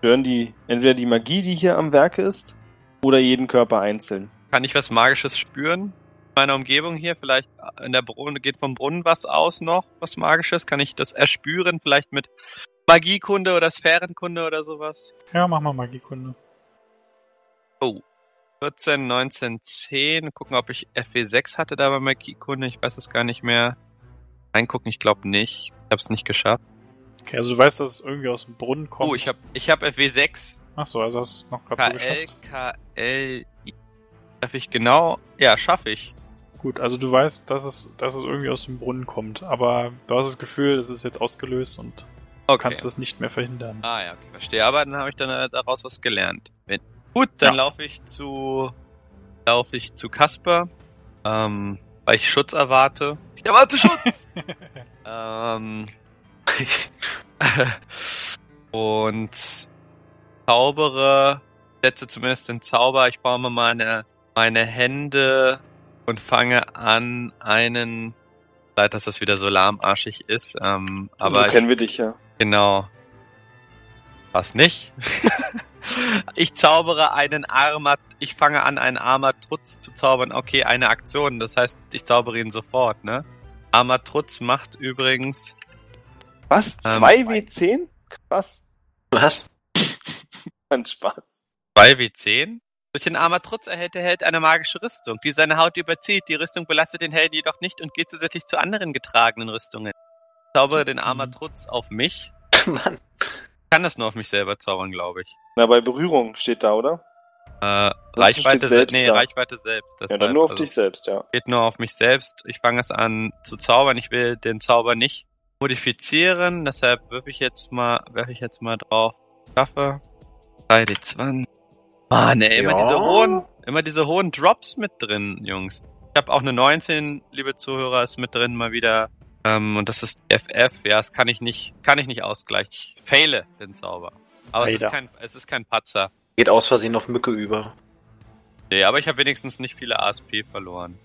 S3: Stören die entweder die Magie, die hier am Werke ist, oder jeden Körper einzeln.
S9: kann ich was Magisches spüren? In meiner Umgebung hier, vielleicht in der Brunnen, geht vom Brunnen was aus noch, was Magisches? Kann ich das erspüren? Vielleicht mit Magiekunde oder Sphärenkunde oder sowas?
S1: Ja, mach mal Magiekunde.
S9: 14, 19, 10. Gucken, ob ich FW6 hatte da bei Magiekunde. Ich weiß es gar nicht mehr. Reingucken, ich glaube nicht. Ich habe es nicht geschafft.
S1: Okay, also du weißt, dass es irgendwie aus dem Brunnen kommt.
S9: Oh, ich habe ich hab FW6.
S1: Ach so, also hast du es noch gerade so
S9: KL,
S1: geschafft.
S9: KL. Schaffe ich genau? Ja, schaffe ich.
S1: Gut, also du weißt, dass es, dass es irgendwie aus dem Brunnen kommt, aber du hast das Gefühl, es ist jetzt ausgelöst und
S9: Okay.
S1: kannst es nicht mehr verhindern.
S9: Ah ja, okay, verstehe. Aber dann habe ich dann äh, daraus was gelernt. Wenn- Gut, dann
S1: Ja.
S9: laufe ich zu laufe ich zu Kasper, ähm, weil ich Schutz erwarte.
S6: Ich erwarte schon.
S9: Ähm, und zaubere, setze zumindest den Zauber. Ich forme meine meine Hände und fange an einen. Leid, dass das wieder so lahmarschig ist. Ähm, aber
S3: so
S9: ich-
S3: kennen wir dich ja.
S9: Genau. Was nicht? ich zaubere einen Armat. Ich fange an, einen Armatrutz zu zaubern. Okay, eine Aktion. Das heißt, ich zaubere ihn sofort, ne? Armatrutz macht übrigens.
S3: Was?
S9: Ähm,
S3: 2W10? Krass.
S2: Was?
S3: Ein Spaß.
S9: 2W10. Durch den Armatrutz erhält der Held eine magische Rüstung, die seine Haut überzieht. Die Rüstung belastet den Helden jedoch nicht und geht zusätzlich zu anderen getragenen Rüstungen. Ich zaubere den Armatrutz auf mich.
S2: Mann.
S9: Ich kann das nur auf mich selber zaubern, glaube ich.
S3: Na, bei Berührung steht da, oder?
S9: Äh,
S3: Ansonsten steht
S9: Reichweite, se
S3: selbst
S9: nee,
S3: da.
S9: Reichweite selbst.
S3: ja,
S9: deshalb,
S3: dann nur auf
S9: also-
S3: dich selbst, ja.
S9: geht nur auf mich selbst. Ich fange es an zu zaubern. Ich will den Zauber nicht modifizieren, deshalb wirf ich jetzt mal, werf ich jetzt mal drauf. Schaffe. 3D20. Mann, ey, immer
S2: Ja.
S9: diese hohen, immer diese hohen Drops mit drin, Jungs. Ich habe auch eine 19, liebe Zuhörer, ist mit drin mal wieder. Ähm, und das ist FF, ja, das kann ich nicht, kann ich nicht ausgleichen. Ich faile den Zauber. Aber es ist,
S1: Leider.
S9: kein, es ist kein Patzer.
S2: Geht aus Versehen auf Mücke über.
S9: Nee, aber ich habe wenigstens nicht viele ASP verloren.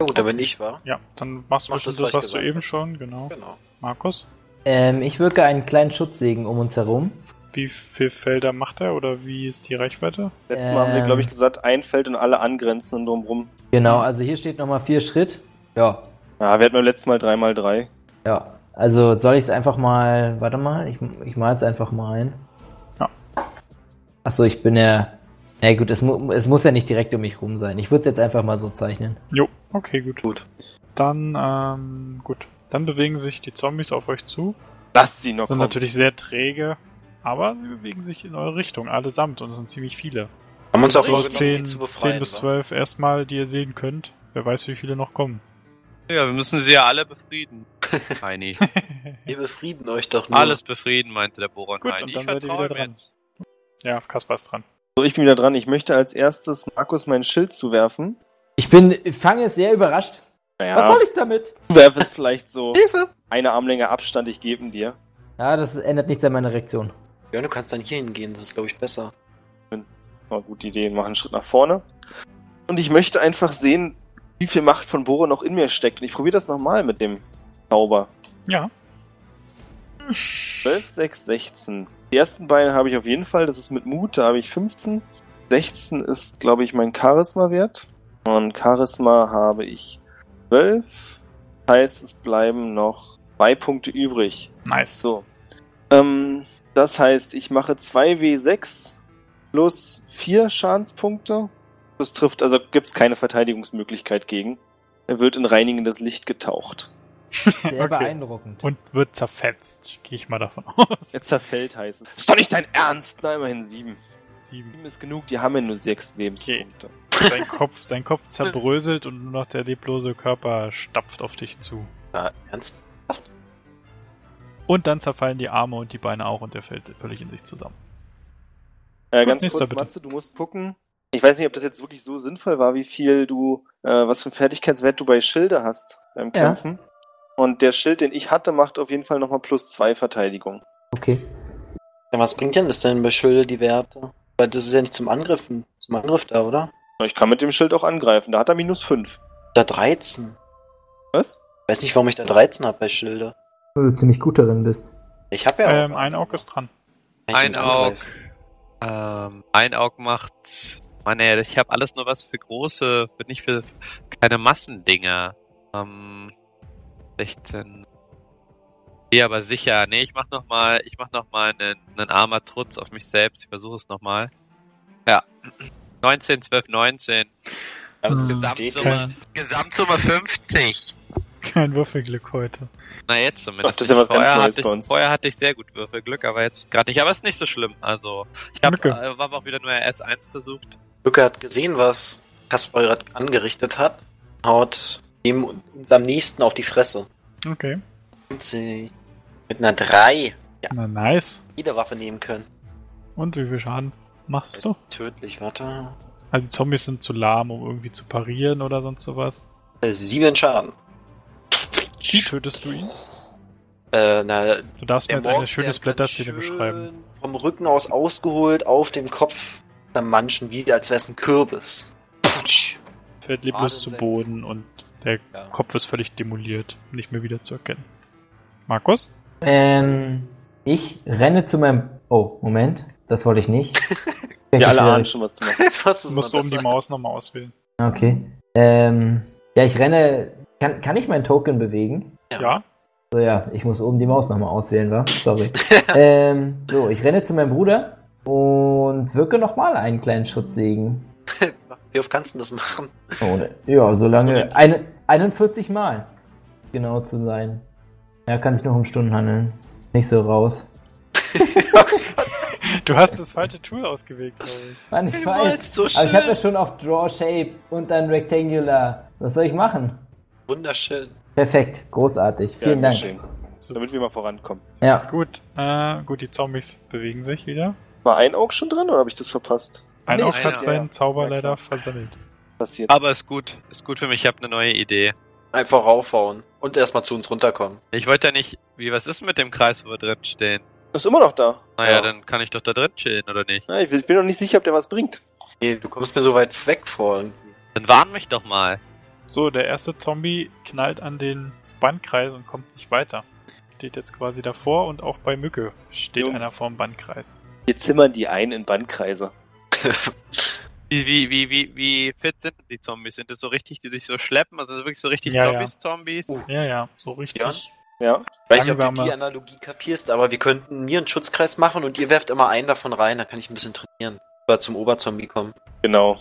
S2: Ja, gut, da bin ich, war.
S1: Ja, dann machst du
S2: Mach
S1: bestimmt
S2: das,
S1: das,
S2: was ich
S1: was du
S2: gesagt
S1: eben
S2: hab.
S1: schon, genau.
S2: Genau.
S1: Markus,
S4: Ähm, ich wirke einen kleinen Schutzsegen um uns herum.
S1: wie viele Felder macht er oder wie ist die Reichweite?
S3: Letztes Mal haben wir,
S4: Ähm.
S3: glaube ich, gesagt, ein Feld und alle angrenzenden drumrum.
S4: Genau, also hier steht nochmal vier Schritt. Ja,
S3: Ja, wir hatten beim letzten Mal 3x3.
S4: ja. Also soll ich es einfach mal. Warte mal, ich, ich mal es einfach mal ein.
S1: Ja.
S4: Achso, ich bin ja. Na gut, es, mu es muss ja nicht direkt um mich rum sein. Ich würde es jetzt einfach mal so zeichnen.
S1: Jo, okay, gut.
S2: Gut.
S1: Dann, ähm, gut. Dann bewegen sich die Zombies auf euch zu.
S3: Lasst sie noch
S1: Sind
S3: kommen.
S1: natürlich sehr träge, aber sie bewegen sich in eure Richtung, allesamt. Und es sind ziemlich viele.
S2: Haben uns auch
S1: So
S2: irgendwie
S1: zehn,
S2: zu befreien,
S1: 10 bis
S2: wa?
S1: 12 erstmal, die ihr sehen könnt. Wer weiß, wie viele noch kommen.
S9: Ja, wir müssen sie ja alle befrieden. Heini.
S2: Wir befrieden euch doch nur.
S9: Alles befrieden, meinte der Boron
S1: Gut,
S9: Heini.
S1: und dann seid ihr
S9: vertraue
S1: wieder
S9: ihm
S1: dran.
S9: jetzt.
S1: Ja, Kaspar ist dran.
S3: So, ich bin wieder dran. Ich möchte als erstes Markus mein Schild zuwerfen.
S4: Ich bin. Ich fange es sehr überrascht.
S3: Naja,
S4: Was soll ich damit?
S3: zuwerf ist vielleicht so eine Armlänge Abstand, ich gebe ihn dir.
S4: Ja, das ändert nichts an meiner Reaktion.
S2: Ja, du kannst dann hier hingehen, das ist, glaube ich, besser.
S3: Mal gute Ideen, machen einen Schritt nach vorne. Und ich möchte einfach sehen, wie viel Macht von Bore noch in mir steckt. Und ich probiere das nochmal mit dem Zauber.
S1: Ja.
S3: 12, 6, 16. Die ersten beiden habe ich auf jeden Fall. Das ist mit Mut, da habe ich 15. 16 ist, glaube ich, mein Charisma-Wert. Und Charisma habe ich 12. Heißt, es bleiben noch zwei Punkte übrig.
S1: Nice.
S3: So. Ähm, das heißt, ich mache 2W6 plus 4 Schadenspunkte. Das trifft, also gibt es keine Verteidigungsmöglichkeit gegen. Er wird in reinigendes Licht getaucht.
S4: Sehr
S1: Okay.
S4: beeindruckend.
S1: Und wird zerfetzt, gehe ich mal davon aus.
S3: Er zerfällt, heißt es. Ist doch nicht dein Ernst! Na, immerhin 7.
S1: Sieben.
S3: 7 ist genug, die haben ja nur 6 Lebenspunkte.
S1: Sein Kopf, sein Kopf zerbröselt und nur noch der leblose Körper stapft auf dich zu.
S2: Ja, ernst?
S1: Und dann zerfallen die Arme und die Beine auch und er fällt völlig in sich zusammen.
S3: Äh,
S1: Gut,
S3: ganz
S1: nächster
S3: kurz,
S1: bitte.
S3: Matze, du musst gucken. Ich weiß nicht, ob das jetzt wirklich so sinnvoll war, wie viel du, äh, was für einen Fertigkeitswert du bei Schilde hast beim
S4: Ja.
S3: Kämpfen. Und der Schild, den ich hatte, macht auf jeden Fall nochmal plus 2 Verteidigung.
S4: Okay.
S2: Ja, was bringt denn das denn bei Schilde, die Werte? Weil das ist ja nicht zum Angriffen, zum Angriff da, oder?
S3: Na, Ich kann mit dem Schild auch angreifen, da hat er minus 5.
S2: Da 13.
S3: Was?
S2: Ich weiß nicht, warum ich da 13 habe bei Schilde.
S4: Weil du ziemlich gut darin bist.
S2: Ich habe ja
S1: ähm, ein Auge ist dran.
S2: Kann ich
S9: Ein
S2: nicht
S9: Aug.
S2: angreifen.
S9: Ähm, ein Aug macht. Mann, ey, ich habe alles nur was für große, für nicht für kleine Massendinger. Ähm, 16. Ja, aber sicher. Nee, ich mach nochmal, ich mach nochmal einen, einen armer Trutz auf mich selbst. Ich versuche es nochmal. Ja. 19, 12, 19.
S2: Ja, das
S1: Hm.
S2: versteht
S1: Gesamtsumme.
S2: nicht.
S9: Gesamtsumme 50.
S1: Kein Würfelglück heute.
S9: Na, jetzt zumindest.
S3: Doch, das ist ja was ganz
S9: vorher
S3: Neues
S9: hatte ich,
S3: bei uns.
S9: Vorher hatte ich sehr gut Würfelglück, aber jetzt gerade nicht. Aber ist nicht so schlimm. Also, ich habe
S1: Mücke.
S9: äh, hab auch wieder nur S1 versucht.
S2: Lücke hat gesehen, was Kaspar gerade angerichtet hat. Haut dem uns am nächsten auf die Fresse.
S1: Okay.
S2: Und sie mit einer 3
S1: Na, nice.
S2: jede Waffe nehmen können.
S1: Und wie viel Schaden machst du?
S2: Tödlich, warte.
S1: Also die Zombies sind zu lahm, um irgendwie zu parieren oder sonst sowas.
S2: Äh, Sieben Schaden.
S1: Wie tötest du ihn?
S2: Äh, na,
S1: Du darfst mir jetzt eine
S2: Monk,
S1: schöne
S2: der
S1: Splatter-Szene
S2: kann schön
S1: beschreiben.
S2: Vom Rücken aus ausgeholt, auf dem Kopf manchen wie als wäre es ein Kürbis. Putsch.
S1: Fällt leblos
S2: Atem
S1: zu
S2: senken.
S1: Boden und der
S2: Ja.
S1: Kopf ist völlig demoliert. Nicht mehr wieder zu erkennen. Markus?
S4: Ähm, ich renne zu meinem. Oh, Moment. Das wollte ich nicht.
S3: Wir alle ahnen
S4: schon.
S3: schon, was du machst.
S2: Jetzt hast
S1: Du
S2: du's
S1: um musst
S2: mal
S1: oben die
S2: besser.
S1: Maus nochmal auswählen.
S4: Okay. Ähm, ja, ich renne. Kann, kann ich meinen Token bewegen?
S1: Ja.
S4: So, ja, ich muss oben die Maus nochmal auswählen, wa? Sorry. ähm, so, ich renne zu meinem Bruder und wirke nochmal einen kleinen Schutzsegen.
S2: Wie oft kannst du das machen?
S4: Oh, ja, solange. Eine, 41 Mal. Genau zu sein. Ja, kann sich noch um Stunden handeln. Nicht so raus.
S1: Du hast das falsche Tool ausgewählt, glaube ich.
S4: Mann, ich
S2: Du
S4: weiß.
S2: malst so
S4: Aber ich
S2: schön.
S4: hatte schon auf Draw Shape und dann Rectangular. Was soll ich machen?
S2: Wunderschön.
S4: Perfekt, großartig. Vielen
S3: Ja,
S4: Dank.
S3: schön. Damit wir mal vorankommen.
S4: Ja,
S1: Gut, äh, gut, die Zombies bewegen sich wieder.
S3: War ein Auge schon dran oder habe ich das verpasst?
S1: Ein
S3: Nee,
S1: Auge hat
S9: einer.
S1: seinen Zauber
S3: Ja,
S1: leider
S3: klar.
S1: versammelt.
S4: Ah.
S3: Passiert.
S9: Aber ist gut, ist gut für mich. Ich habe eine neue Idee.
S2: Einfach raufhauen und erstmal zu uns runterkommen.
S9: Ich wollte ja nicht, wie was ist mit dem Kreis, wo wir drin stehen?
S3: Ist immer noch da.
S9: Naja,
S2: Ja.
S9: dann kann ich doch da drin chillen, oder nicht?
S3: Ja, ich ich bin noch nicht sicher, ob der was bringt.
S2: Nee, du kommst mir so weit weg vor.
S9: Dann warn mich doch mal.
S1: So, der erste Zombie knallt an den Bandkreis und kommt nicht weiter. Steht jetzt quasi davor und auch bei Mücke steht
S3: Jungs.
S1: einer vorm Bandkreis.
S3: Wir zimmern die ein in Bandkreise.
S9: Wie, wie, wie, wie, wie fit sind die Zombies? Sind das so richtig, die sich so schleppen? Also wirklich so richtig
S1: Ja, ja.
S3: Oh.
S9: Zombies, Zombies?
S1: Ja, ja, so richtig.
S2: Ja.
S3: Ja.
S2: Ich weiß nicht, ob du
S1: Langsamer.
S2: die Analogie kapierst, aber wir könnten mir einen Schutzkreis machen und ihr werft immer einen davon rein, da kann ich ein bisschen trainieren. Oder zum Oberzombie kommen.
S3: Genau.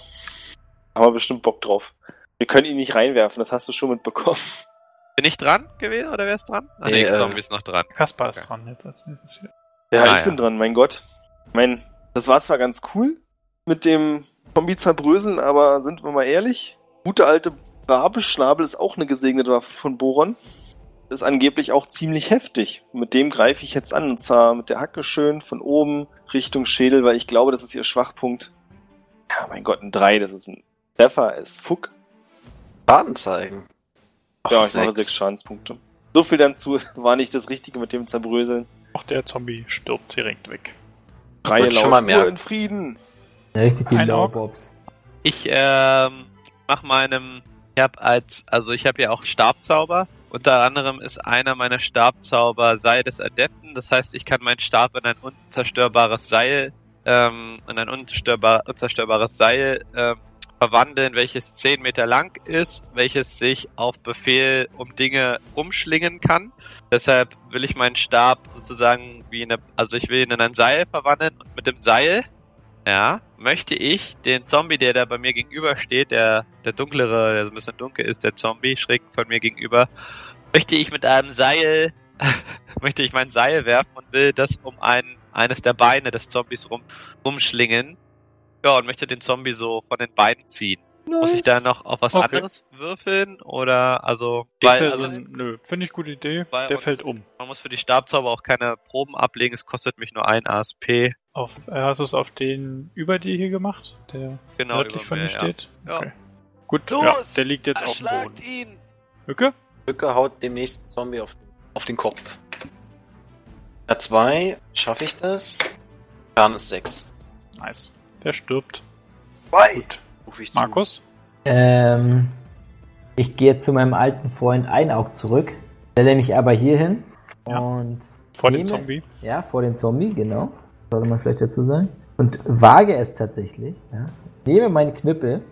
S3: Haben wir bestimmt Bock drauf. Wir können ihn nicht reinwerfen, das hast du schon mitbekommen.
S5: Bin ich dran gewesen oder wer ist dran? Ah, nee,
S2: Nee, äh,
S5: Zombie ist noch dran.
S1: Kaspar ist
S5: Okay.
S1: dran jetzt als nächstes wieder.
S3: Ja,
S5: Ah,
S3: ich
S5: ja.
S3: bin dran, mein Gott. Ich mein, das war zwar ganz cool mit dem Zombie zerbröseln, aber sind wir mal ehrlich, gute alte Rabeschnabel ist auch eine gesegnete Waffe von Boron. Ist angeblich auch ziemlich heftig. Mit dem greife ich jetzt an, und zwar mit der Hacke schön von oben Richtung Schädel, weil ich glaube, das ist ihr Schwachpunkt. Ja, mein Gott, ein 3, das ist ein Treffer, ist Fuck.
S2: Schaden zeigen.
S3: ja,
S2: Och,
S3: ich mache 6 Schadenspunkte. So viel dazu war nicht das Richtige mit dem Zerbröseln.
S1: Auch der Zombie stirbt direkt weg.
S3: Reihe
S2: Wird schon mal
S3: laut, Ruhe
S2: merken.
S3: in Frieden.
S4: Richtig die
S1: Ein Auge.
S4: Lowbobs.
S5: Ich ähm, mach meinem. Ich habe als, also ich habe ja auch Stabzauber. Unter anderem ist einer meiner Stabzauber Seil des Adepten. Das heißt, ich kann meinen Stab in ein unzerstörbares Seil, ähm, in ein unzerstörbar, unzerstörbares Seil ähm, verwandeln, welches 10 Meter lang ist, welches sich auf Befehl um Dinge rumschlingen kann. Deshalb will ich meinen Stab sozusagen wie eine, also ich will ihn in ein Seil verwandeln und mit dem Seil ja, möchte ich den Zombie, der da bei mir gegenübersteht, der, der dunklere, der so ein bisschen dunkel ist, der Zombie, schräg von mir gegenüber, möchte ich mit einem Seil, möchte ich mein Seil werfen und will das um ein, eines der Beine des Zombies rum, rumschlingen. Ja, und möchte den Zombie so von den Beinen ziehen. Muss ich da noch auf was
S1: Okay.
S5: anderes würfeln? Oder, also,
S1: Weil,
S5: weil, also,
S1: so ein, nö, finde ich gute Idee.
S5: Weil-
S1: Der fällt um.
S5: man muss für die Stabzauber auch keine Proben ablegen, es kostet mich nur ein ASP.
S1: Auf, äh, hast du es auf den über dir hier gemacht, der
S5: Genau,
S1: nördlich von dir
S5: ja.
S1: steht?
S5: Ja.
S1: Okay. Gut,
S6: Los!
S1: ja, der liegt jetzt auf dem
S6: Erschlagt
S1: Boden.
S6: ihn!
S1: Mücke?
S2: Mücke haut dem nächsten Zombie auf, auf den Kopf. Ja, zwei. Schaffe ich das? Schaden ist sechs.
S1: Nice. Der stirbt.
S2: Zwei.
S1: Gut.
S2: Ruf ich zu.
S1: Markus?
S4: Ähm, ich gehe zu meinem alten Freund Einaug zurück, stelle mich aber hier hin
S1: Ja.
S4: und
S1: Vor dem
S4: Nehme-
S1: Zombie?
S4: Ja, vor den Zombie, genau. Sollte man vielleicht dazu sagen. Und wage es tatsächlich. Ja. Nehme meinen Knüppel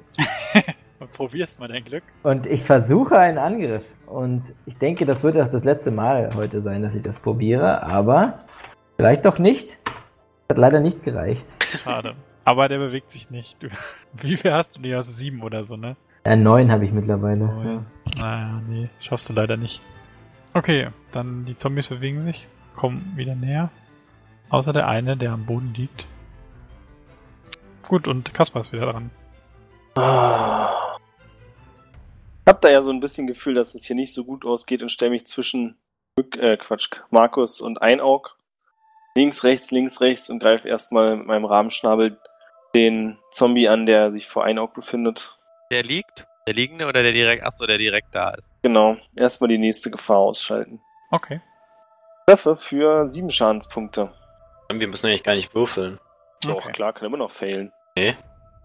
S1: Und probierst mal dein Glück.
S4: und ich versuche einen Angriff. Und ich denke, das wird auch das letzte Mal heute sein, dass ich das probiere, aber vielleicht doch nicht. Hat leider nicht gereicht.
S1: Schade. Aber der bewegt sich nicht. Du, wie viel hast du denn? Du hast sieben oder so, ne?
S4: Ja, neun habe ich mittlerweile.
S1: Neun. Naja, nee, schaffst du leider nicht. Okay, dann die Zombies bewegen sich, kommen wieder näher. Außer der eine, der am Boden liegt. Gut, und Kaspar ist wieder dran.
S3: Ah. Ich hab da ja so ein bisschen Gefühl, dass es hier nicht so gut ausgeht und stelle mich zwischen Mück- äh, Quatsch, Markus und Einaug. Links, rechts, links, rechts und greife erstmal mit meinem Rahmenschnabel den Zombie an, der sich vor Einaug befindet.
S5: Der liegt? Der liegende oder der direkt, achso, der direkt da ist.
S3: Genau, erstmal die nächste Gefahr ausschalten.
S1: Okay.
S3: Treffe für sieben Schadenspunkte.
S2: Wir müssen eigentlich gar nicht würfeln.
S3: Doch, klar, kann immer noch failen.
S2: Ich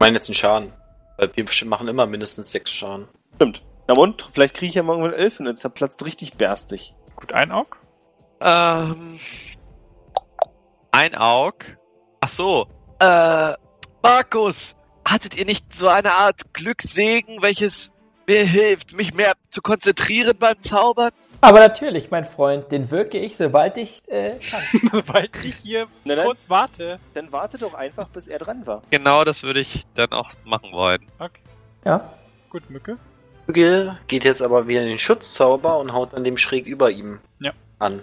S2: meine jetzt einen Schaden. Weil wir machen immer mindestens sechs Schaden.
S3: Stimmt. Na und, vielleicht kriege ich ja morgen mit Elfen, jetzt platzt richtig berstig.
S1: Gut, ein Aug.
S5: Ähm. Ein Aug. Ach so.
S6: Äh, Markus, hattet ihr nicht so eine Art Glückssegen, welches mir hilft, mich mehr zu konzentrieren beim Zaubern?
S4: Aber natürlich, mein Freund, den wirke ich, sobald ich äh, kann.
S1: Sobald ich hier
S3: Na dann,
S1: warte.
S3: dann warte doch einfach, bis er dran war.
S5: Genau das würde ich dann auch machen wollen.
S1: Okay.
S4: Ja.
S1: Gut, Mücke.
S2: Vögel geht jetzt aber wieder in den Schutzzauber und haut dann dem schräg über ihm
S1: Ja.
S2: an.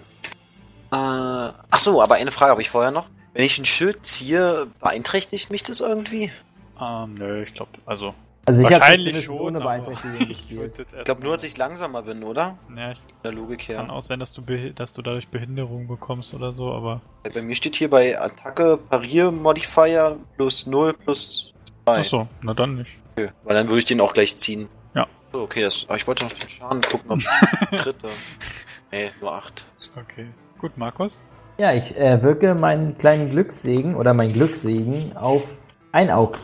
S2: Äh, ach so, aber eine Frage habe ich vorher noch. Wenn ich ein Schild ziehe, beeinträchtigt mich das irgendwie? Ich
S1: Ähm, nö, ich glaube, also.
S4: Also ich habe
S1: wahrscheinlich
S4: zumindest
S1: schon.
S4: ohne
S1: aber
S4: Beeinträchtigung
S1: ich
S4: gespielt.
S1: würd's jetzt erst
S2: glaube nur,
S1: mal-
S2: dass ich langsamer bin, oder?
S1: Ja, ich
S2: Von der Logik
S1: kann
S2: her.
S1: auch sein, dass du, behi- dass du dadurch Behinderung bekommst oder so, aber.
S2: Bei mir steht hier bei Attacke Parier-Modifier plus 0 plus 2.
S1: Ach so, na dann nicht.
S2: Okay, weil dann würde ich den auch gleich ziehen.
S1: Ja.
S2: So, okay, das, ah, ich wollte noch den Schaden gucken, ob Kritte. Nee, nur 8.
S1: Okay. Gut, Markus.
S4: Ja, ich äh, wirke meinen kleinen Glückssegen oder mein Glückssegen auf ein Auge.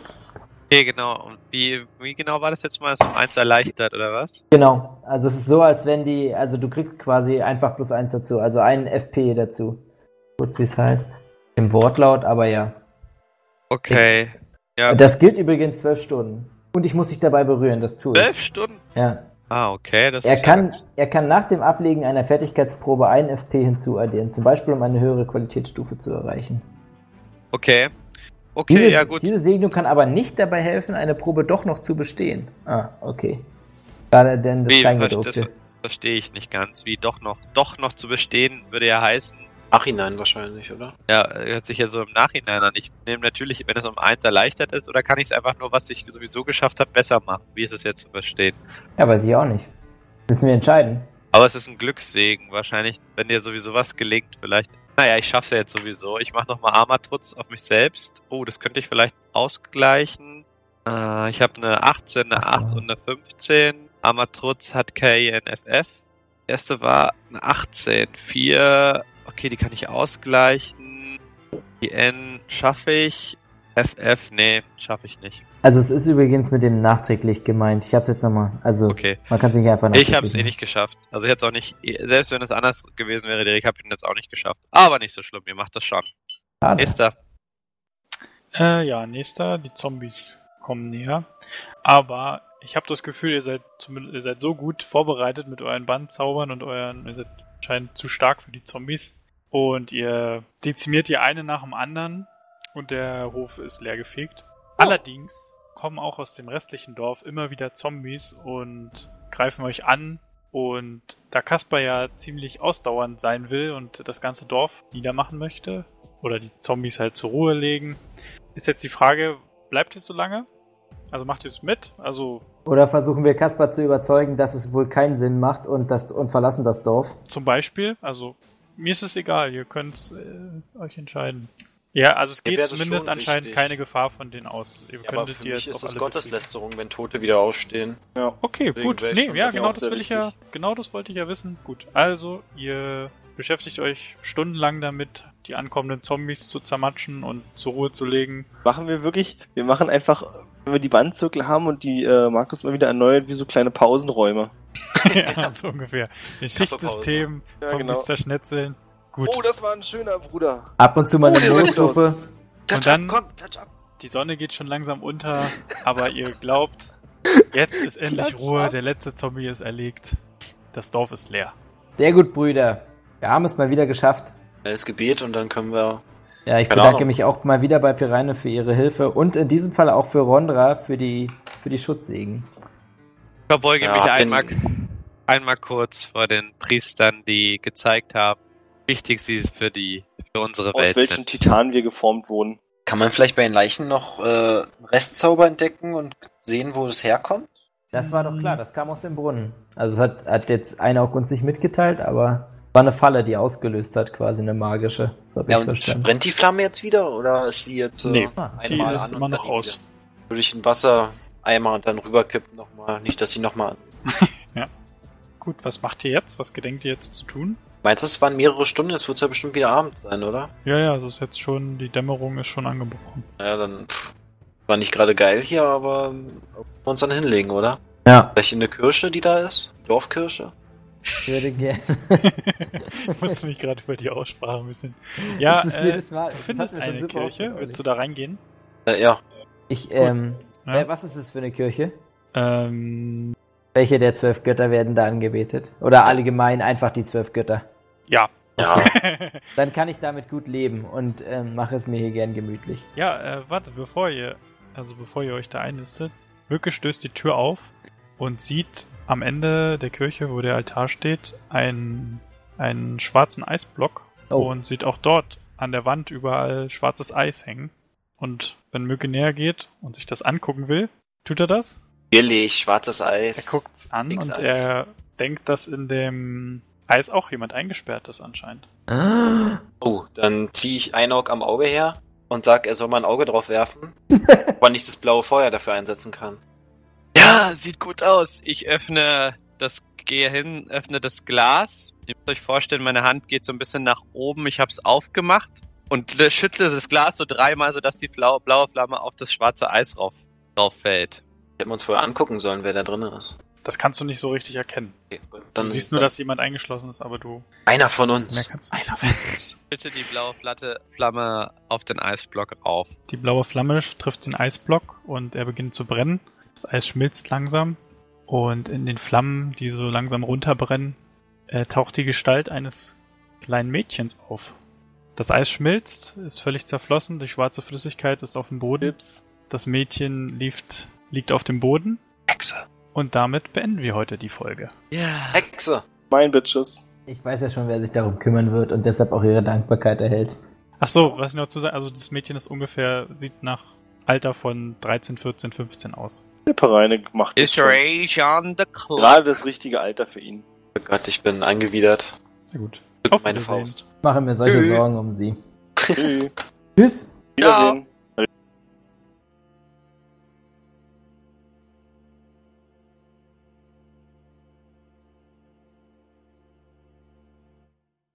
S5: Okay, genau. Und wie, wie genau war das jetzt mal? Ist um eins erleichtert oder was?
S4: Genau, also es ist so, als wenn die, also du kriegst quasi einfach plus eins dazu, also einen FP dazu. Kurz wie es heißt. Im Wortlaut, aber ja.
S5: Okay. Ja,
S4: Das gilt übrigens zwölf Stunden. Und ich muss dich dabei berühren, das tue ich.
S5: zwölf Stunden.
S4: Ja.
S9: Ah, okay. Das
S4: Er
S9: ist ja
S4: kann,
S9: ganz-
S4: er kann nach dem Ablegen einer Fertigkeitsprobe einen FP hinzuaddieren, zum Beispiel um eine höhere Qualitätsstufe zu erreichen.
S9: Okay. Okay,
S4: Diese,
S9: ja gut.
S4: diese Segnung kann aber nicht dabei helfen, eine Probe doch noch zu bestehen. Ah, okay. Gerade denn das
S9: Wie,
S4: Kleingedruckte.
S9: verste- Verstehe ich nicht ganz. Wie doch noch, doch noch zu bestehen, würde ja heißen.
S2: Nachhinein wahrscheinlich, oder?
S9: Ja, hört sich ja so im Nachhinein an. Ich nehme natürlich, wenn es um eins erleichtert ist, oder kann ich es einfach nur, was ich sowieso geschafft habe, besser machen? Wie ist es jetzt zu verstehen?
S4: Ja, weiß ich auch nicht. Müssen wir entscheiden.
S9: Aber es ist ein Glückssegen, wahrscheinlich, wenn dir sowieso was gelingt, vielleicht. Naja, ich schaff's ja jetzt sowieso. Ich mache nochmal Armatrutz auf mich selbst. Oh, das könnte ich vielleicht ausgleichen. Äh, ich habe eine 18, eine
S4: Ach so.
S9: 8 und eine 15. Armatrutz hat E KNFF. Erste war eine 18, 4. Okay, die kann ich ausgleichen. Die N schaffe ich. FF, nee, schaffe ich nicht.
S4: Also es ist übrigens mit dem nachträglich gemeint. Ich hab's jetzt nochmal. Also
S9: Okay.
S4: man kann es nicht einfach
S9: Ich habe es
S4: nachträglich
S9: eh
S4: machen.
S9: nicht geschafft. Also ich hätte auch nicht, selbst wenn es anders gewesen wäre, Derek, habe ich ihn jetzt auch nicht geschafft. Aber nicht so schlimm, ihr macht das schon.
S4: Schade.
S9: Nächster.
S1: Äh, ja, nächster. Die Zombies kommen näher. Aber ich habe das Gefühl, ihr seid, zumindest, ihr seid so gut vorbereitet mit euren Bandzaubern und euren. Ihr seid anscheinend zu stark für die Zombies. Und ihr dezimiert die eine nach dem anderen und der Hof ist leergefegt. Allerdings kommen auch aus dem restlichen Dorf immer wieder Zombies und greifen euch an. Und da Kaspar ja ziemlich ausdauernd sein will und das ganze Dorf niedermachen möchte, oder die Zombies halt zur Ruhe legen, ist jetzt die Frage, bleibt ihr so lange? Also macht ihr es mit? Also
S4: Oder versuchen wir Kaspar zu überzeugen, dass es wohl keinen Sinn macht und, das, und verlassen das Dorf.
S1: zum Beispiel, also mir ist es egal, ihr könnt äh, euch entscheiden. Ja, also es
S2: Mir
S1: geht
S2: wäre das
S1: zumindest
S2: schon
S1: anscheinend
S2: wichtig.
S1: keine Gefahr von denen aus. Ihr
S2: Ja, aber
S1: könntet
S2: für
S1: die
S2: mich
S1: jetzt
S2: ist
S1: auch
S2: es
S1: alle
S2: Gotteslästerung, wenn Tote wieder aufstehen.
S3: Ja.
S1: Okay,
S2: Deswegen
S1: gut.
S2: wär ich
S1: Nee,
S2: schon
S1: ja,
S2: dafür
S1: genau
S2: auch
S1: das
S2: sehr
S1: will ich ja, genau das wollte ich ja wissen. Gut. Also, ihr beschäftigt euch stundenlang damit, die ankommenden Zombies zu zermatschen und zur Ruhe zu legen.
S3: Machen wir wirklich, wir machen einfach, wenn wir die Bandzirkel haben und die äh, Markus mal wieder erneuert, wie so kleine Pausenräume.
S1: ja, so ungefähr. Ein Schichtsystem,
S3: Ja,
S1: Zombies
S3: genau.
S1: zerschnetzeln. Gut.
S3: Oh, das war ein schöner Bruder.
S4: Ab und zu mal
S9: Uh,
S3: Oh,
S4: eine
S3: der sieht
S4: Notgruppe.
S2: Touch
S1: Und dann-
S2: up, komm, touch up.
S1: Die Sonne geht schon langsam unter, aber ihr glaubt, jetzt ist endlich
S3: Klatsch
S1: Ruhe,
S3: ab.
S1: der letzte Zombie ist erlegt. Das Dorf ist leer.
S4: Sehr gut, Brüder. Wir haben es mal wieder geschafft.
S2: Schnelles Gebet und dann können wir.
S4: Ja, ich
S2: Keine
S4: bedanke
S2: Ahnung.
S4: mich auch mal wieder bei Pirine für ihre Hilfe und in diesem Fall auch für Rondra für die, für die Schutzsegen.
S9: Ich verbeuge
S2: Ja,
S9: mich
S2: bin-
S9: einmal, einmal kurz vor den Priestern, die gezeigt haben, wie wichtig sie für die, für unsere
S3: Aus
S9: Welt
S3: welchem
S9: sind.
S3: Titan wir geformt wurden.
S2: Kann man vielleicht bei den Leichen noch äh, einen Restzauber entdecken und sehen, wo es herkommt?
S4: Das war doch klar, das kam aus dem Brunnen. Also es hat, hat jetzt einer auch uns nicht mitgeteilt, aber war eine Falle, die ausgelöst hat, quasi eine magische. So hab
S2: Ja,
S4: ich's
S2: und
S4: verstanden.
S2: brennt die Flamme jetzt wieder oder ist die jetzt. Äh,
S1: Nee,
S4: Ah,
S1: Die
S2: einmal
S1: ist
S2: an
S1: immer
S2: und
S1: noch
S2: dann nie
S1: aus.
S2: wieder? Würde ich einen Wassereimer und dann rüberkippen nochmal. Nicht, dass sie nochmal an.
S1: Gut, was macht ihr jetzt? Was gedenkt ihr jetzt zu tun?
S2: Meinst du, es waren mehrere Stunden? Jetzt wird es ja bestimmt wieder Abend sein, oder?
S1: Ja, ja, das ist jetzt schon, die Dämmerung ist schon angebrochen.
S2: Naja, dann. Pff, war nicht gerade geil hier, aber. ähm, können wir uns dann hinlegen, oder?
S4: ja.
S2: Vielleicht in eine Kirche, die da ist? Dorfkirche?
S4: Ich würde gerne.
S1: ich musste mich gerade über die Aussprache ein bisschen. Ja,
S4: Das ist
S1: äh,
S4: jedes Mal-
S1: du
S4: das
S1: findest
S4: hat mir schon
S1: eine
S4: super
S1: Kirche.
S4: aufgefallen.
S1: Willst du da reingehen?
S2: Äh, ja.
S4: Ich, ähm,
S1: Ja.
S4: äh, was ist es für eine Kirche?
S1: Ähm,
S4: Welche der zwölf Götter werden da angebetet? Oder allgemein einfach die zwölf Götter?
S1: ja.
S2: Ja.
S4: Dann kann ich damit gut leben und ähm, mache es mir hier gern gemütlich.
S1: Ja, äh, warte, bevor ihr, also bevor ihr euch da einlistet, Mücke stößt die Tür auf und sieht am Ende der Kirche, wo der Altar steht, einen, einen schwarzen Eisblock
S4: Oh.
S1: und sieht auch dort an der Wand überall schwarzes Eis hängen. Und wenn Mücke näher geht und sich das angucken will, tut er das.
S2: Billig, schwarzes Eis.
S1: Er guckt's an
S2: Nix
S1: und
S2: Eis.
S1: er denkt, dass in dem Eis auch jemand eingesperrt ist anscheinend.
S2: Oh, dann ziehe ich ein Auge am Auge her und sag, er soll mal ein Auge drauf werfen, aber nicht das blaue Feuer dafür einsetzen kann.
S9: Ja, sieht gut aus. Ich öffne das, gehe hin, öffne das Glas. Ihr müsst euch vorstellen, meine Hand geht so ein bisschen nach oben. Ich hab's aufgemacht und l- schüttle das Glas so dreimal, sodass die blau- blaue Flamme auf das schwarze Eis rauf, drauf fällt.
S2: Hätten wir uns vorher angucken sollen, wer da drin ist.
S1: Das kannst du nicht so richtig erkennen.
S2: Okay, gut,
S1: du siehst nur, dass jemand eingeschlossen ist, aber du
S2: einer von uns.
S1: mehr kannst du nicht.
S9: Schütte die blaue Flatte, Flamme auf den Eisblock auf.
S1: Die blaue Flamme trifft den Eisblock und er beginnt zu brennen. Das Eis schmilzt langsam Und in den Flammen, die so langsam runterbrennen, äh, taucht die Gestalt eines kleinen Mädchens auf. Das Eis schmilzt, ist völlig zerflossen, die schwarze Flüssigkeit ist auf dem Boden. Das Mädchen liegt, liegt auf dem Boden.
S2: Hexe.
S1: Und damit beenden wir heute die Folge.
S6: Ja.
S2: Hexe.
S3: Mein Bitches.
S4: Ich weiß ja schon, wer sich darum kümmern wird und deshalb auch ihre Dankbarkeit erhält.
S1: Ach so, was ich noch zu sagen, also das Mädchen ist ungefähr, sieht nach Alter von 13, 14, 15 aus.
S3: Pippereine macht das
S5: Is
S3: schon.
S5: Rage on the clock.
S3: Gerade das richtige Alter für ihn.
S2: Oh Gott, ich bin angewidert.
S1: Na gut.
S2: Mit
S1: Auf
S2: meine
S1: Wiedersehen.
S2: Faust.
S4: Mache mir solche
S6: Tschüss.
S4: Sorgen um sie.
S3: Tschüss.
S4: Tschüss.
S3: Wiedersehen.